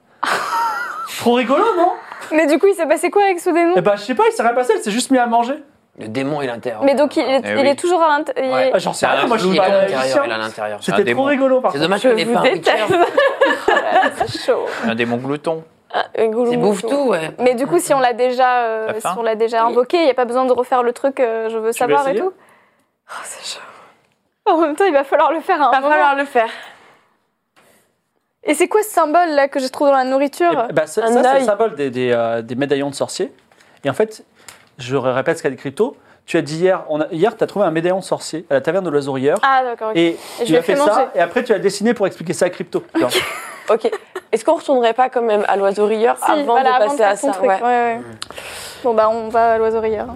Speaker 1: Trop rigolo, non
Speaker 3: Mais du coup, il s'est passé quoi avec ce démon
Speaker 1: eh ben, je sais pas, il s'est rien passé, elle s'est juste mis à manger.
Speaker 2: Le démon est l'intérieur.
Speaker 3: Mais donc, il est,
Speaker 4: Eh
Speaker 3: il
Speaker 4: oui.
Speaker 3: est toujours à l'intérieur.
Speaker 2: Ouais.
Speaker 1: Ah, J'en sais rien, moi je suis
Speaker 2: Il est
Speaker 1: pas
Speaker 2: à l'intérieur,
Speaker 1: magicien.
Speaker 2: il est à l'intérieur.
Speaker 4: un
Speaker 1: C'était trop
Speaker 4: démon.
Speaker 1: rigolo par
Speaker 2: C'est
Speaker 1: contre.
Speaker 2: dommage
Speaker 5: Je
Speaker 2: qu'on ait pas
Speaker 5: vous
Speaker 2: un
Speaker 5: déteste.
Speaker 2: Witcher.
Speaker 3: C'est chaud.
Speaker 4: Un démon glouton.
Speaker 5: Ah, un goulou
Speaker 2: C'est bouffe tout, ouais.
Speaker 3: Mais du coup, si on l'a déjà, euh,
Speaker 4: T'as
Speaker 3: si
Speaker 4: faim
Speaker 3: on l'a déjà invoqué, il n'y a pas besoin de refaire le truc. euh, je veux
Speaker 1: veux
Speaker 3: savoir et
Speaker 1: essayer
Speaker 3: tout. Oh, c'est chaud. En même temps, il va falloir le faire. à un
Speaker 5: Va
Speaker 3: moment.
Speaker 5: falloir le faire.
Speaker 3: Et c'est quoi ce symbole là que je trouve dans la nourriture
Speaker 1: Eh ben, ça,
Speaker 5: Un
Speaker 1: ça, c'est le
Speaker 5: œil.
Speaker 1: symbole des, des, euh, des médaillons de sorcier. Et en fait, je répète ce qu'a dit Crypto. Tu as dit hier, on a, hier, t'as trouvé un médaillon de sorcier à la taverne de l'Oiseaurière.
Speaker 3: Ah d'accord. ok.
Speaker 1: Et,
Speaker 3: Et je
Speaker 1: tu
Speaker 3: l'ai
Speaker 1: as fait
Speaker 3: fait
Speaker 1: ça,
Speaker 3: manger.
Speaker 1: et après tu as dessiné pour expliquer ça à Crypto. tu vois.
Speaker 5: Ok. Est-ce qu'on retournerait pas quand même à l'oiseau-rieur
Speaker 3: Si,
Speaker 5: avant
Speaker 3: voilà,
Speaker 5: de
Speaker 3: avant
Speaker 5: passer
Speaker 3: faire
Speaker 5: à
Speaker 3: son
Speaker 5: ça
Speaker 3: truc,
Speaker 5: ouais.
Speaker 3: ouais, ouais. Bon bah on va à l'oiseau-rieur.